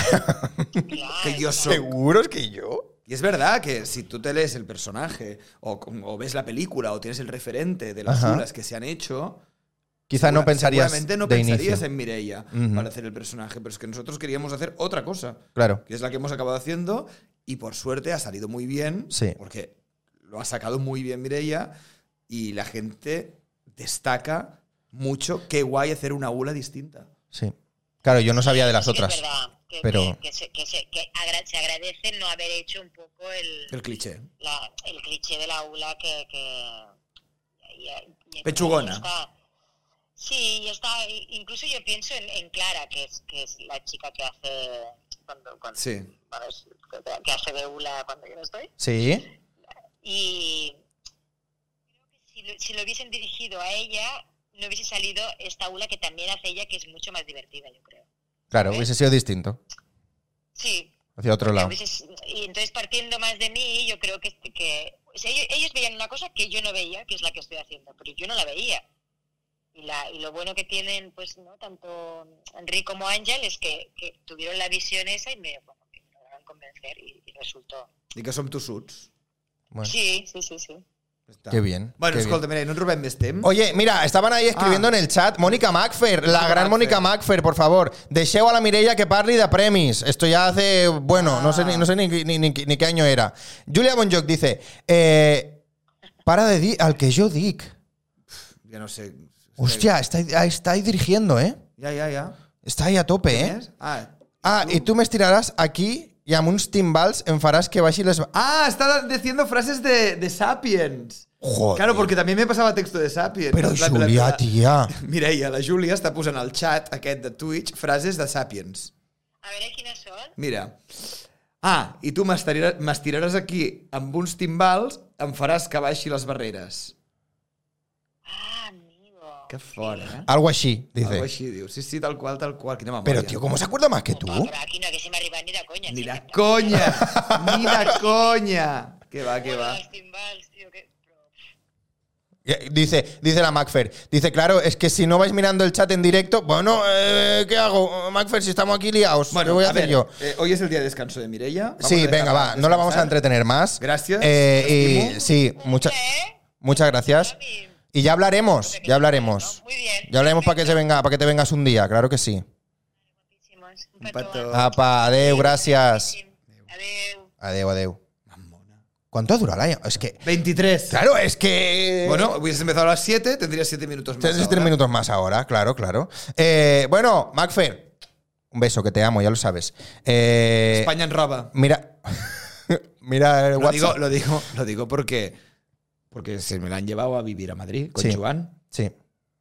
Speaker 4: Claro,
Speaker 3: Que yo
Speaker 4: o sea,
Speaker 3: soy.
Speaker 1: ¿Seguros que yo?
Speaker 3: Y es verdad que si tú te lees el personaje, o, con- o ves la película, o tienes el referente de las
Speaker 1: Ajá.
Speaker 3: culas que se han hecho...
Speaker 1: Quizá no
Speaker 3: segura-
Speaker 1: pensarías.
Speaker 3: Seguramente no
Speaker 1: de
Speaker 3: pensarías
Speaker 1: inicio.
Speaker 3: en Mireia
Speaker 1: Ujú.
Speaker 3: para hacer el personaje, pero es que nosotros queríamos hacer otra cosa,
Speaker 1: Claro.
Speaker 3: que es la que hemos acabado haciendo, y por suerte ha salido muy bien,
Speaker 1: Sí.
Speaker 3: porque lo ha sacado muy bien Mireia, y la gente destaca mucho qué guay hacer una ula distinta.
Speaker 1: Sí. Claro, yo no sabía de las
Speaker 4: sí que es
Speaker 1: otras.
Speaker 4: verdad que-
Speaker 1: pero-
Speaker 4: que- que se, que se- que agra- se agradece no haber hecho un poco el,
Speaker 3: El cliché.
Speaker 4: la- el cliché de la ULA que... que- y- y- y-
Speaker 3: Pechugona.
Speaker 4: está- sí, y está, i- incluso yo pienso en, en Clara, que es, que es la chica que hace... Cuando, cuando-
Speaker 3: Sí.
Speaker 4: bueno, es- que- que hace de ULA cuando yo no estoy.
Speaker 1: Sí.
Speaker 4: Y creo que si lo, si lo hubiesen dirigido a ella, no hubiese salido esta ULA que también hace ella, que es mucho más divertida, yo creo.
Speaker 1: Claro, hubiese sido distinto.
Speaker 4: Sí,
Speaker 1: Hacia otro lado.
Speaker 4: Entonces, y entonces partiendo más de mí, yo creo que, que- o sea, ellos, ellos veían una cosa que yo no veía, que es la que estoy haciendo, pero yo no la veía. Y, la, y lo bueno que tienen, pues, ¿no? tanto Enrique como Ángel es que, que tuvieron la visión esa y me, bueno, me lograron convencer y, y resultó.
Speaker 3: I que som tossuts.
Speaker 1: Bueno.
Speaker 4: Sí, sí, sí, sí.
Speaker 3: Ja Està.
Speaker 1: Qué bien,
Speaker 3: Bueno,
Speaker 1: qué
Speaker 3: escolta, mira, no ens robem més temps.
Speaker 1: Oye, mira, estaban ahí escribiendo
Speaker 3: Ah.
Speaker 1: en el chat. Mónica Macfer, la gran
Speaker 3: Macfer.
Speaker 1: Mónica Macfer, por favor. Deixeu a la Mireia que parli de premis. Esto ya hace, bueno, no sé, ni, no sé ni, ni- ni- ni qué año era. Julia Bonjoc dice, eh, para de dir al que yo dic.
Speaker 3: Ja no sé...
Speaker 1: Hostia, está, ahí- ahí está ahí dirigiendo, ¿eh?
Speaker 3: Ja, ja, ja.
Speaker 1: Está ahí a tope, ¿eh?
Speaker 3: Més? Ah.
Speaker 1: Ah, y tú me estirarás aquí y a unos timbals en farás que baixi les... Ah,
Speaker 3: ah, está diciendo frases de, de Sapiens.
Speaker 1: Joder.
Speaker 3: Claro, porque también me pasaba texto de Sapiens.
Speaker 1: Pero
Speaker 3: En plan,
Speaker 1: Julià,
Speaker 3: la-
Speaker 1: tia.
Speaker 3: Mireia, la Júlia està posant al chat aquest de Twitch frases de Sapiens.
Speaker 4: A ver, ¿quiénes son?
Speaker 3: Mira. Ah, i tu m'estirar- m'estiraràs aquí amb uns timbals, em faràs que baixi les barreres.
Speaker 4: Ah, amigo.
Speaker 3: Que fort, eh?
Speaker 1: Algo així,
Speaker 3: Algo
Speaker 1: Ah, dice.
Speaker 3: així, diu. Sí, sí, tal qual, tal qual. Quina memòria.
Speaker 1: Pero, tío, ¿cómo se acuerda más que tú?
Speaker 4: Opa, por aquí no, que se me arriba ni la coña.
Speaker 3: Ni
Speaker 4: sí,
Speaker 3: la
Speaker 4: está.
Speaker 3: coña, ni la coña. Que va, que va.
Speaker 4: Los timbales, tío, que-
Speaker 1: Eh, Dice, dice la Macfer. Dice, claro, es que si no vais mirando el chat en directo, bueno, eh, ¿qué hago? Macfer, si estamos aquí liados, ¿qué voy a, hacer
Speaker 3: ver,
Speaker 1: yo?
Speaker 3: eh, hoy es el día de descanso de Mirella.
Speaker 1: Sí, venga, va, no la vamos a entretener más.
Speaker 3: Gracias,
Speaker 1: Eh,
Speaker 3: Timo.
Speaker 1: y, sí, muchas
Speaker 4: ¿Eh?
Speaker 1: muchas gracias.
Speaker 4: Mami.
Speaker 1: Y ya hablaremos, ya hablaremos.
Speaker 4: ¿No? Muy bien.
Speaker 1: Ya hablaremos para que, se venga, para que te vengas un día, claro que sí.
Speaker 4: Muchísimos.
Speaker 3: Un
Speaker 4: Un
Speaker 3: pato.
Speaker 4: pato.
Speaker 1: Apa, adeu, gracias.
Speaker 4: Adeu.
Speaker 1: Adeu, adeu. ¿Cuánto dura el año? Es que,
Speaker 3: 23.
Speaker 1: claro, es que...
Speaker 3: Bueno, hubieses empezado a las 7, tendrías 7 minutos más.
Speaker 1: Tienes
Speaker 3: ahora.
Speaker 1: tres minutos más ahora, claro, claro. Eh, bueno, Macfer, un beso, que te amo, ya lo sabes. Eh,
Speaker 3: España en roba.
Speaker 1: Mira. Mira el
Speaker 3: Lo
Speaker 1: WhatsApp.
Speaker 3: digo, lo, digo, lo digo porque Porque se me la han llevado a vivir a Madrid con
Speaker 1: Sí.
Speaker 3: Joan.
Speaker 1: Sí.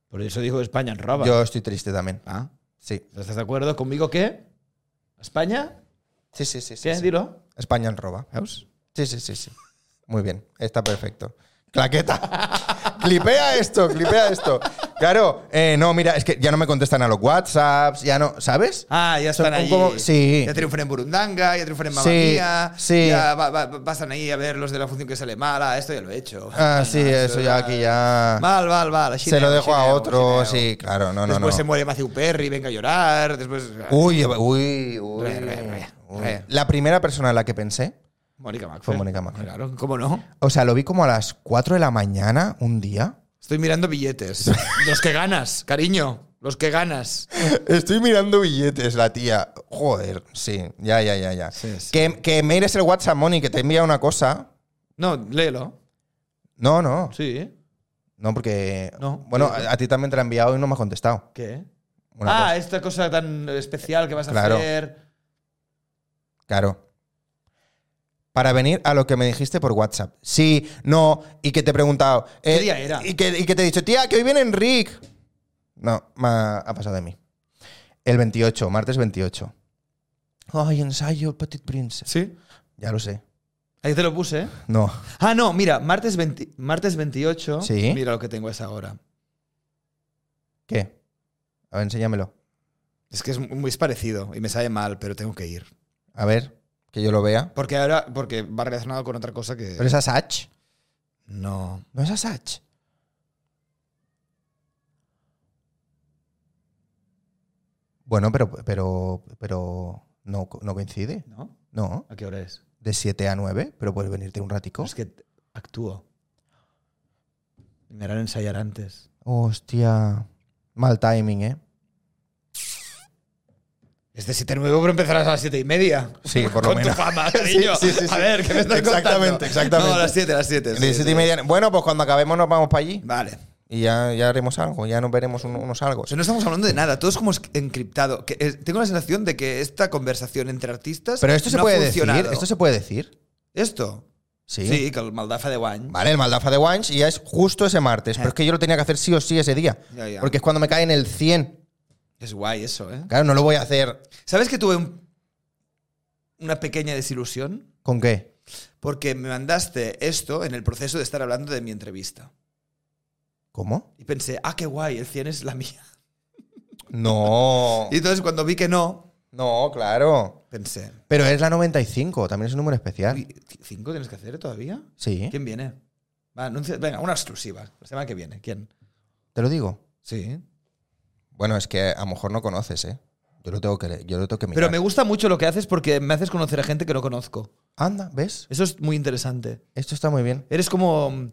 Speaker 3: Por eso dijo España roba.
Speaker 1: Yo estoy triste también.
Speaker 3: Ah,
Speaker 1: Sí.
Speaker 3: ¿Estás de acuerdo conmigo que España?
Speaker 1: Sí, sí, sí. sí,
Speaker 3: ¿Qué?
Speaker 1: sí.
Speaker 3: Dilo.
Speaker 1: España en roba.
Speaker 3: Veus?
Speaker 1: Sí, sí, sí, sí. Muy bien, está perfecto. Claqueta. clipea esto, clipea esto. Claro, eh, no, mira, es que ya no me contestan a los WhatsApps, ya no, ¿sabes?
Speaker 3: Ah, ya
Speaker 1: Son
Speaker 3: están
Speaker 1: un
Speaker 3: allí.
Speaker 1: poco- sí.
Speaker 3: Ya triunfan en Burundanga, ya triunfan en
Speaker 1: Sí,
Speaker 3: Mamma Mía,
Speaker 1: sí.
Speaker 3: Ya va- va- pasan ahí a ver los de la función que sale mala. Esto ya lo he hecho.
Speaker 1: Ah, sí,
Speaker 3: Ah,
Speaker 1: eso ya aquí ya.
Speaker 3: Mal, mal, mal.
Speaker 1: Se lo dejo a otro,
Speaker 3: sí.
Speaker 1: sí, claro, no, no,
Speaker 3: después
Speaker 1: no. Uh,
Speaker 3: se muere Matthew Perry, venga a llorar. Después. ah,
Speaker 1: Uy, uy, uy,
Speaker 3: Re, re, re,
Speaker 1: uy.
Speaker 3: re.
Speaker 1: La primera persona en la que pensé,
Speaker 3: Mónica Macri.
Speaker 1: Fue Mónica Macri.
Speaker 3: Claro, ¿cómo no?
Speaker 1: o sea, lo vi como a las 4 de la mañana un día.
Speaker 3: Estoy mirando billetes. los que ganas, cariño. Los que ganas.
Speaker 1: Estoy mirando billetes, la tía. Joder, sí, ya, ya, ya, ya.
Speaker 3: Sí, sí.
Speaker 1: Que, que me eres el WhatsApp, Moni, que te envía una cosa.
Speaker 3: No, léelo.
Speaker 1: No, no.
Speaker 3: Sí.
Speaker 1: No, porque.
Speaker 3: No.
Speaker 1: Bueno, a, a ti también te la he enviado y no me has contestado.
Speaker 3: ¿Qué?
Speaker 1: Una
Speaker 3: ah,
Speaker 1: cosa.
Speaker 3: esta cosa tan especial que vas a
Speaker 1: Claro.
Speaker 3: hacer.
Speaker 1: Claro. Para venir a lo que me dijiste por WhatsApp. Sí, no, y que te he preguntado.
Speaker 3: ¿Qué
Speaker 1: eh,
Speaker 3: día era?
Speaker 1: Y que, y que te he dicho, tía, que hoy viene Enric. No, me ha, ha pasado de mí. El 28, martes 28. Ay, ensayo el Petit Prince.
Speaker 3: Sí.
Speaker 1: Ya lo sé.
Speaker 3: Ahí te lo puse. ¿eh?
Speaker 1: No.
Speaker 3: Ah, no, mira, martes, 20 martes 28.
Speaker 1: Sí.
Speaker 3: Mira lo que tengo a esa hora.
Speaker 1: ¿Qué? A ver, enséñamelo.
Speaker 3: Es que es muy parecido y me sale mal, pero tengo que ir.
Speaker 1: A ver, que yo lo vea.
Speaker 3: Porque ahora, porque va relacionado con otra cosa que.
Speaker 1: ¿Pero es Asach?
Speaker 3: No.
Speaker 1: ¿No es Asach? Bueno, pero, pero, pero no, co- no coincide.
Speaker 3: ¿No?
Speaker 1: No,
Speaker 3: ¿A qué hora es?
Speaker 1: de 7 a 9, pero puedes venirte un ratico.
Speaker 3: Es que t- actúo. Me harán ensayar antes.
Speaker 1: Hostia, mal timing, ¿eh?
Speaker 3: Es de 7 nuevo, pero empezarás a las 7 y media.
Speaker 1: Sí, por lo
Speaker 3: Con tu
Speaker 1: menos.
Speaker 3: fama, cariño.
Speaker 1: Sí, sí, sí,
Speaker 3: A
Speaker 1: sí.
Speaker 3: ver, ¿qué me estás
Speaker 1: Exactamente,
Speaker 3: contando?
Speaker 1: exactamente.
Speaker 3: No, a las 7, a las 7.
Speaker 1: De siete y media. Bueno, pues cuando acabemos nos vamos para allí
Speaker 3: Vale.
Speaker 1: y ya, ya haremos algo, ya nos veremos un- unos algo.
Speaker 3: O sea, no estamos hablando de nada. Todo es como es- encriptado. Que, eh, tengo la sensación de que esta conversación entre artistas.
Speaker 1: Pero esto se
Speaker 3: no ha
Speaker 1: puede decir,
Speaker 3: funcionado.
Speaker 1: esto se puede decir.
Speaker 3: Esto. Sí, que el Maldafa de Wine.
Speaker 1: Vale, el Maldafa de Wines y ya es justo ese martes. Pero es que yo lo tenía que hacer sí o sí ese día.
Speaker 3: Ya, ya.
Speaker 1: Porque es cuando me cae en el 100.
Speaker 3: Es guay eso, ¿eh?
Speaker 1: Claro, no lo voy a hacer.
Speaker 3: ¿Sabes que tuve un- una pequeña desilusión?
Speaker 1: ¿Con qué?
Speaker 3: Porque me mandaste esto en el proceso de estar hablando de mi entrevista.
Speaker 1: ¿Cómo?
Speaker 3: Y pensé, ah, qué guay, el 100 es la mía.
Speaker 1: No.
Speaker 3: Y entonces cuando vi que no,
Speaker 1: No, claro.
Speaker 3: pensé,
Speaker 1: Pero es la 95, también es un número especial.
Speaker 3: "Uy, ¿cinco tienes que hacer todavía?
Speaker 1: Sí,
Speaker 3: ¿Quién viene? Va, anuncia- venga, una exclusiva. La semana que viene. ¿Quién?
Speaker 1: te lo digo.
Speaker 3: Sí.
Speaker 1: Bueno, es que a lo mejor no conoces, ¿eh? Yo lo tengo que, yo lo tengo que mirar.
Speaker 3: Pero me gusta mucho lo que haces porque me haces conocer a gente que no conozco.
Speaker 1: Anda, ¿ves?
Speaker 3: Eso es muy interesante.
Speaker 1: Esto está muy bien.
Speaker 3: Eres como mm,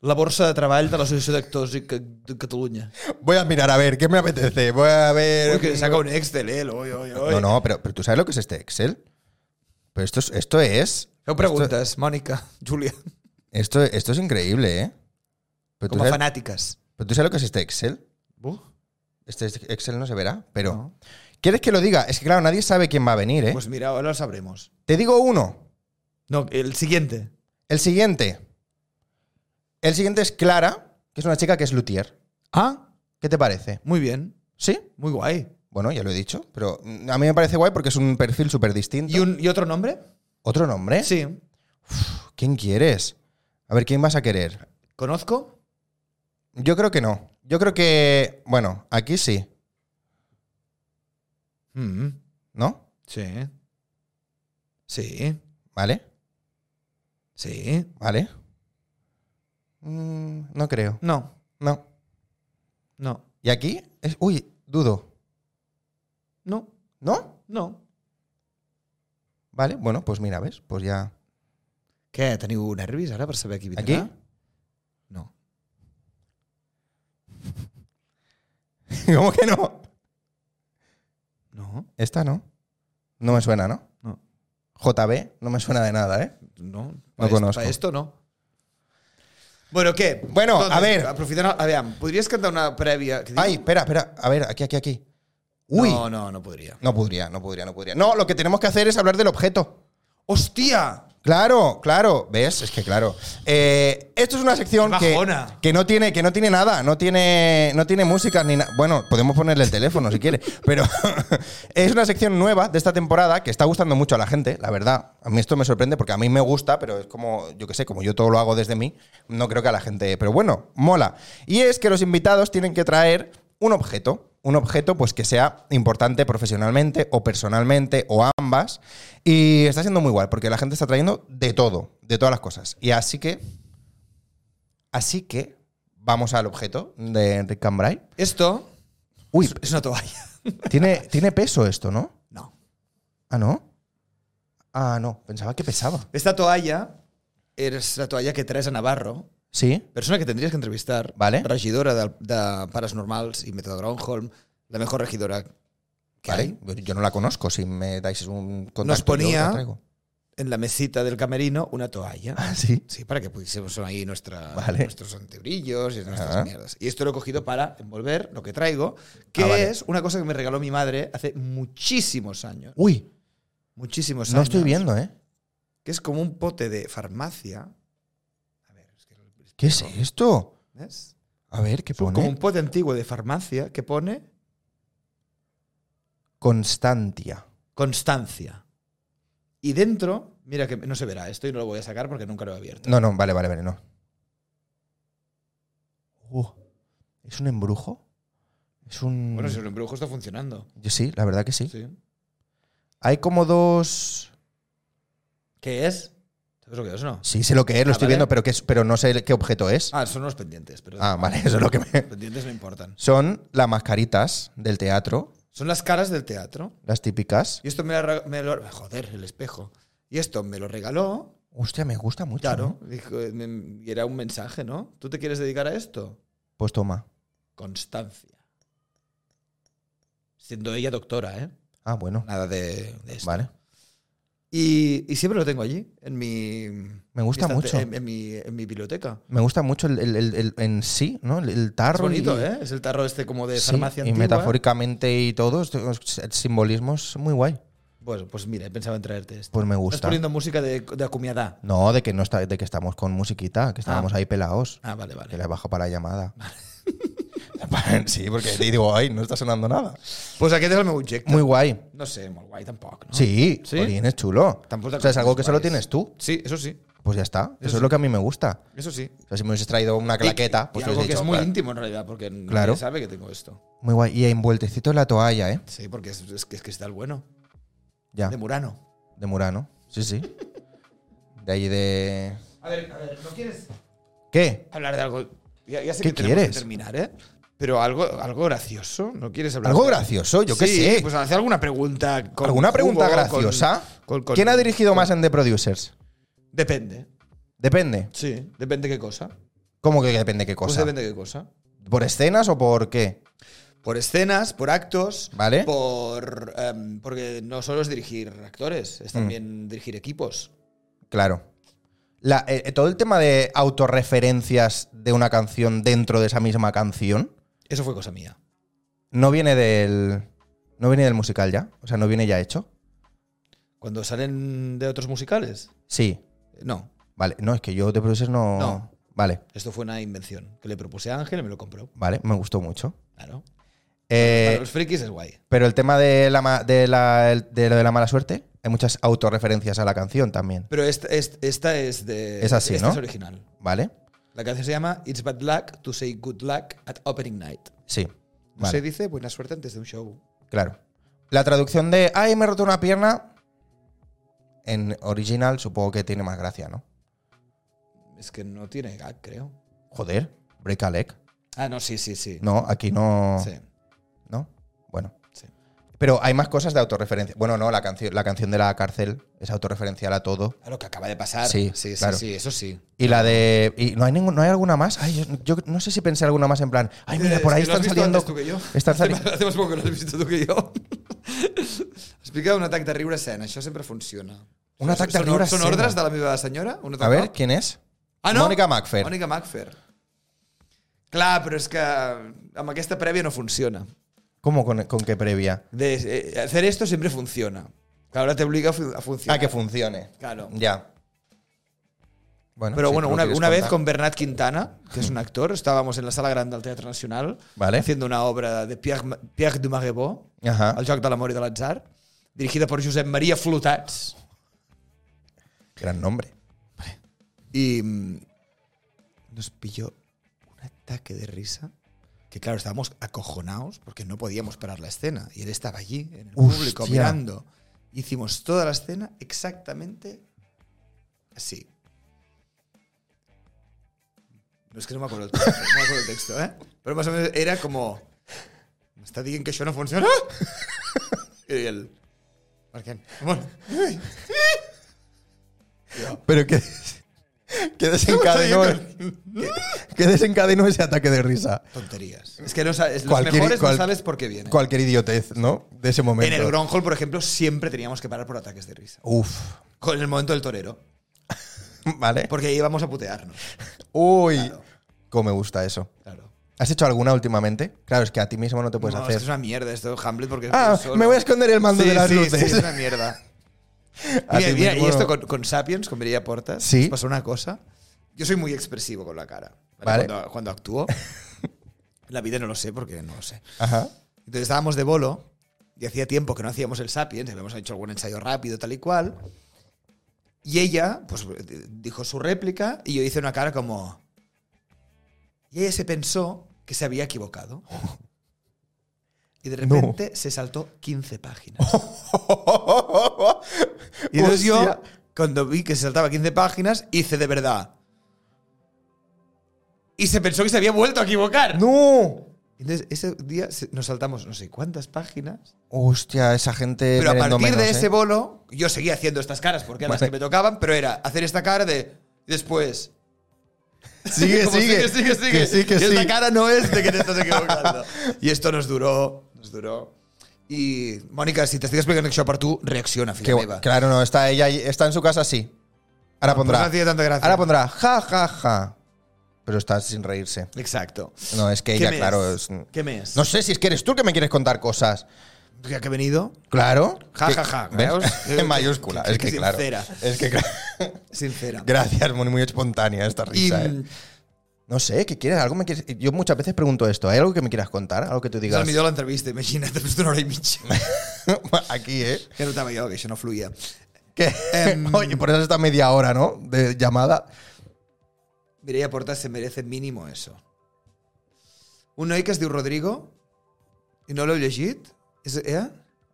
Speaker 3: la borsa de trabajo de la Asociación de Actores de Ca- de Cataluña.
Speaker 1: Voy a mirar, a ver, ¿qué me apetece? Voy a ver...
Speaker 3: Uy, que saca un Excel, eh. Oy, oy, oy.
Speaker 1: No, no, pero, pero ¿tú sabes lo que es este Excel? Pero esto es... Esto es...
Speaker 3: Feu preguntes, Mònica, Júlia,
Speaker 1: Esto, esto es increíble, ¿eh? Pero tú,
Speaker 3: com a
Speaker 1: sabes,
Speaker 3: fanàtiques.
Speaker 1: pero tú sabes lo que es este Excel?
Speaker 3: Uh,
Speaker 1: Este Excel no se verá, pero...
Speaker 3: No.
Speaker 1: ¿Quieres que lo diga? Es que claro, nadie sabe quién va a venir, ¿eh?
Speaker 3: Pues mira, ahora lo sabremos.
Speaker 1: Te digo uno.
Speaker 3: No, el siguiente.
Speaker 1: El siguiente. El siguiente es Clara, que es una chica que es luthier.
Speaker 3: Ah,
Speaker 1: ¿Qué te parece?
Speaker 3: muy bien.
Speaker 1: ¿Sí?
Speaker 3: Muy guay.
Speaker 1: Bueno, ya lo he dicho, pero mm, a mí me parece guay porque es un perfil súper distinto.
Speaker 3: ¿Y, un, ¿Y otro nombre?
Speaker 1: ¿Otro nombre?
Speaker 3: Sí.
Speaker 1: ¿Quién quieres? A ver, ¿quién vas a querer?
Speaker 3: ¿Conozco?
Speaker 1: Yo creo que no. Yo creo que... Bueno, aquí sí,
Speaker 3: Mm,
Speaker 1: ¿no?
Speaker 3: sí. Sí.
Speaker 1: ¿Vale?
Speaker 3: Sí.
Speaker 1: ¿Vale? Mm, no creo.
Speaker 3: No,
Speaker 1: No.
Speaker 3: no,
Speaker 1: ¿Y aquí? Es, uy, dudo.
Speaker 3: no,
Speaker 1: ¿No?
Speaker 3: no.
Speaker 1: Vale, bueno, pues mira, ¿ves? Pues ya...
Speaker 3: Què, teniu nervis ara per saber qui vindrà?
Speaker 1: Aquí?
Speaker 3: No.
Speaker 1: ¿Cómo que no?
Speaker 3: No,
Speaker 1: Esta no. No me suena, ¿no?
Speaker 3: no,
Speaker 1: JB, no me suena de nada, ¿eh?
Speaker 3: no.
Speaker 1: No conozco.
Speaker 3: Para esto no. Bueno, què?
Speaker 1: Bueno, a ver.
Speaker 3: Aprofitant, el- a veure, podries cantar una prèvia? Que diu-
Speaker 1: Ay, espera, espera. A ver, aquí, aquí, aquí. Uy.
Speaker 3: No,
Speaker 1: No,
Speaker 3: no, no podría.
Speaker 1: podría, no podría, no podría. No, lo que tenemos que hacer es hablar del objeto.
Speaker 3: ¡Hostia!
Speaker 1: Claro, claro, ¿ves? Es que claro. Eh, esto es una sección
Speaker 3: Qué
Speaker 1: que,
Speaker 3: bajona.
Speaker 1: que no tiene, que no tiene nada, no tiene, no tiene música ni nada. Bueno, podemos ponerle el teléfono si quiere, pero es una sección nueva de esta temporada que está gustando mucho a la gente, la verdad. A mí esto me sorprende porque a mí me gusta, pero es como, yo qué sé, como yo todo lo hago desde mí, no creo que a la gente. Pero bueno, mola. Y es que los invitados tienen que traer un objeto. Un objeto, pues que sea importante profesionalmente o personalmente o ambas. Y está siendo muy guay, porque la gente está trayendo de todo, de todas las cosas. Y así que Así que vamos al objeto de Enrique Cambrai.
Speaker 3: Esto
Speaker 1: Uy,
Speaker 3: es una toalla.
Speaker 1: tiene, tiene peso esto, ¿no?
Speaker 3: No.
Speaker 1: Ah, ¿no? Ah, no, pensaba que pesaba.
Speaker 3: Esta toalla es la toalla que traes a Navarro,
Speaker 1: ¿Sí?
Speaker 3: persona que tendries que entrevistar,
Speaker 1: Vale.
Speaker 3: regidora de, de Pares Normals i Método Gronholm, la mejor regidora que hay.
Speaker 1: Vale, yo no la conozco, si me dais un contacto
Speaker 3: Nos ponía-
Speaker 1: yo la traigo.
Speaker 3: en la mesita del camerino una toalla.
Speaker 1: Ah, sí.
Speaker 3: Sí, para que pudiésemos ahí nuestra,
Speaker 1: Vale.
Speaker 3: nuestros antebrillos y nuestras
Speaker 1: Ah.
Speaker 3: mierdas. Y esto lo he cogido para envolver lo que traigo, que
Speaker 1: Ah, vale.
Speaker 3: es una cosa que me regaló mi madre hace muchísimos años.
Speaker 1: Uy,
Speaker 3: Muchísimos años.
Speaker 1: no estoy viendo, ¿eh?
Speaker 3: Que es como un pote de farmacia. A ver, es que lo
Speaker 1: ¿Qué es
Speaker 3: explico,
Speaker 1: esto?
Speaker 3: ¿ves?
Speaker 1: A ver, ¿qué
Speaker 3: Es como un
Speaker 1: pone?
Speaker 3: pote antiguo de farmacia que pone
Speaker 1: Constantia.
Speaker 3: constancia. Y dentro, mira que no se verá esto y no lo voy a sacar porque nunca lo he abierto.
Speaker 1: No, no, vale, vale, vale, no. Uh, ¿Es un embrujo? Es un...
Speaker 3: Bueno, si lo embrujo está funcionando.
Speaker 1: Yo sí, la verdad que sí.
Speaker 3: Sí.
Speaker 1: Hay como dos...
Speaker 3: ¿Qué es? ¿Sabes lo que es o no?
Speaker 1: Sí, sé lo que es, lo
Speaker 3: Ah,
Speaker 1: estoy
Speaker 3: vale.
Speaker 1: viendo, pero, qué es- pero no sé qué objeto es.
Speaker 3: Ah, son los pendientes, perdón.
Speaker 1: Ah, vale, eso es lo que me...
Speaker 3: Los pendientes no importan.
Speaker 1: Son las mascaritas del teatro,
Speaker 3: Son las caras del teatro.
Speaker 1: las típicas.
Speaker 3: Y esto me, la re- me lo. Joder, el espejo. Y esto me lo regaló.
Speaker 1: Hostia, me gusta mucho.
Speaker 3: Claro.
Speaker 1: ¿no?
Speaker 3: dijo, eh, me- y era un mensaje, ¿no? ¿Tú te quieres dedicar a esto?
Speaker 1: Pues toma.
Speaker 3: Constancia. Siendo ella doctora, ¿eh?
Speaker 1: Ah, bueno.
Speaker 3: Nada de, de esto.
Speaker 1: Vale.
Speaker 3: Y, y siempre lo tengo allí, en mi. Me
Speaker 1: gusta mucho.
Speaker 3: En, en mi, en mi biblioteca.
Speaker 1: Me gusta mucho el, el- el- el- en sí, ¿no? El, el
Speaker 3: Es
Speaker 1: tarro.
Speaker 3: bonito,
Speaker 1: y-
Speaker 3: ¿eh? Es el tarro este como de
Speaker 1: sí,
Speaker 3: farmacia
Speaker 1: y
Speaker 3: antigua.
Speaker 1: metafóricamente y todo, esto- el simbolismo es muy guay.
Speaker 3: Bueno, pues mira, he pensado en traerte este. esto.
Speaker 1: Pues me
Speaker 3: Estás
Speaker 1: gusta.
Speaker 3: poniendo música de, de acumiadá.
Speaker 1: No, de que no está, de que estamos con musiquita, que estábamos ahí pelados.
Speaker 3: Ah, vale,
Speaker 1: Que
Speaker 3: vale.
Speaker 1: le bajo para la llamada. sí, porque te digo, ay, no está sonando nada.
Speaker 3: Pues aquest és el meu objecte.
Speaker 1: Muy guay.
Speaker 3: No sé, molt guai tampoc, no?
Speaker 1: Sí,
Speaker 3: Ah, Sí.
Speaker 1: Olín, es chulo.
Speaker 3: Tampoco te
Speaker 1: o sea, es algo que solo tienes
Speaker 3: acostumbres.
Speaker 1: tú.
Speaker 3: Sí, eso sí,
Speaker 1: Pues ya está. Eso
Speaker 3: Eso
Speaker 1: es lo que a mí me gusta.
Speaker 3: eso sí.
Speaker 1: O sea, si me hubieses traído una claqueta,
Speaker 3: Y-
Speaker 1: pues
Speaker 3: y algo
Speaker 1: hubiese
Speaker 3: que
Speaker 1: dicho,
Speaker 3: es muy
Speaker 1: "Claro".
Speaker 3: íntimo en realidad, porque nadie
Speaker 1: Claro.
Speaker 3: sabe que tengo esto.
Speaker 1: Muy guay. Y envueltecito en la toalla, ¿eh?
Speaker 3: Sí, porque es, es que es que está el bueno.
Speaker 1: Ya.
Speaker 3: De
Speaker 1: De,
Speaker 3: Murano.
Speaker 1: Murano. Sí, sí. De ahí de.
Speaker 3: A ver, a ver, ¿no quieres
Speaker 1: ¿Qué?
Speaker 3: hablar de algo? Ya, ya sé
Speaker 1: ¿Qué
Speaker 3: que tenemos
Speaker 1: quieres?
Speaker 3: que terminar, ¿eh? Pero algo, algo gracioso, ¿no quieres hablar?
Speaker 1: Algo
Speaker 3: de-
Speaker 1: gracioso, yo qué
Speaker 3: Sí,
Speaker 1: sé.
Speaker 3: Pues hace alguna pregunta. Con
Speaker 1: ¿Alguna pregunta
Speaker 3: jugo, con-
Speaker 1: graciosa?
Speaker 3: con- con-
Speaker 1: ¿Quién ha dirigido más en The Producers?
Speaker 3: Depende.
Speaker 1: Depende.
Speaker 3: Sí, depende qué cosa.
Speaker 1: ¿Cómo que depende qué
Speaker 3: Pues
Speaker 1: cosa?
Speaker 3: depende qué cosa.
Speaker 1: ¿Por escenas o por qué?
Speaker 3: Por escenas, por actos,
Speaker 1: Vale.
Speaker 3: por em, porque no solo es dirigir actores,
Speaker 1: Mm.
Speaker 3: es también dirigir equipos.
Speaker 1: Claro. La- eh, eh, todo el tema de autorreferencias de una canción dentro de esa misma canción
Speaker 3: Eso fue cosa mía.
Speaker 1: no viene del. No viene del musical ya. O sea, no viene ya hecho.
Speaker 3: Cuando salen de otros musicales,
Speaker 1: Sí.
Speaker 3: no.
Speaker 1: Vale, no, es que yo de producers no.
Speaker 3: No.
Speaker 1: Vale,
Speaker 3: Esto fue una invención que le propuse a Ángel y me lo compró.
Speaker 1: vale, me gustó mucho.
Speaker 3: Claro.
Speaker 1: Eh,
Speaker 3: Para los frikis es guay.
Speaker 1: pero el tema de, la, ma- de, la, el- de lo de la mala suerte, hay muchas autorreferencias a la canción también,
Speaker 3: Pero esta, es- esta es de.
Speaker 1: Es así,
Speaker 3: esta
Speaker 1: ¿no?
Speaker 3: es original.
Speaker 1: ¿vale?
Speaker 3: La canción se llama It's Bad Luck to Say Good Luck at Opening Night.
Speaker 1: Sí,
Speaker 3: No se
Speaker 1: vale,
Speaker 3: dice buena suerte antes de un show.
Speaker 1: claro. La traducción de ¡Ay, me he roto una pierna! En original supongo que tiene más gracia, ¿no?
Speaker 3: Es que no tiene gag, creo.
Speaker 1: Joder, break a leg.
Speaker 3: Ah, no, sí, sí, sí.
Speaker 1: No, aquí no.
Speaker 3: Sí,
Speaker 1: ¿No? Bueno.
Speaker 3: sí.
Speaker 1: Pero hay más cosas de autorreferencia. Bueno, no, la, canción la canción de la cárcel es autorreferencial a todo.
Speaker 3: A lo que acaba de pasar.
Speaker 1: Sí,
Speaker 3: Sí, sí,
Speaker 1: claro.
Speaker 3: sí, eso sí.
Speaker 1: Y la de. Y no, hay ningún- ¿No hay alguna más? Ay, yo, yo no sé si pensé alguna más en plan. Ay, mira, por ahí
Speaker 3: Es que lo has
Speaker 1: están
Speaker 3: visto
Speaker 1: saliendo.
Speaker 3: antes tu que jo.
Speaker 1: Están
Speaker 3: Hace-
Speaker 1: saliendo.
Speaker 3: Hace más poco que lo has visto tu que jo. Explica un atac de riure escena, això sempre funciona.
Speaker 1: Un atac de
Speaker 3: Són-
Speaker 1: riure
Speaker 3: Són
Speaker 1: escena.
Speaker 3: ordres de la meva senyora? Un altre
Speaker 1: A ver,
Speaker 3: cop?
Speaker 1: ¿quién es?
Speaker 3: Ah, no?
Speaker 1: Mónica Macfer.
Speaker 3: Mònica Macfer. Clar, però és que amb aquesta prèvia no funciona.
Speaker 1: ¿Cómo con, con qué previa?
Speaker 3: De, eh, hacer esto siempre funciona. Claro, ahora te obliga a fu- a funcionar.
Speaker 1: Ah, que funcione.
Speaker 3: Claro.
Speaker 1: Ya. Bueno,
Speaker 3: Pero
Speaker 1: si
Speaker 3: bueno,
Speaker 1: tú lo
Speaker 3: una,
Speaker 1: quieres
Speaker 3: una vez
Speaker 1: contar.
Speaker 3: con Bernat Quintana, que es un actor, estábamos en la sala grande del Teatre Nacional
Speaker 1: Vale.
Speaker 3: haciendo una obra de Pierre, Ma- Pierre de Marivaux,
Speaker 1: Ahà.
Speaker 3: El joc de l'amor i de l'atzar, dirigida per Josep Maria Flotats.
Speaker 1: Gran nombre.
Speaker 3: Y mm, nos pilló un ataque de risa. Que claro, estábamos acojonados porque no podíamos parar la escena. Y él estaba allí, en el público,
Speaker 1: Hostia.
Speaker 3: mirando. Hicimos toda la escena exactamente así. No es que no me acuerdo el texto, no me acuerdo el texto, ¿eh? Pero más o menos era como... Me está diciendo que eso no funciona. Y él... "Per què? Bueno,
Speaker 1: Pero que, que desencadenó, que desencadenó ese ataque de risa.
Speaker 3: tonterías. Es que no sabes, los
Speaker 1: Cualquier-
Speaker 3: mejores
Speaker 1: cual-
Speaker 3: no sabes por qué vienen.
Speaker 1: Cualquier idiotez, ¿no? De ese
Speaker 3: En
Speaker 1: momento.
Speaker 3: el Gronhall, por ejemplo, siempre teníamos que parar por ataques de risa.
Speaker 1: Uf.
Speaker 3: Con el momento del torero.
Speaker 1: Vale.
Speaker 3: Porque ahí íbamos a putearnos.
Speaker 1: Uy. Cómo me gusta eso.
Speaker 3: Claro.
Speaker 1: ¿Has hecho alguna últimamente? Claro, es que a ti mismo no te puedes
Speaker 3: No,
Speaker 1: Pues hacer.
Speaker 3: es que es una mierda esto, Hamlet, porque.
Speaker 1: Ah,
Speaker 3: estoy solo.
Speaker 1: me voy a esconder el mando
Speaker 3: Sí,
Speaker 1: de las
Speaker 3: sí,
Speaker 1: luces.
Speaker 3: sí, es una mierda.
Speaker 1: A
Speaker 3: Mira,
Speaker 1: ti
Speaker 3: mira,
Speaker 1: mismo
Speaker 3: y esto
Speaker 1: no.
Speaker 3: con, con Sapiens, con Mireia Portas,
Speaker 1: Sí.
Speaker 3: nos pasó una cosa. Yo soy muy expresivo con la cara.
Speaker 1: Vale.
Speaker 3: Cuando, cuando actúo. la vida no lo sé porque no lo sé.
Speaker 1: Ajá.
Speaker 3: Entonces estábamos de bolo y hacía tiempo que no hacíamos el Sapiens, habíamos hecho algún ensayo rápido, tal y cual. Y ella, pues, dijo su réplica y yo hice una cara como. Y ella se pensó que se había equivocado. Y de repente se saltó 15 páginas. Y entonces yo,
Speaker 1: Hostia.
Speaker 3: cuando vi que se saltaba 15 páginas, hice de verdad. Y se pensó que se había vuelto a equivocar.
Speaker 1: ¡No!
Speaker 3: Entonces, ese día se- nos saltamos no sé cuántas páginas.
Speaker 1: Hostia, esa gente.
Speaker 3: Pero a
Speaker 1: merendó
Speaker 3: partir de
Speaker 1: menos,
Speaker 3: ese
Speaker 1: ¿eh?
Speaker 3: bolo, yo seguía haciendo estas caras porque eran las
Speaker 1: Vale.
Speaker 3: que me tocaban, pero era hacer esta cara de. Después.
Speaker 1: Sigue,
Speaker 3: Como,
Speaker 1: sigue.
Speaker 3: sigue, sigue.
Speaker 1: Que sí, que
Speaker 3: Y esta
Speaker 1: sí.
Speaker 3: cara no es de que te estás equivocando. I esto nos duró, nos duró. I, Mònica, si t'estic explicant això per tu, reacciona, filla
Speaker 1: Que-
Speaker 3: meva.
Speaker 1: claro, no, está ella está en su casa así. Ahora
Speaker 3: Pues
Speaker 1: pondrá.
Speaker 3: no hacía tanta gracia.
Speaker 1: Ahora pondrá ja, ja, ja. Pero está sin reírse.
Speaker 3: Exacto.
Speaker 1: No, es que
Speaker 3: ¿Qué
Speaker 1: ella,
Speaker 3: més?
Speaker 1: claro. es- no
Speaker 3: Què més?
Speaker 1: sé si es que eres tú el que me quieres contar cosas.
Speaker 3: Ja que he venido,
Speaker 1: Claro.
Speaker 3: Ja,
Speaker 1: Que-
Speaker 3: ja, ja,
Speaker 1: ¿ves?
Speaker 3: veus?
Speaker 1: En mayúscula.
Speaker 3: Que-
Speaker 1: es
Speaker 3: que
Speaker 1: que, claro.
Speaker 3: sincera.
Speaker 1: Es que, claro.
Speaker 3: sincera.
Speaker 1: Gracias, muy, muy espontánea esta
Speaker 3: I,
Speaker 1: risa. eh. No sé, ¿qué quieres? ¿Algo me quieres? Yo muchas veces pregunto esto. ¿Hay algo que me quieras contar? Algo que tú
Speaker 3: és
Speaker 1: digas.
Speaker 3: el millor de l'entrevista, imagina't, després d'una pues hora i mitja.
Speaker 1: Aquí, ¿eh?
Speaker 3: Que notava jo que això no fluïa.
Speaker 1: Que-
Speaker 3: Em.
Speaker 1: Oye, por eso está media hora, ¿no? De llamada.
Speaker 3: Mireia Porta se merece mínimo eso. Un noi que es diu Rodrigo, i no l'heu llegit, és, eh?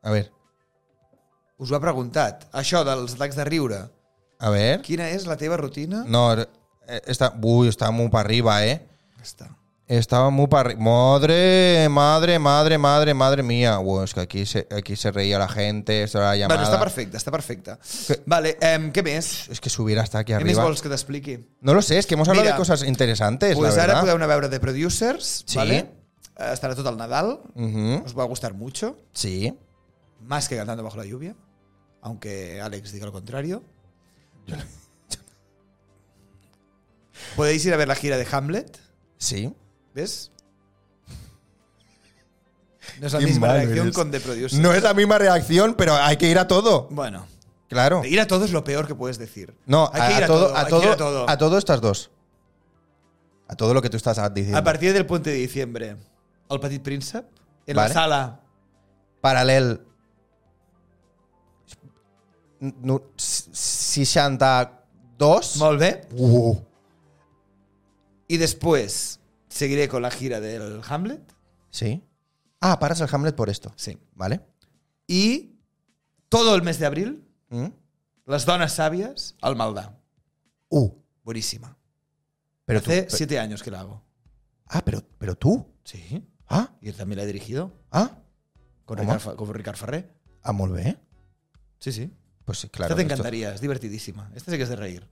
Speaker 1: A ver.
Speaker 3: us ho ha preguntat. Això dels atacs de riure.
Speaker 1: A ver.
Speaker 3: Quina és la teva rutina?
Speaker 1: No, eh, está, uy, está muy para arriba, ¿eh?
Speaker 3: Ja Està.
Speaker 1: Estaba muy para arriba. Madre, madre, madre, madre, madre mía. Uy, es que aquí se, aquí se reía la gente, esto era la llamada.
Speaker 3: Bueno, està perfecte, està perfecte.
Speaker 1: Que-
Speaker 3: Vale, em, què més?
Speaker 1: Es que subir hasta aquí
Speaker 3: Què més
Speaker 1: arriba.
Speaker 3: vols que t'expliqui?
Speaker 1: No lo sé, es que hemos hablado
Speaker 3: Mira,
Speaker 1: de cosas interesantes, la
Speaker 3: Pues ara
Speaker 1: verdad.
Speaker 3: podeu anar a veure The Producers,
Speaker 1: Sí. Mm.
Speaker 3: vale? Eh, estarà tot el Nadal,
Speaker 1: Ujú,
Speaker 3: us va gustar mucho,
Speaker 1: Sí.
Speaker 3: más que Cantando bajo la lluvia, aunque Alex diga lo contrario. Podéis ir a ver la gira de Hamlet,
Speaker 1: Sí.
Speaker 3: ¿ves? No es la
Speaker 1: Qué
Speaker 3: misma
Speaker 1: malo
Speaker 3: reacción
Speaker 1: eres.
Speaker 3: con The Producers.
Speaker 1: No es la misma reacción, pero hay que ir a todo.
Speaker 3: Bueno,
Speaker 1: Claro.
Speaker 3: ir a todo es lo peor que puedes decir.
Speaker 1: No,
Speaker 3: hay que
Speaker 1: a,
Speaker 3: ir
Speaker 1: a todo,
Speaker 3: hay
Speaker 1: a
Speaker 3: que
Speaker 1: todo,
Speaker 3: ir
Speaker 1: a todo, estas dos. A todo lo que tú estás diciendo.
Speaker 3: A partir del puente de diciembre, El Petit Príncep, en
Speaker 1: Vale.
Speaker 3: la sala.
Speaker 1: Paral·lel no, s- 62
Speaker 3: Molt bé.
Speaker 1: Uh.
Speaker 3: Y después seguiré con la gira del Hamlet.
Speaker 1: Sí. Ah, paras el Hamlet por esto.
Speaker 3: Sí.
Speaker 1: Vale.
Speaker 3: Y todo el mes de abril,
Speaker 1: Mm.
Speaker 3: Las donas sabias al Maldá.
Speaker 1: Uh.
Speaker 3: Buenísima.
Speaker 1: Pero tú,
Speaker 3: Hace
Speaker 1: pe-
Speaker 3: siete años que la hago.
Speaker 1: ah, pero, pero tú.
Speaker 3: Sí.
Speaker 1: Ah,
Speaker 3: Y él también la he dirigido
Speaker 1: ah.
Speaker 3: con,
Speaker 1: Home.
Speaker 3: Ricard, Fa- con Ricard Ferrer.
Speaker 1: Ah, molt bé.
Speaker 3: Sí, sí.
Speaker 1: Pues sí, claro.
Speaker 3: Esta te
Speaker 1: esto-
Speaker 3: encantaría, es divertidísima. Esta sí que es de reír.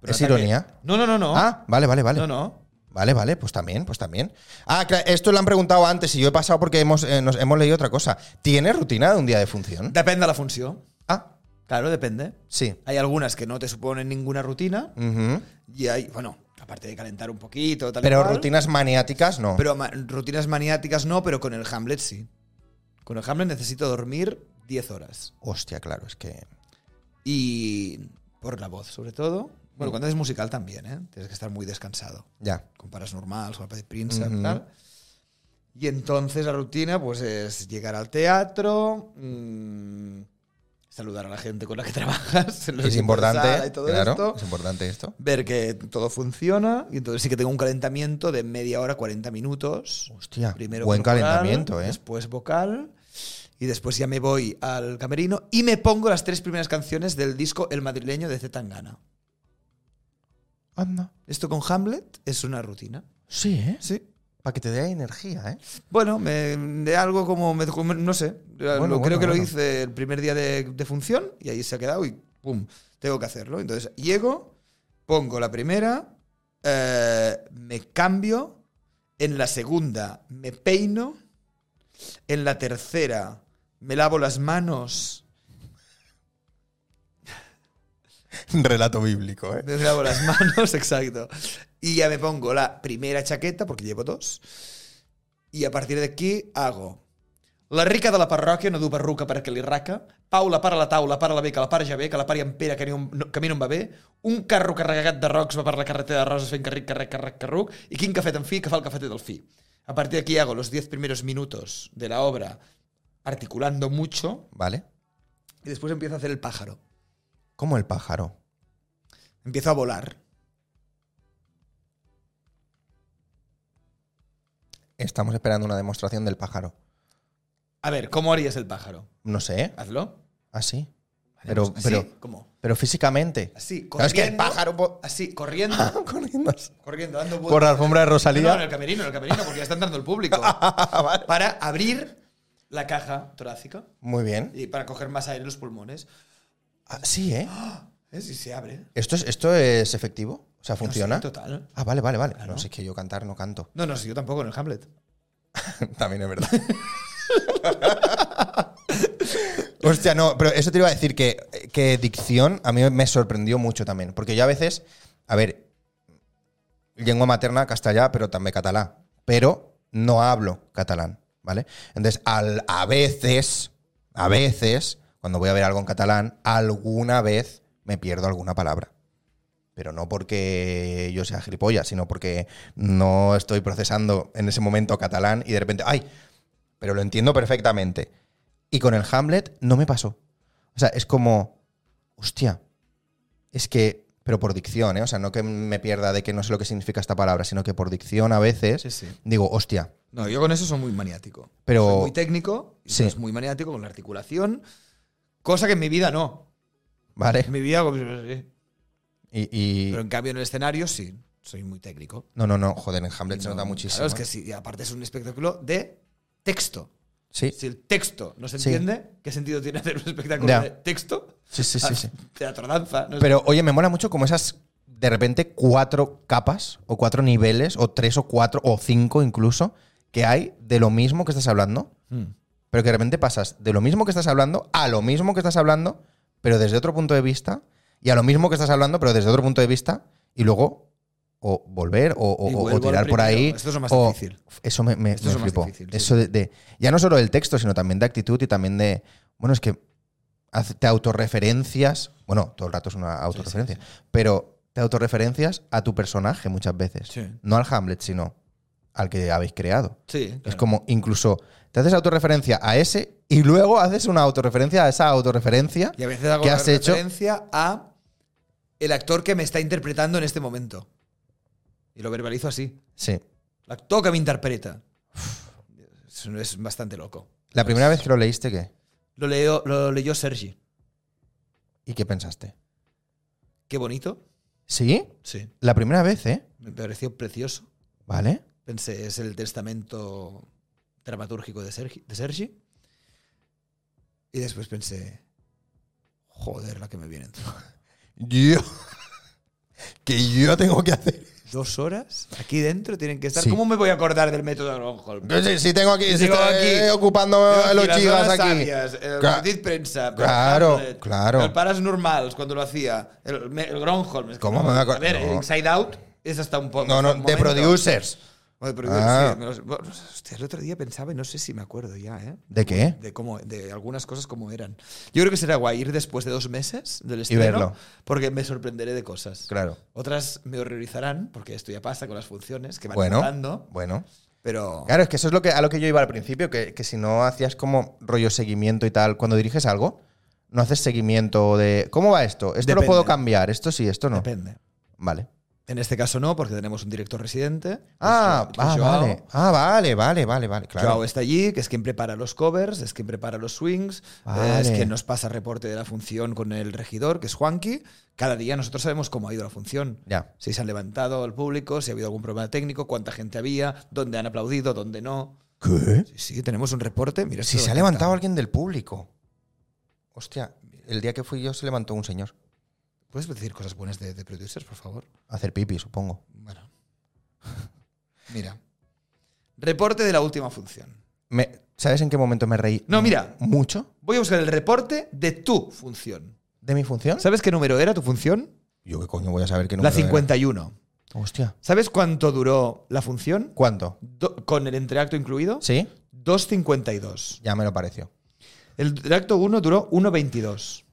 Speaker 3: Pero
Speaker 1: ¿Es
Speaker 3: ataque-
Speaker 1: ironía?
Speaker 3: No, no, no, no.
Speaker 1: Ah, vale, vale, vale.
Speaker 3: No, no.
Speaker 1: Vale, vale, pues también, pues también. Ah, claro, esto lo han preguntado antes y yo he pasado porque hemos, eh, nos, hemos leído otra cosa. ¿Tienes rutina de un día de función?
Speaker 3: Depende de la función.
Speaker 1: Ah,
Speaker 3: Claro, depende.
Speaker 1: sí.
Speaker 3: Hay algunas que no te suponen ninguna rutina
Speaker 1: Ujú.
Speaker 3: y hay, bueno, aparte de calentar un poquito, tal y
Speaker 1: Pero
Speaker 3: cual.
Speaker 1: rutinas maniáticas no.
Speaker 3: Pero ma- rutinas maniáticas no, pero con el Hamlet sí. Con el Hamlet necesito dormir 10 horas.
Speaker 1: Hostia, claro, es que.
Speaker 3: Y por la voz, sobre todo. Bueno, cuando haces musical también, ¿eh? Tienes que estar muy descansado.
Speaker 1: Ya.
Speaker 3: Con pares normales, con el Príncipe,
Speaker 1: Ujú.
Speaker 3: tal. Y entonces la rutina, pues, es llegar al teatro, mm, saludar a la gente con la que trabajas. los
Speaker 1: Es
Speaker 3: de sala
Speaker 1: importante,
Speaker 3: y todo
Speaker 1: claro,
Speaker 3: esto,
Speaker 1: es importante esto.
Speaker 3: ver que todo funciona. Y entonces sí que tengo un calentamiento de media hora, 40 minutos.
Speaker 1: Hostia,
Speaker 3: Primero
Speaker 1: buen
Speaker 3: corporal,
Speaker 1: calentamiento, ¿eh?
Speaker 3: Después vocal. Y después ya me voy al camerino y me pongo las tres primeras canciones del disco El Madrileño de Zetangana.
Speaker 1: Anda.
Speaker 3: Esto con Hamlet es una rutina.
Speaker 1: Sí, ¿eh?
Speaker 3: Sí.
Speaker 1: Para que te dé energía, ¿eh?
Speaker 3: Bueno, me, de algo como, me- como- no sé. Lo-
Speaker 1: Bueno, bueno,
Speaker 3: creo que
Speaker 1: bueno.
Speaker 3: lo hice el primer día de, de función y ahí se ha quedado y pum, tengo que hacerlo. Entonces llego, pongo la primera, eh, me cambio, en la segunda me peino, en la tercera me lavo las manos,
Speaker 1: Relato bíblico, ¿eh?
Speaker 3: me lavo las manos, exacto. Y ya me pongo la primera chaqueta, porque llevo dos. I a partir d'aquí hago... La rica de la parròquia no du perruca perquè li raca, Paula para la taula, para la bé, que la para ja bé, que la pari en Pere, que, ni un, no, que a mi no em va bé, un carro carregat de rocs va per la carretera de roses fent carric, carrec, carrec, carruc, i quin cafet en fi que fa el cafeter del fi. A partir d'aquí hago los 10 primeros minutos de la obra articulando mucho
Speaker 1: Vale.
Speaker 3: y después empiezo a hacer el pájaro.
Speaker 1: Como el pájaro.
Speaker 3: Empiezo a volar.
Speaker 1: Estamos esperando una demostración del pájaro.
Speaker 3: A ver, ¿cómo harías el pájaro?
Speaker 1: No sé, ¿eh?
Speaker 3: Hazlo.
Speaker 1: Así.
Speaker 3: Haremos
Speaker 1: Pero,
Speaker 3: así,
Speaker 1: pero,
Speaker 3: ¿cómo?
Speaker 1: pero físicamente.
Speaker 3: Así, corriendo.
Speaker 1: Claro, es que el pájaro. po-
Speaker 3: Así, corriendo,
Speaker 1: corriendo así.
Speaker 3: corriendo, dando vueltas.
Speaker 1: Por la alfombra de
Speaker 3: No, en
Speaker 1: Rosalía.
Speaker 3: el camerino, en el camerino, porque ya está entrando el público.
Speaker 1: Ah,
Speaker 3: Para abrir la caja torácica
Speaker 1: Muy bien.
Speaker 3: y para coger más aire en los pulmones.
Speaker 1: Ah, sí, ¿eh?
Speaker 3: ¿Ves? Y se abre.
Speaker 1: ¿Esto es, ¿Esto es efectivo? O sea,
Speaker 3: No
Speaker 1: ¿funciona?
Speaker 3: sé, total.
Speaker 1: Ah, vale, vale, vale.
Speaker 3: Claro.
Speaker 1: No sé, es que yo cantar no canto.
Speaker 3: No, no, sí, yo tampoco en el Hamlet.
Speaker 1: También es verdad. Hostia, no, pero eso te iba a decir que, que dicción a mí me sorprendió mucho también. Porque yo a veces, a ver, lengua materna castellá, pero también catalá. Pero no hablo catalán, ¿vale? Entonces, al, a veces, a veces, cuando voy a ver algo en catalán, alguna vez me pierdo alguna palabra. Pero no porque yo sea gilipollas, sino porque no estoy procesando en ese momento catalán y de repente, ¡ay! Pero lo entiendo perfectamente. Y con el Hamlet no me pasó. O sea, es como, hostia, es que, pero por dicción, ¿eh? O sea, no que me pierda de que no sé lo que significa esta palabra, sino que por dicción a veces
Speaker 3: Sí, sí.
Speaker 1: digo, hostia,
Speaker 3: No, yo con eso soy muy maniático.
Speaker 1: Pero-
Speaker 3: Soy muy técnico, y
Speaker 1: Sí.
Speaker 3: es muy maniático con la articulación. Cosa que en mi vida no.
Speaker 1: ¿vale?
Speaker 3: En mi vida. hago- sí.
Speaker 1: Y, y-
Speaker 3: Pero en cambio en el escenario sí. Soy muy técnico.
Speaker 1: no, no, no, joder, en Hamlet se
Speaker 3: No,
Speaker 1: nota muchísimo.
Speaker 3: Claro, es que
Speaker 1: ¿eh?
Speaker 3: sí. y aparte es un espectáculo de texto.
Speaker 1: sí.
Speaker 3: Si el texto no se
Speaker 1: Sí.
Speaker 3: entiende, ¿qué sentido tiene hacer un espectáculo
Speaker 1: Ya.
Speaker 3: de texto?
Speaker 1: Sí, sí, sí, sí.
Speaker 3: Teatro danza. No sé.
Speaker 1: Pero oye, me mola mucho como esas, de repente, cuatro capas o cuatro niveles o tres o cuatro o cinco incluso que hay de lo mismo que estás hablando,
Speaker 3: Mm.
Speaker 1: pero que de repente pasas de lo mismo que estás hablando a lo mismo que estás hablando, pero desde otro punto de vista, y a lo mismo que estás hablando, pero desde otro punto de vista, y luego o volver o, o-
Speaker 3: Y
Speaker 1: o- o
Speaker 3: vuelvo al
Speaker 1: tirar por
Speaker 3: primero.
Speaker 1: ahí.
Speaker 3: Esto es lo más
Speaker 1: o-
Speaker 3: difícil.
Speaker 1: Eso me, me,
Speaker 3: Esto
Speaker 1: me
Speaker 3: es lo más
Speaker 1: flipó.
Speaker 3: difícil, sí.
Speaker 1: Eso de, de- ya no solo del texto, sino también de actitud y también de. Bueno, es que haz- te autorreferencias. Bueno, todo el rato es una autorreferencia. Pero te autorreferencias a tu personaje muchas veces.
Speaker 3: Sí.
Speaker 1: No al Hamlet, sino al que habéis creado.
Speaker 3: Sí,
Speaker 1: Es
Speaker 3: claro.
Speaker 1: como incluso te haces autorreferencia a ese y luego haces una autorreferencia a esa autorreferencia.
Speaker 3: Y a veces hago
Speaker 1: ¿Qué
Speaker 3: una
Speaker 1: has hecho?
Speaker 3: referencia a el actor que me está interpretando en este momento. Y lo verbalizo así.
Speaker 1: Sí.
Speaker 3: El actor que me interpreta. Es, es bastante loco.
Speaker 1: La primera
Speaker 3: Pues
Speaker 1: vez que lo leíste, ¿qué?
Speaker 3: Lo, leo, lo leyó Sergi.
Speaker 1: ¿Y qué pensaste?
Speaker 3: Qué bonito.
Speaker 1: ¿Sí?
Speaker 3: Sí.
Speaker 1: La primera vez, ¿eh?
Speaker 3: Me pareció precioso.
Speaker 1: ¿Vale?
Speaker 3: Pensé, es el testamento dramatúrgico de Sergi, de Sergi. Y después pensé, joder, la que me viene encima.
Speaker 1: Yo. que yo tengo que hacer.
Speaker 3: Dos horas aquí dentro tienen que estar.
Speaker 1: Sí.
Speaker 3: ¿Cómo me voy a acordar del método de Gronholm?
Speaker 1: Yo sí, sí tengo aquí, si
Speaker 3: Tengo
Speaker 1: estoy
Speaker 3: aquí-
Speaker 1: ocupando
Speaker 3: Aquí,
Speaker 1: los
Speaker 3: las
Speaker 1: chivas
Speaker 3: zonas
Speaker 1: aquí.
Speaker 3: sabias, el
Speaker 1: Cla-
Speaker 3: petit prensa.
Speaker 1: Claro,
Speaker 3: el Hamlet,
Speaker 1: claro.
Speaker 3: El Paras Normals, cuando lo hacía. El, me- el Gronholm. es que
Speaker 1: ¿Cómo me voy a acordar?
Speaker 3: A ver,
Speaker 1: No.
Speaker 3: Inside Out es hasta un poco.
Speaker 1: no,
Speaker 3: hasta
Speaker 1: no,
Speaker 3: un
Speaker 1: de
Speaker 3: momento.
Speaker 1: producers.
Speaker 3: Bueno, pero yo-
Speaker 1: Ah.
Speaker 3: sí, me los- bueno, hostia, el otro día pensaba y no sé si me acuerdo ya, ¿eh?
Speaker 1: ¿De qué?
Speaker 3: De, cómo, de algunas cosas como eran. Yo creo que será guay ir después de dos meses del estreno.
Speaker 1: verlo.
Speaker 3: Porque me sorprenderé de cosas.
Speaker 1: Claro.
Speaker 3: Otras me horrorizarán, porque esto ya pasa con las funciones que van
Speaker 1: Bueno,
Speaker 3: mutando,
Speaker 1: bueno.
Speaker 3: Pero.
Speaker 1: Claro, es que eso es lo que, a lo que yo iba al principio, que, que si no hacías como rollo seguimiento y tal, cuando diriges algo, no haces seguimiento de ¿cómo va esto? Esto
Speaker 3: Depende.
Speaker 1: lo puedo cambiar, esto sí, esto no.
Speaker 3: Depende.
Speaker 1: Vale.
Speaker 3: En este caso no, porque tenemos un director residente. que es
Speaker 1: Ah,
Speaker 3: Jo- que es
Speaker 1: ah,
Speaker 3: Joao.
Speaker 1: vale. Ah, vale, vale, vale, vale. Claro.
Speaker 3: Joao está allí, que es quien prepara los covers, es quien prepara los swings,
Speaker 1: Vale.
Speaker 3: eh, es quien nos pasa reporte de la función con el regidor, que es Juanqui. Cada día nosotros sabemos cómo ha ido la función.
Speaker 1: Ya.
Speaker 3: Si se han levantado el público, si ha habido algún problema técnico, cuánta gente había, dónde han aplaudido, dónde no.
Speaker 1: ¿Qué?
Speaker 3: Sí, sí, tenemos un reporte. Mira,
Speaker 1: Si
Speaker 3: esto
Speaker 1: se ha
Speaker 3: lo he
Speaker 1: levantado
Speaker 3: contado.
Speaker 1: alguien del público. Hostia, el día que fui yo se levantó un señor.
Speaker 3: ¿Puedes decir cosas buenas de, de producers, por favor?
Speaker 1: A hacer pipi, supongo.
Speaker 3: Bueno. Mira. Reporte de la última función.
Speaker 1: Me- ¿Sabes en qué momento me reí?
Speaker 3: No, mira.
Speaker 1: ¿Mucho?
Speaker 3: Voy a buscar el reporte de tu función.
Speaker 1: ¿De mi función?
Speaker 3: ¿Sabes qué número era tu función?
Speaker 1: Yo qué coño voy a saber que no
Speaker 3: La 51.
Speaker 1: Hostia.
Speaker 3: ¿Sabes cuánto duró la función?
Speaker 1: ¿Cuánto?
Speaker 3: Do- con el entreacto incluido.
Speaker 1: ¿Sí?
Speaker 3: 2.52.
Speaker 1: Ya me lo pareció.
Speaker 3: El entreacto 1 duró 1.22.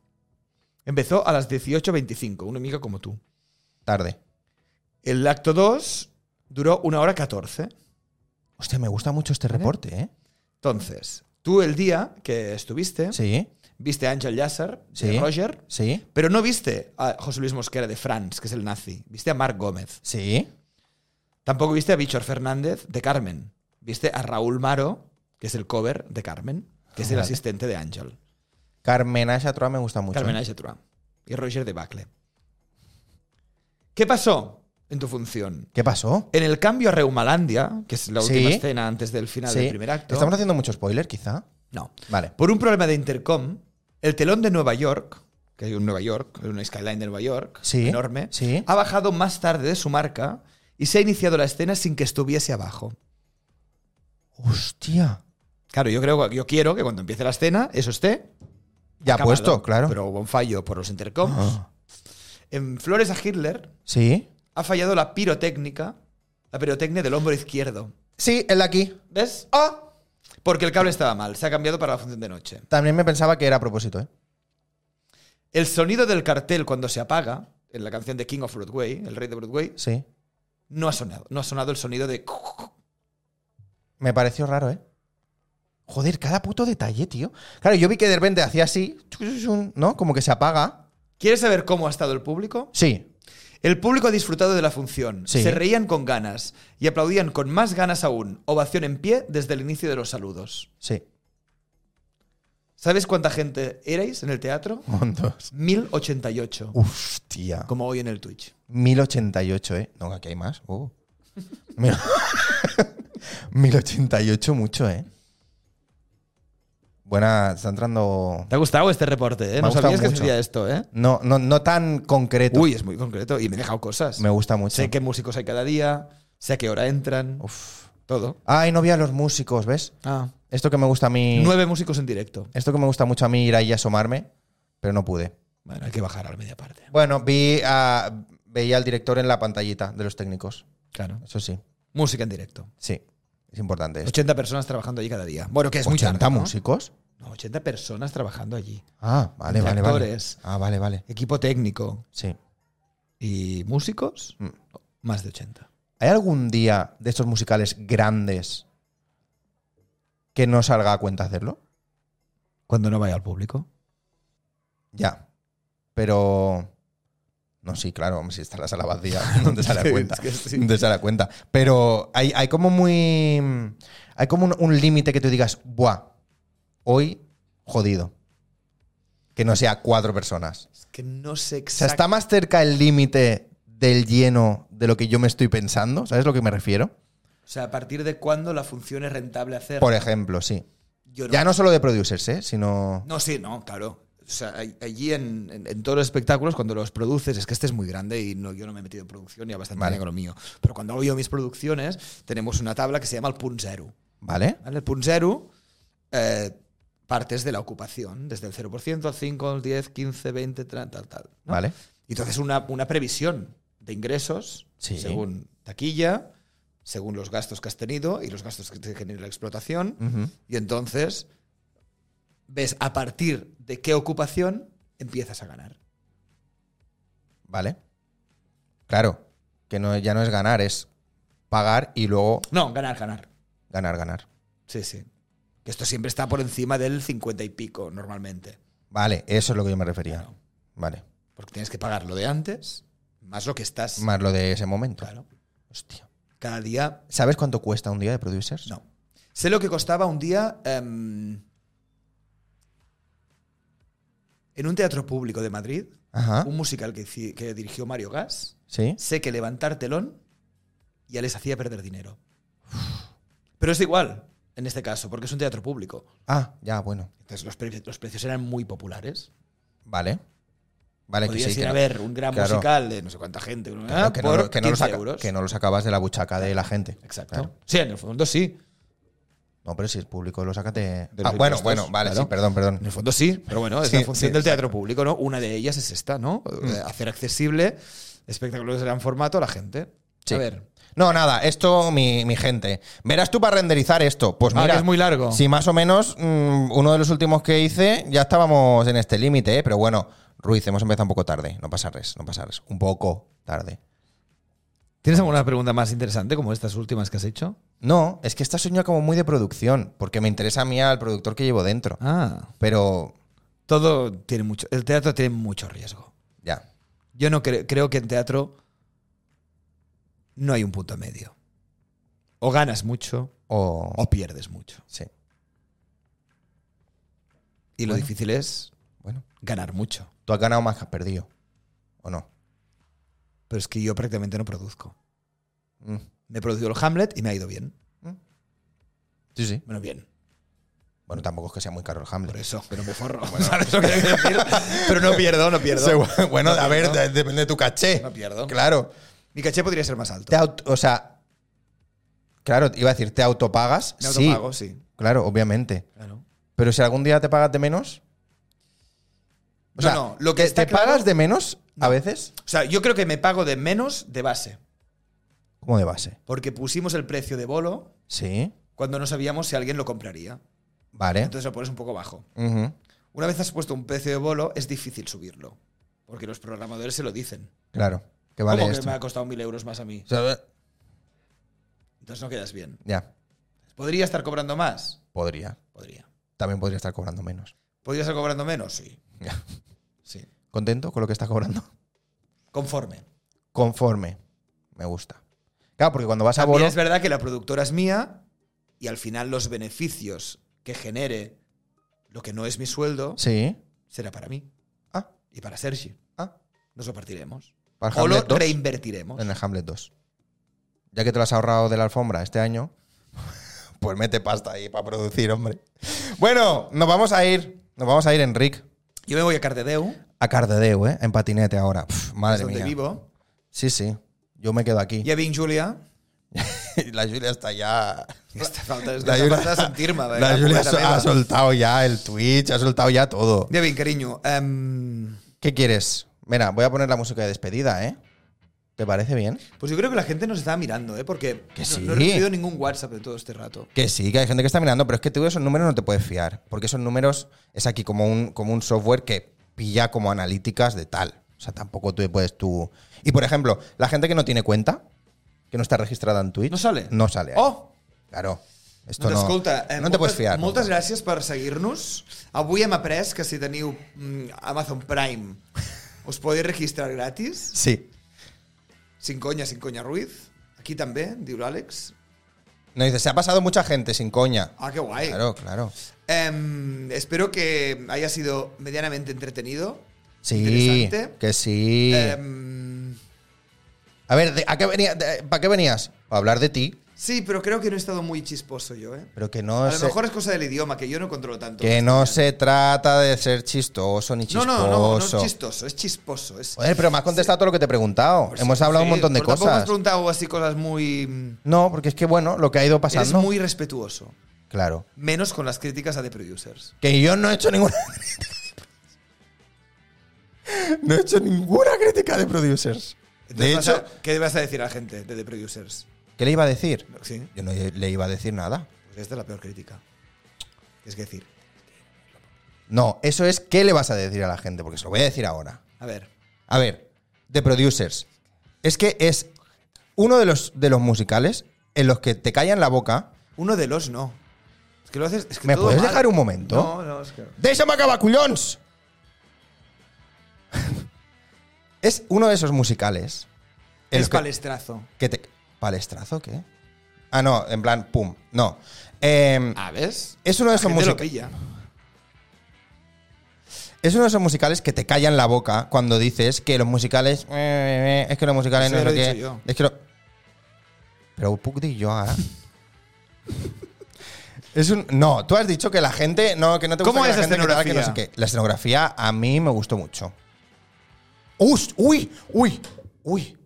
Speaker 3: Empezó a las 18.25, una amiga como tú.
Speaker 1: Tarde.
Speaker 3: El acto 2 duró 1 hora 14.
Speaker 1: Hostia, me gusta mucho este reporte, ¿eh?
Speaker 3: Entonces, tú el día que estuviste,
Speaker 1: Sí,
Speaker 3: viste a Ángel Llázar, de
Speaker 1: Sí.
Speaker 3: Roger,
Speaker 1: sí,
Speaker 3: pero no viste a José Luis Mosquera de Franz, que es el nazi. Viste a Marc Gómez.
Speaker 1: sí.
Speaker 3: Tampoco viste a Víctor Fernández de Carmen. Viste a Raúl Maro, que es el cover de Carmen, que es el
Speaker 1: Vale.
Speaker 3: asistente de Ángel.
Speaker 1: Carmen Asha Troa me gusta mucho. ¿eh?
Speaker 3: Carmen Aigetrua. Y Roger de Bacle. ¿Qué pasó en tu función?
Speaker 1: ¿Qué pasó?
Speaker 3: En el cambio a Reumalandia, que es la última
Speaker 1: Sí.
Speaker 3: escena antes del final
Speaker 1: Sí.
Speaker 3: del primer acto.
Speaker 1: Estamos haciendo mucho spoiler, quizá.
Speaker 3: No.
Speaker 1: Vale.
Speaker 3: Por un problema de intercom, el telón de Nueva York, que hay un Nueva York, una skyline de Nueva York,
Speaker 1: Sí,
Speaker 3: enorme,
Speaker 1: sí.
Speaker 3: ha bajado más tarde de su marca y se ha iniciado la escena sin que estuviese abajo.
Speaker 1: Hostia.
Speaker 3: Claro, yo creo yo quiero que cuando empiece la escena eso esté
Speaker 1: Ya
Speaker 3: acabado,
Speaker 1: puesto, claro.
Speaker 3: Pero hubo un fallo por los intercoms.
Speaker 1: Ah.
Speaker 3: En Flores a Hitler
Speaker 1: Sí.
Speaker 3: ha fallado la pirotécnica, la pirotecnia del hombro izquierdo.
Speaker 1: Sí, el de aquí.
Speaker 3: ¿Ves? ¡Ah! Porque el cable estaba mal, se ha cambiado para la función de noche.
Speaker 1: También me pensaba que era a propósito, ¿eh?
Speaker 3: El sonido del cartel cuando se apaga, en la canción de King of Broadway, el rey de Broadway,
Speaker 1: Sí.
Speaker 3: no ha sonado. No ha sonado el sonido de...
Speaker 1: Me pareció raro, ¿eh? Joder, cada puto detalle, tío. Claro, yo vi que de repente hacía así, ¿no? Como que se apaga.
Speaker 3: ¿Quieres saber cómo ha estado el público?
Speaker 1: Sí.
Speaker 3: El público ha disfrutado de la función.
Speaker 1: Sí.
Speaker 3: Se reían con ganas y aplaudían con más ganas aún. Ovación en pie desde el inicio de los saludos.
Speaker 1: Sí.
Speaker 3: ¿Sabes cuánta gente erais en el teatro?
Speaker 1: Montos.
Speaker 3: 1088.
Speaker 1: Hostia.
Speaker 3: Como hoy en el Twitch.
Speaker 1: 1088, ¿eh? No, aquí hay más. Oh. Mira. 1088 mucho, ¿eh? Buena, está entrando...
Speaker 3: ¿Te ha gustado este reporte? eh?
Speaker 1: ha
Speaker 3: No
Speaker 1: gustado
Speaker 3: sabías que
Speaker 1: mucho.
Speaker 3: sería esto, ¿eh?
Speaker 1: No, no, no tan concreto.
Speaker 3: Uy, es muy concreto y me he dejado cosas.
Speaker 1: Me gusta mucho.
Speaker 3: sé qué músicos hay cada día, sé a qué hora entran,
Speaker 1: Uf.
Speaker 3: todo.
Speaker 1: Ay, no vi a los músicos, ¿ves?
Speaker 3: Ah.
Speaker 1: Esto que me gusta a mí...
Speaker 3: Nueve músicos en directo.
Speaker 1: Esto que me gusta mucho a mí ir ahí a asomarme, pero no pude.
Speaker 3: Bueno, hay que bajar a la media parte.
Speaker 1: Bueno, vi a... Veía al director en la pantallita de los técnicos.
Speaker 3: Claro.
Speaker 1: Eso sí.
Speaker 3: Música en directo.
Speaker 1: Sí. Es importante esto.
Speaker 3: 80 personas trabajando allí cada día. Bueno, que es muy
Speaker 1: 80
Speaker 3: tarde, ¿no?
Speaker 1: músicos.
Speaker 3: No, 80 personas trabajando allí.
Speaker 1: Ah, vale, vale, vale.
Speaker 3: Actores.
Speaker 1: Ah, vale, vale.
Speaker 3: Equipo técnico
Speaker 1: Sí.
Speaker 3: y músicos,
Speaker 1: Mm.
Speaker 3: más de 80.
Speaker 1: ¿Hay algún día de estos musicales grandes que no salga a cuenta hacerlo?
Speaker 3: Cuando no vaya al público.
Speaker 1: Ya. Pero. No, sí, claro, hombre, si está la sala vacía, no te sale
Speaker 3: Sí,
Speaker 1: a cuenta.
Speaker 3: es que sí.
Speaker 1: No te sale a cuenta. Pero hay, hay como muy. Hay como un, un límite que tú digas, buah, hoy jodido. Que no sea cuatro personas.
Speaker 3: Es que no sé
Speaker 1: O sea, está más cerca el límite del lleno de lo que yo me estoy pensando. ¿Sabes a lo que me refiero?
Speaker 3: O sea, a partir de cuándo la función es rentable hacer.
Speaker 1: Por ejemplo, sí.
Speaker 3: Yo no-
Speaker 1: Ya no solo de producers, ¿eh? Sino.
Speaker 3: No, sí, no, claro. O sea, all- allí en, en- en todos los espectáculos, cuando los produces, es que este es muy grande y no, yo no me he metido en producción y a bastante
Speaker 1: Vale.
Speaker 3: bien con lo mío. Pero cuando hago yo mis producciones, tenemos una tabla que se llama el punt cero.
Speaker 1: ¿Vale?
Speaker 3: ¿vale? El punt cero eh, partes de la ocupación, desde el 0% al 5, al 10, 15, 20, tal, tal, tal. ¿no?
Speaker 1: Vale.
Speaker 3: Y entonces una, una previsión de ingresos
Speaker 1: Sí.
Speaker 3: según taquilla, según los gastos que has tenido y los gastos que te genera la explotación.
Speaker 1: Ujú.
Speaker 3: Y entonces ves a partir de qué ocupación empiezas a ganar.
Speaker 1: Vale. Claro, que no, ya no es ganar, es pagar y luego
Speaker 3: No, ganar, ganar.
Speaker 1: ganar, ganar.
Speaker 3: Sí, sí. Que esto siempre está por encima del 50 y pico normalmente.
Speaker 1: Vale, eso es lo que yo me refería.
Speaker 3: Claro.
Speaker 1: Vale.
Speaker 3: Porque tienes que pagar lo de antes, más lo que estás.
Speaker 1: Más lo de ese momento.
Speaker 3: Claro.
Speaker 1: Hostia.
Speaker 3: Cada día.
Speaker 1: ¿Sabes cuánto cuesta un día de producers?
Speaker 3: No. Sé lo que costaba un día. em, en un teatro público de Madrid,
Speaker 1: Ajá.
Speaker 3: un musical que, hici- que dirigió Mario Gas,
Speaker 1: ¿Sí?
Speaker 3: sé que levantar telón ya les hacía perder dinero. Pero es igual, en este caso, porque es un teatro público.
Speaker 1: Ah, ya, bueno.
Speaker 3: Entonces los, pre- los precios eran muy populares.
Speaker 1: Vale. Vale, que
Speaker 3: Podías
Speaker 1: sí. Que
Speaker 3: ir a
Speaker 1: no,
Speaker 3: ver un gran
Speaker 1: Claro.
Speaker 3: musical de no sé cuánta gente
Speaker 1: claro,
Speaker 3: ¿verdad?
Speaker 1: que no
Speaker 3: por
Speaker 1: lo- que no
Speaker 3: 15
Speaker 1: los saca-
Speaker 3: euros.
Speaker 1: que no lo sacabas de la buchaca de la gente.
Speaker 3: Exacto.
Speaker 1: Claro.
Speaker 3: Sí, en el fondo sí.
Speaker 1: No, pero si el público lo saca, te.
Speaker 3: De los
Speaker 1: Ah, bueno,
Speaker 3: impuestos,
Speaker 1: bueno, vale,
Speaker 3: claro.
Speaker 1: sí, perdón,
Speaker 3: En
Speaker 1: perdón.
Speaker 3: el fondo sí, pero bueno, es
Speaker 1: Sí,
Speaker 3: la función
Speaker 1: sí, Mm.
Speaker 3: del teatro público, ¿no? Una de ellas es esta, ¿no? Eh, Hacer accesible espectáculos de gran formato a la gente.
Speaker 1: Sí.
Speaker 3: A ver,
Speaker 1: No, nada, esto, mi, mi gente. Verás tú para renderizar esto. Pues
Speaker 3: Ah,
Speaker 1: mira.
Speaker 3: que es muy largo.
Speaker 1: Sí, más o menos, mm, uno de los últimos que hice, ya estábamos en este límite, ¿eh? pero bueno, Ruiz, hemos empezado un poco tarde. No pasa res, no pasa res. Un poco tarde.
Speaker 3: ¿tienes alguna pregunta más interesante como estas últimas que has hecho?
Speaker 1: No, es que esta sueña como muy de producción, porque me interesa a mí al productor que llevo dentro.
Speaker 3: Ah.
Speaker 1: Pero
Speaker 3: Todo tiene mucho. El teatro tiene mucho riesgo.
Speaker 1: ya,
Speaker 3: Yo no cre- creo que en teatro no hay un punto medio. O ganas mucho
Speaker 1: o...
Speaker 3: o pierdes mucho.
Speaker 1: Sí,
Speaker 3: Y lo difícil es
Speaker 1: bueno.
Speaker 3: ganar mucho.
Speaker 1: Tú has ganado más que has perdido, ¿o no?
Speaker 3: Pero es que yo prácticamente no produzco.
Speaker 1: Mm,
Speaker 3: Me he producido el Hamlet y me ha ido bien.
Speaker 1: Sí, sí.
Speaker 3: Bueno, bien.
Speaker 1: Bueno, tampoco es que sea muy caro el Hamlet.
Speaker 3: Por eso, que no me forro. ¿Sabes lo que quiero decir? Pero no pierdo, no pierdo.
Speaker 1: Segu- Bueno,
Speaker 3: No
Speaker 1: a ver,
Speaker 3: pierdo.
Speaker 1: de- depende de tu caché.
Speaker 3: No pierdo.
Speaker 1: Claro.
Speaker 3: Mi caché podría ser más alto.
Speaker 1: Te aut- o sea, claro, iba a decir, ¿te autopagas?
Speaker 3: Me
Speaker 1: sí,
Speaker 3: autopago, sí.
Speaker 1: claro, obviamente.
Speaker 3: Claro.
Speaker 1: Pero si algún día te pagas de menos...
Speaker 3: No, no, lo
Speaker 1: lo
Speaker 3: que
Speaker 1: que
Speaker 3: está
Speaker 1: ¿Te
Speaker 3: claro-
Speaker 1: pagas de menos a veces?
Speaker 3: O sea, yo creo que me pago de menos de base.
Speaker 1: Como de base.
Speaker 3: Porque pusimos el precio de bolo
Speaker 1: Sí,
Speaker 3: cuando no sabíamos si alguien lo compraría.
Speaker 1: vale.
Speaker 3: Entonces lo pones un poco bajo.
Speaker 1: Ujú,
Speaker 3: Una vez has puesto un precio de bolo, es difícil subirlo. Porque los programadores se lo dicen.
Speaker 1: Claro, que vale
Speaker 3: ¿Cómo
Speaker 1: esto.
Speaker 3: que me ha costado mil euros más a mí?
Speaker 1: O sea,
Speaker 3: Entonces no quedas bien.
Speaker 1: ya,
Speaker 3: ¿Podría estar cobrando más?
Speaker 1: podría.
Speaker 3: Podría.
Speaker 1: También podría estar cobrando menos.
Speaker 3: ¿Podría estar cobrando menos? Sí.
Speaker 1: Ya.
Speaker 3: Sí.
Speaker 1: ¿Contento con lo que está cobrando?
Speaker 3: Conforme.
Speaker 1: Conforme. Me gusta. Claro, porque cuando vas a
Speaker 3: También
Speaker 1: bolo...
Speaker 3: es verdad que la productora es mía y al final los beneficios que genere lo que no es mi sueldo
Speaker 1: Sí.
Speaker 3: será para mí
Speaker 1: Ah,
Speaker 3: y para Sergi.
Speaker 1: ah.
Speaker 3: Nos lo partiremos.
Speaker 1: Para el
Speaker 3: O lo
Speaker 1: Hamlet 2,
Speaker 3: reinvertiremos.
Speaker 1: en el Hamlet 2. Ya que te lo has ahorrado de la alfombra este año, pues mete pasta ahí para producir, hombre. Bueno, nos vamos a ir. Nos vamos a ir, Enric.
Speaker 3: Yo me voy a Cardedeu,
Speaker 1: A Cardedeu, ¿eh? En patinete ahora. Pf,
Speaker 3: es
Speaker 1: madre
Speaker 3: donde
Speaker 1: mía.
Speaker 3: vivo,
Speaker 1: Sí, sí. Yo me quedo aquí.
Speaker 3: y a Vin Julia.
Speaker 1: la Julia está ya...
Speaker 3: Esta falta, es que
Speaker 1: La
Speaker 3: hace
Speaker 1: Julia-
Speaker 3: falta sentirme.
Speaker 1: La Julia so- ha soltado ya el Twitch, ha soltado ya todo.
Speaker 3: Ya bien, cariño. em,
Speaker 1: ¿Qué quieres? Mira, voy a poner la música de despedida, ¿eh? ¿Te parece bien?
Speaker 3: pues yo creo que la gente nos está mirando, ¿eh? Porque
Speaker 1: Que
Speaker 3: no-
Speaker 1: sí.
Speaker 3: no, he recibido ningún WhatsApp de todo este rato.
Speaker 1: Que sí, que hay gente que está mirando, pero es que tú de esos números no te puedes fiar. Porque esos números es aquí como un, como un software que pilla como analíticas de tal. O sea, tampoco tú puedes tú. Y por ejemplo, la gente que no tiene cuenta, que no está registrada en Twitch.
Speaker 3: No sale?
Speaker 1: No sale. ahí.
Speaker 3: Oh!
Speaker 1: Claro. Eh, Esto
Speaker 3: Doncs
Speaker 1: no,
Speaker 3: escolta, eh,
Speaker 1: no te puedes fiar.
Speaker 3: Moltes
Speaker 1: nunca.
Speaker 3: gràcies per seguir-nos. Avui hem après que si teniu mm, Amazon Prime us podeu registrar gratis.
Speaker 1: Sí.
Speaker 3: Sin conya, sin conya Ruiz. Aquí també, diu l'Àlex.
Speaker 1: No dices, se ha pasado mucha gente sin coña.
Speaker 3: Ah, qué guay.
Speaker 1: Claro, claro.
Speaker 3: Em, espero que haya sido medianamente entretenido.
Speaker 1: Sí,
Speaker 3: Interesante.
Speaker 1: que sí.
Speaker 3: Em,
Speaker 1: A ver, de- ¿a qué venía- de- ¿para qué venías? Para hablar de ti,
Speaker 3: sí, pero creo que no he estado muy chisposo yo, ¿eh?
Speaker 1: pero que no
Speaker 3: A lo
Speaker 1: se,
Speaker 3: mejor es cosa del idioma, que yo no controlo tanto.
Speaker 1: que no se trata de ser chistoso ni
Speaker 3: no,
Speaker 1: chistoso.
Speaker 3: no, no, no es chistoso, es chisposo. Es,
Speaker 1: Joder, pero me has contestado todo lo que te he preguntado.
Speaker 3: Por
Speaker 1: Hemos
Speaker 3: si-
Speaker 1: hablado
Speaker 3: sí,
Speaker 1: un montón de
Speaker 3: pero Tampoco has
Speaker 1: cosas.
Speaker 3: preguntado así cosas muy.
Speaker 1: No, porque es que bueno, lo que ha ido
Speaker 3: Es
Speaker 1: pasando.
Speaker 3: muy respetuoso.
Speaker 1: Claro.
Speaker 3: Menos con las críticas a The Producers.
Speaker 1: Que yo no he hecho ninguna No he hecho ninguna crítica de producers.
Speaker 3: Entonces
Speaker 1: de
Speaker 3: vas
Speaker 1: hecho,
Speaker 3: a- ¿qué vas a decir a la gente de The Producers?
Speaker 1: ¿Qué le iba a decir?
Speaker 3: Sí,
Speaker 1: Yo no le iba a decir nada.
Speaker 3: pues esta es la peor crítica. Es que decir,
Speaker 1: No, eso es qué le vas a decir a la gente, porque se lo voy a decir ahora.
Speaker 3: a ver,
Speaker 1: A ver, The Producers. Es que es uno de los, de los musicales en los que te callan la boca.
Speaker 3: uno de los no. Es que lo haces. Es que
Speaker 1: ¿Me
Speaker 3: todo
Speaker 1: puedes
Speaker 3: mal.
Speaker 1: dejar un momento?
Speaker 3: No, no, es que.
Speaker 1: ¡Déjame acabar, cullons! es uno de esos musicales. en
Speaker 3: Es
Speaker 1: los que-
Speaker 3: palestrazo.
Speaker 1: que te- ¿Palestrazo qué? Ah, no, en plan, pum. No. Em,
Speaker 3: Ah, ¿ves?
Speaker 1: es uno de esos
Speaker 3: Gente lo
Speaker 1: musicales.
Speaker 3: pilla.
Speaker 1: Es uno de esos musicales que te callan la boca cuando dices que los musicales. eh, eh, eh, Es que los musicales
Speaker 3: Eso
Speaker 1: no
Speaker 3: ya
Speaker 1: sé
Speaker 3: lo he
Speaker 1: qué.
Speaker 3: dicho yo.
Speaker 1: Es que lo- Pero ho puc dir jo ara? Es un, no, tú has dicho que la gente. No, que no te gusta
Speaker 3: ¿Cómo
Speaker 1: que
Speaker 3: es
Speaker 1: la
Speaker 3: la
Speaker 1: gente que tal, que no sé
Speaker 3: escenografía?
Speaker 1: qué. La escenografía a mí me gustó mucho. Us- ¡Uy! ¡Uy! ¡Uy!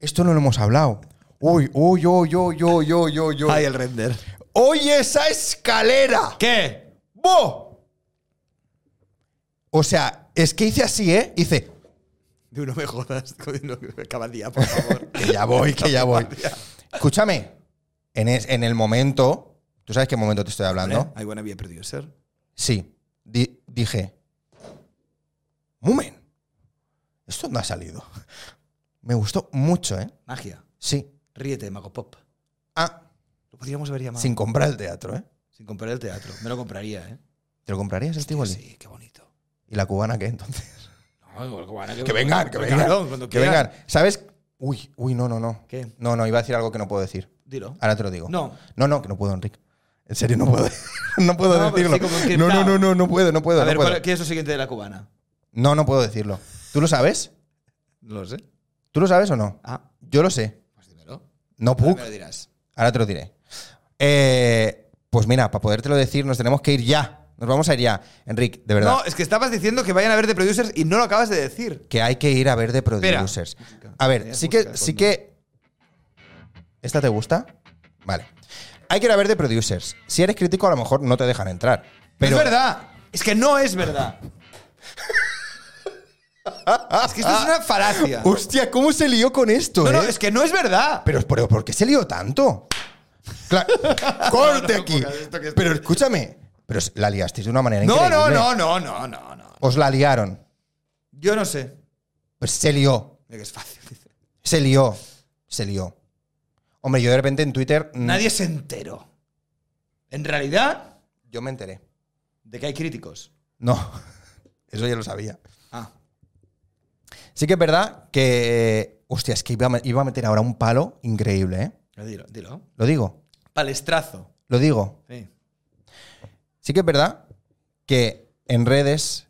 Speaker 1: Esto no lo hemos hablado. ¡Uy! ¡Uy! ¡Uy! ¡Uy! ¡Uy! ¡Uy! ¡Uy!
Speaker 3: Ay,
Speaker 1: ¡Uy!
Speaker 3: el render.
Speaker 1: ¡Uy! ¡Esa escalera!
Speaker 3: ¿Qué?
Speaker 1: ¡Bo! O sea, es que hice así, ¿eh? Hice,
Speaker 3: Digo, no me jodas. coño, no, Acaba el día, por favor.
Speaker 1: que ya voy, que ya voy. Escúchame, en, es- en el momento, ¿tú sabes qué momento te estoy hablando?
Speaker 3: Hay buena vía producer.
Speaker 1: Sí, Di- dije, Mumen, esto no ha salido. Me gustó mucho, ¿eh?
Speaker 3: Magia.
Speaker 1: Sí.
Speaker 3: Ríete, Mago Pop.
Speaker 1: Ah,
Speaker 3: Lo podríamos haber llamado.
Speaker 1: sin comprar el teatro, ¿eh?
Speaker 3: Sin comprar el teatro. Me lo compraría, ¿eh?
Speaker 1: ¿Te lo comprarías el Tivoli?
Speaker 3: Sí, qué bonito.
Speaker 1: ¿Y la cubana qué entonces?
Speaker 3: que,
Speaker 1: Que vengan, que vengan.
Speaker 3: Claro, cuando
Speaker 1: que
Speaker 3: quieran.
Speaker 1: vengan. ¿Sabes? Uy, uy, no, no, no.
Speaker 3: ¿Qué?
Speaker 1: No, no, iba a decir algo que no puedo decir.
Speaker 3: Dilo.
Speaker 1: Ahora te lo digo.
Speaker 3: No.
Speaker 1: No, no, que no puedo, Enric. En serio, no puedo. no puedo
Speaker 3: No, pero
Speaker 1: decirlo.
Speaker 3: sí, como encriptado.
Speaker 1: no, no, no, no, no puedo, no puedo.
Speaker 3: A
Speaker 1: no,
Speaker 3: ver,
Speaker 1: puedo.
Speaker 3: ¿cuál- ¿qué es lo siguiente de la cubana?
Speaker 1: no, no puedo decirlo. ¿Tú lo sabes?
Speaker 3: No lo sé.
Speaker 1: ¿Tú lo sabes o no?
Speaker 3: Ah,
Speaker 1: Yo lo sé.
Speaker 3: pues dímelo.
Speaker 1: No
Speaker 3: Ahora
Speaker 1: puc.
Speaker 3: me lo dirás.
Speaker 1: Ahora te lo diré. Eh, pues mira, para podértelo decir, nos tenemos que ir ya. Nos vamos a ir ya. Enric, de verdad.
Speaker 3: No, es que estabas diciendo que vayan a ver de producers y no lo acabas de decir.
Speaker 1: Que hay que ir a ver de
Speaker 3: Espera.
Speaker 1: producers. A ver, sí que, sí que. ¿Esta te gusta? Vale. Hay que ir a ver de producers. Si eres crítico, a lo mejor no te dejan entrar. Pero
Speaker 3: es verdad. Es que no es verdad. es que esto es una falacia.
Speaker 1: Ah, Hostia, ¿cómo se lió con esto?
Speaker 3: No, no,
Speaker 1: eh?
Speaker 3: es que no es verdad.
Speaker 1: Pero, pero, ¿por qué se lió tanto? Cla- corte aquí.
Speaker 3: porque esto que es-
Speaker 1: Pero escúchame. Pero es- la liasteis de una manera
Speaker 3: No,
Speaker 1: increíble.
Speaker 3: no, no, no, no, no, no.
Speaker 1: Os la liaron.
Speaker 3: Yo no sé.
Speaker 1: Pues se lió.
Speaker 3: Mira que es fácil. dice.
Speaker 1: Se lió. Se lió. Hombre, yo de repente en Twitter. mm,
Speaker 3: Nadie se enteró. En realidad,
Speaker 1: Yo me enteré.
Speaker 3: de que hay críticos.
Speaker 1: No. Eso ya lo sabía.
Speaker 3: Ah.
Speaker 1: Sí que es verdad que. Hostia, es que iba a, me- iba a meter ahora un palo increíble, ¿eh?
Speaker 3: Dilo, dilo.
Speaker 1: Lo digo.
Speaker 3: Palestrazo.
Speaker 1: Lo digo.
Speaker 3: Sí.
Speaker 1: Sí que es verdad que en redes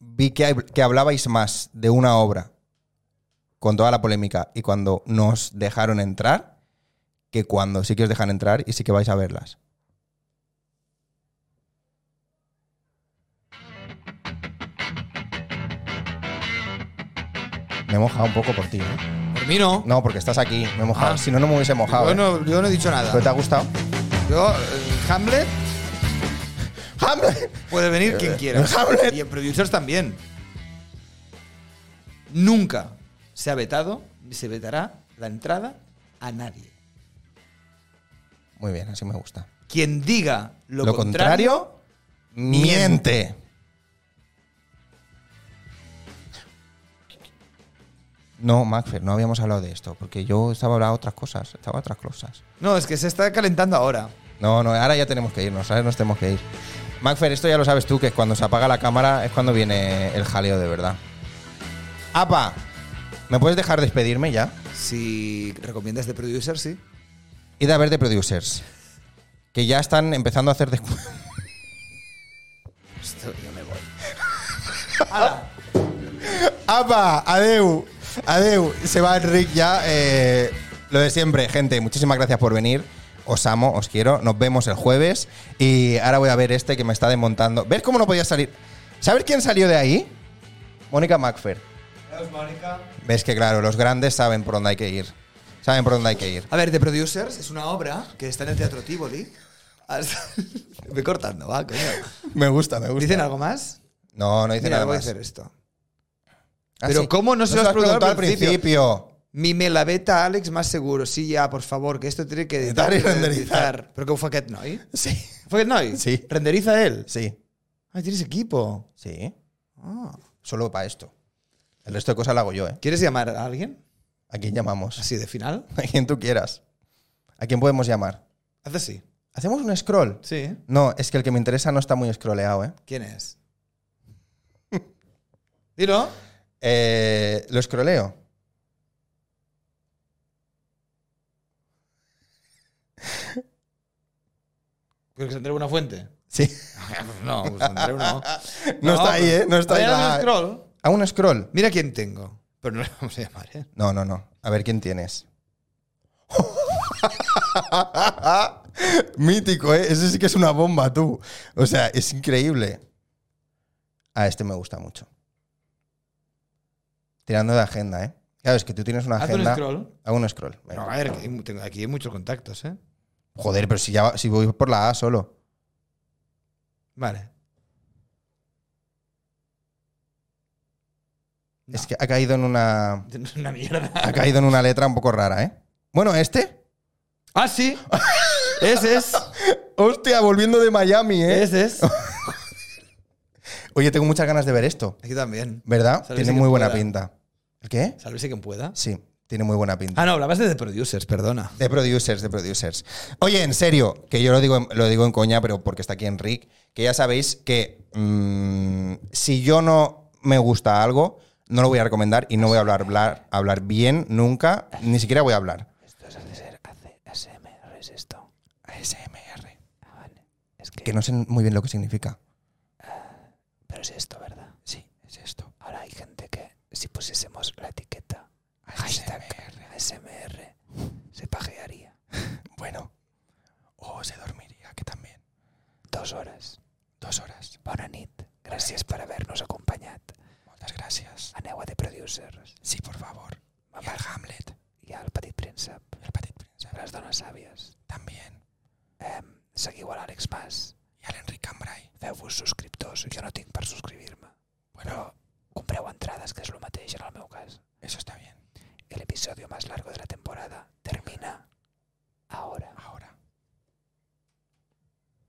Speaker 1: vi que, hab- que hablabais más de una obra con toda la polémica y cuando nos dejaron entrar que cuando sí que os dejan entrar y sí que vais a verlas. Me he mojado un poco por ti. ¿eh?
Speaker 3: Por mí no.
Speaker 1: No, porque estás aquí. Me he mojado.
Speaker 3: Ah.
Speaker 1: Si no, no me hubiese mojado.
Speaker 3: yo,
Speaker 1: ¿eh?
Speaker 3: no yo no he dicho nada.
Speaker 1: ¿Pero te ha gustado?
Speaker 3: Yo, eh, Hamlet puede
Speaker 1: Eh,
Speaker 3: venir quien quiera.
Speaker 1: Hamlet.
Speaker 3: Y en producers también. Nunca se ha vetado ni se vetará la entrada a nadie.
Speaker 1: Muy bien, así me gusta.
Speaker 3: Quien diga lo,
Speaker 1: Lo, contrario, miente. No, Macfer, no habíamos hablado de esto, porque yo estaba hablando de otras cosas, estaba de otras cosas.
Speaker 3: No, es que se está calentando ahora.
Speaker 1: No, no, ahora ya tenemos que irnos, ahora nos tenemos que ir. Macfer, esto ya lo sabes tú, que cuando se apaga la cámara es cuando viene el jaleo de verdad. ¡Apa! ¿Me puedes dejar despedirme ya?
Speaker 3: Si recomiendas de producers, sí.
Speaker 1: Y de haber de producers, que ya están empezando a hacer descuentos.
Speaker 3: Esto, yo me voy.
Speaker 1: ¡Apa! ¡Adeu! ¡Adeu! Se va Enric ya. eh, lo de siempre, gente, muchísimas gracias por venir. Os amo, os quiero. Nos vemos el jueves. Y ahora voy a ver este que me está desmontando. ¿Ves cómo no podía salir? ¿Sabes quién salió de ahí? Mónica Macfer.
Speaker 3: Mónica.
Speaker 1: Ves que, claro, los grandes saben por dónde hay que ir. Saben por dónde hay que ir.
Speaker 3: A ver, The Producers es una obra que está en el Teatro Tivoli. Voy cortando, va, coño.
Speaker 1: Me gusta, me
Speaker 3: ¿Dicen algo más?
Speaker 1: No, no dice
Speaker 3: Mira,
Speaker 1: nada
Speaker 3: voy a
Speaker 1: más.
Speaker 3: hacer esto.
Speaker 1: Ah,
Speaker 3: Pero ¿cómo no se lo has preguntado al principio?
Speaker 1: principio?
Speaker 3: Mi me la beta, Àlex, más seguro. Sí, ja, por favor, que esto tiene que
Speaker 1: Editar
Speaker 3: editar
Speaker 1: i
Speaker 3: i
Speaker 1: renderizar.
Speaker 3: renderizar. Però què ho fa aquest noi?
Speaker 1: Sí.
Speaker 3: Ho fa aquest noi?
Speaker 1: Sí.
Speaker 3: Renderiza él.
Speaker 1: Sí.
Speaker 3: Ah, tienes equipo.
Speaker 1: Sí.
Speaker 3: Ah.
Speaker 1: Solo para esto. El resto de cosas lo hago yo, ¿eh?
Speaker 3: ¿Quieres llamar a alguien?
Speaker 1: ¿A quién llamamos?
Speaker 3: Así de final.
Speaker 1: A quien tú quieras. ¿A quién podemos llamar?
Speaker 3: Haz así.
Speaker 1: ¿Hacemos un scroll?
Speaker 3: Sí. ¿eh?
Speaker 1: No, es que el que me interesa no está muy scrolleado, ¿eh?
Speaker 3: ¿Quién es? Dilo.
Speaker 1: Eh, lo escroleo.
Speaker 3: ¿Quieres que tendré una fuente?
Speaker 1: Sí.
Speaker 3: No, pues tendré uno.
Speaker 1: No, está ahí, ¿eh? No está ahí.
Speaker 3: Voy a darle
Speaker 1: la-
Speaker 3: un scroll.
Speaker 1: A un scroll.
Speaker 3: Mira quién tengo. Pero no le vamos a llamar, ¿eh?
Speaker 1: No, no, no. A ver quién tienes. Mítico, ¿eh? Eso sí que es una bomba, tú. O sea, es increíble. A este me gusta mucho. Tirando de agenda, ¿eh? Claro, es que tú tienes una
Speaker 3: Haz un
Speaker 1: agenda.
Speaker 3: scroll.
Speaker 1: Hago un scroll. venga.
Speaker 3: Pero a ver, que hay mu- tengo- aquí hay muchos contactos, ¿eh?
Speaker 1: Joder, pero si, ya, va- si voy por la A solo.
Speaker 3: Vale. No.
Speaker 1: Es que ha caído en una.
Speaker 3: Es una mierda.
Speaker 1: Ha caído en una letra un poco rara, ¿eh? Bueno, este.
Speaker 3: ¡Ah, sí! Ese es.
Speaker 1: Hostia, volviendo de Miami, ¿eh?
Speaker 3: Ese es.
Speaker 1: Oye, tengo muchas ganas de ver esto.
Speaker 3: Aquí también.
Speaker 1: ¿Verdad?
Speaker 3: Sálvese
Speaker 1: Tiene
Speaker 3: quien
Speaker 1: muy buena
Speaker 3: pueda.
Speaker 1: pinta. ¿El qué?
Speaker 3: Sálvese quien pueda.
Speaker 1: Sí, tiene muy buena pinta.
Speaker 3: Ah, no, hablabas de The Producers, perdona.
Speaker 1: De producers, de producers. Oye, en serio, que yo lo digo, en- lo digo en coña, pero porque está aquí Enric, que ya sabéis que mm, si yo no me gusta algo, no lo voy a recomendar y no voy a hablar, hablar, hablar bien nunca, ni siquiera voy a hablar.
Speaker 5: ASMR es esto.
Speaker 1: ASMR.
Speaker 5: Ah, vale. Es que,
Speaker 1: Que no sé muy bien lo que significa.
Speaker 5: pero es esto, ¿verdad? Sí, es esto. Ahora hay gente que si pusiésemos la etiqueta hashtag ASMR se pajearía
Speaker 1: Bueno, o se dormiría, que también.
Speaker 5: dos horas.
Speaker 1: Dos horas.
Speaker 5: Bona nit. Gràcies per haver-nos acompanyat.
Speaker 1: Muchas gracias.
Speaker 5: Aneu a The Producers
Speaker 1: Sí, por favor. Y al Hamlet,
Speaker 5: i al Petit Príncep,
Speaker 1: y al Petit Prince,
Speaker 5: a les dones sàvies.
Speaker 1: también.
Speaker 5: Seguiu a l'Àlex Mas.
Speaker 1: Y al Enric Cambrai.
Speaker 5: Feu-vos subscriptors. Jo no tinc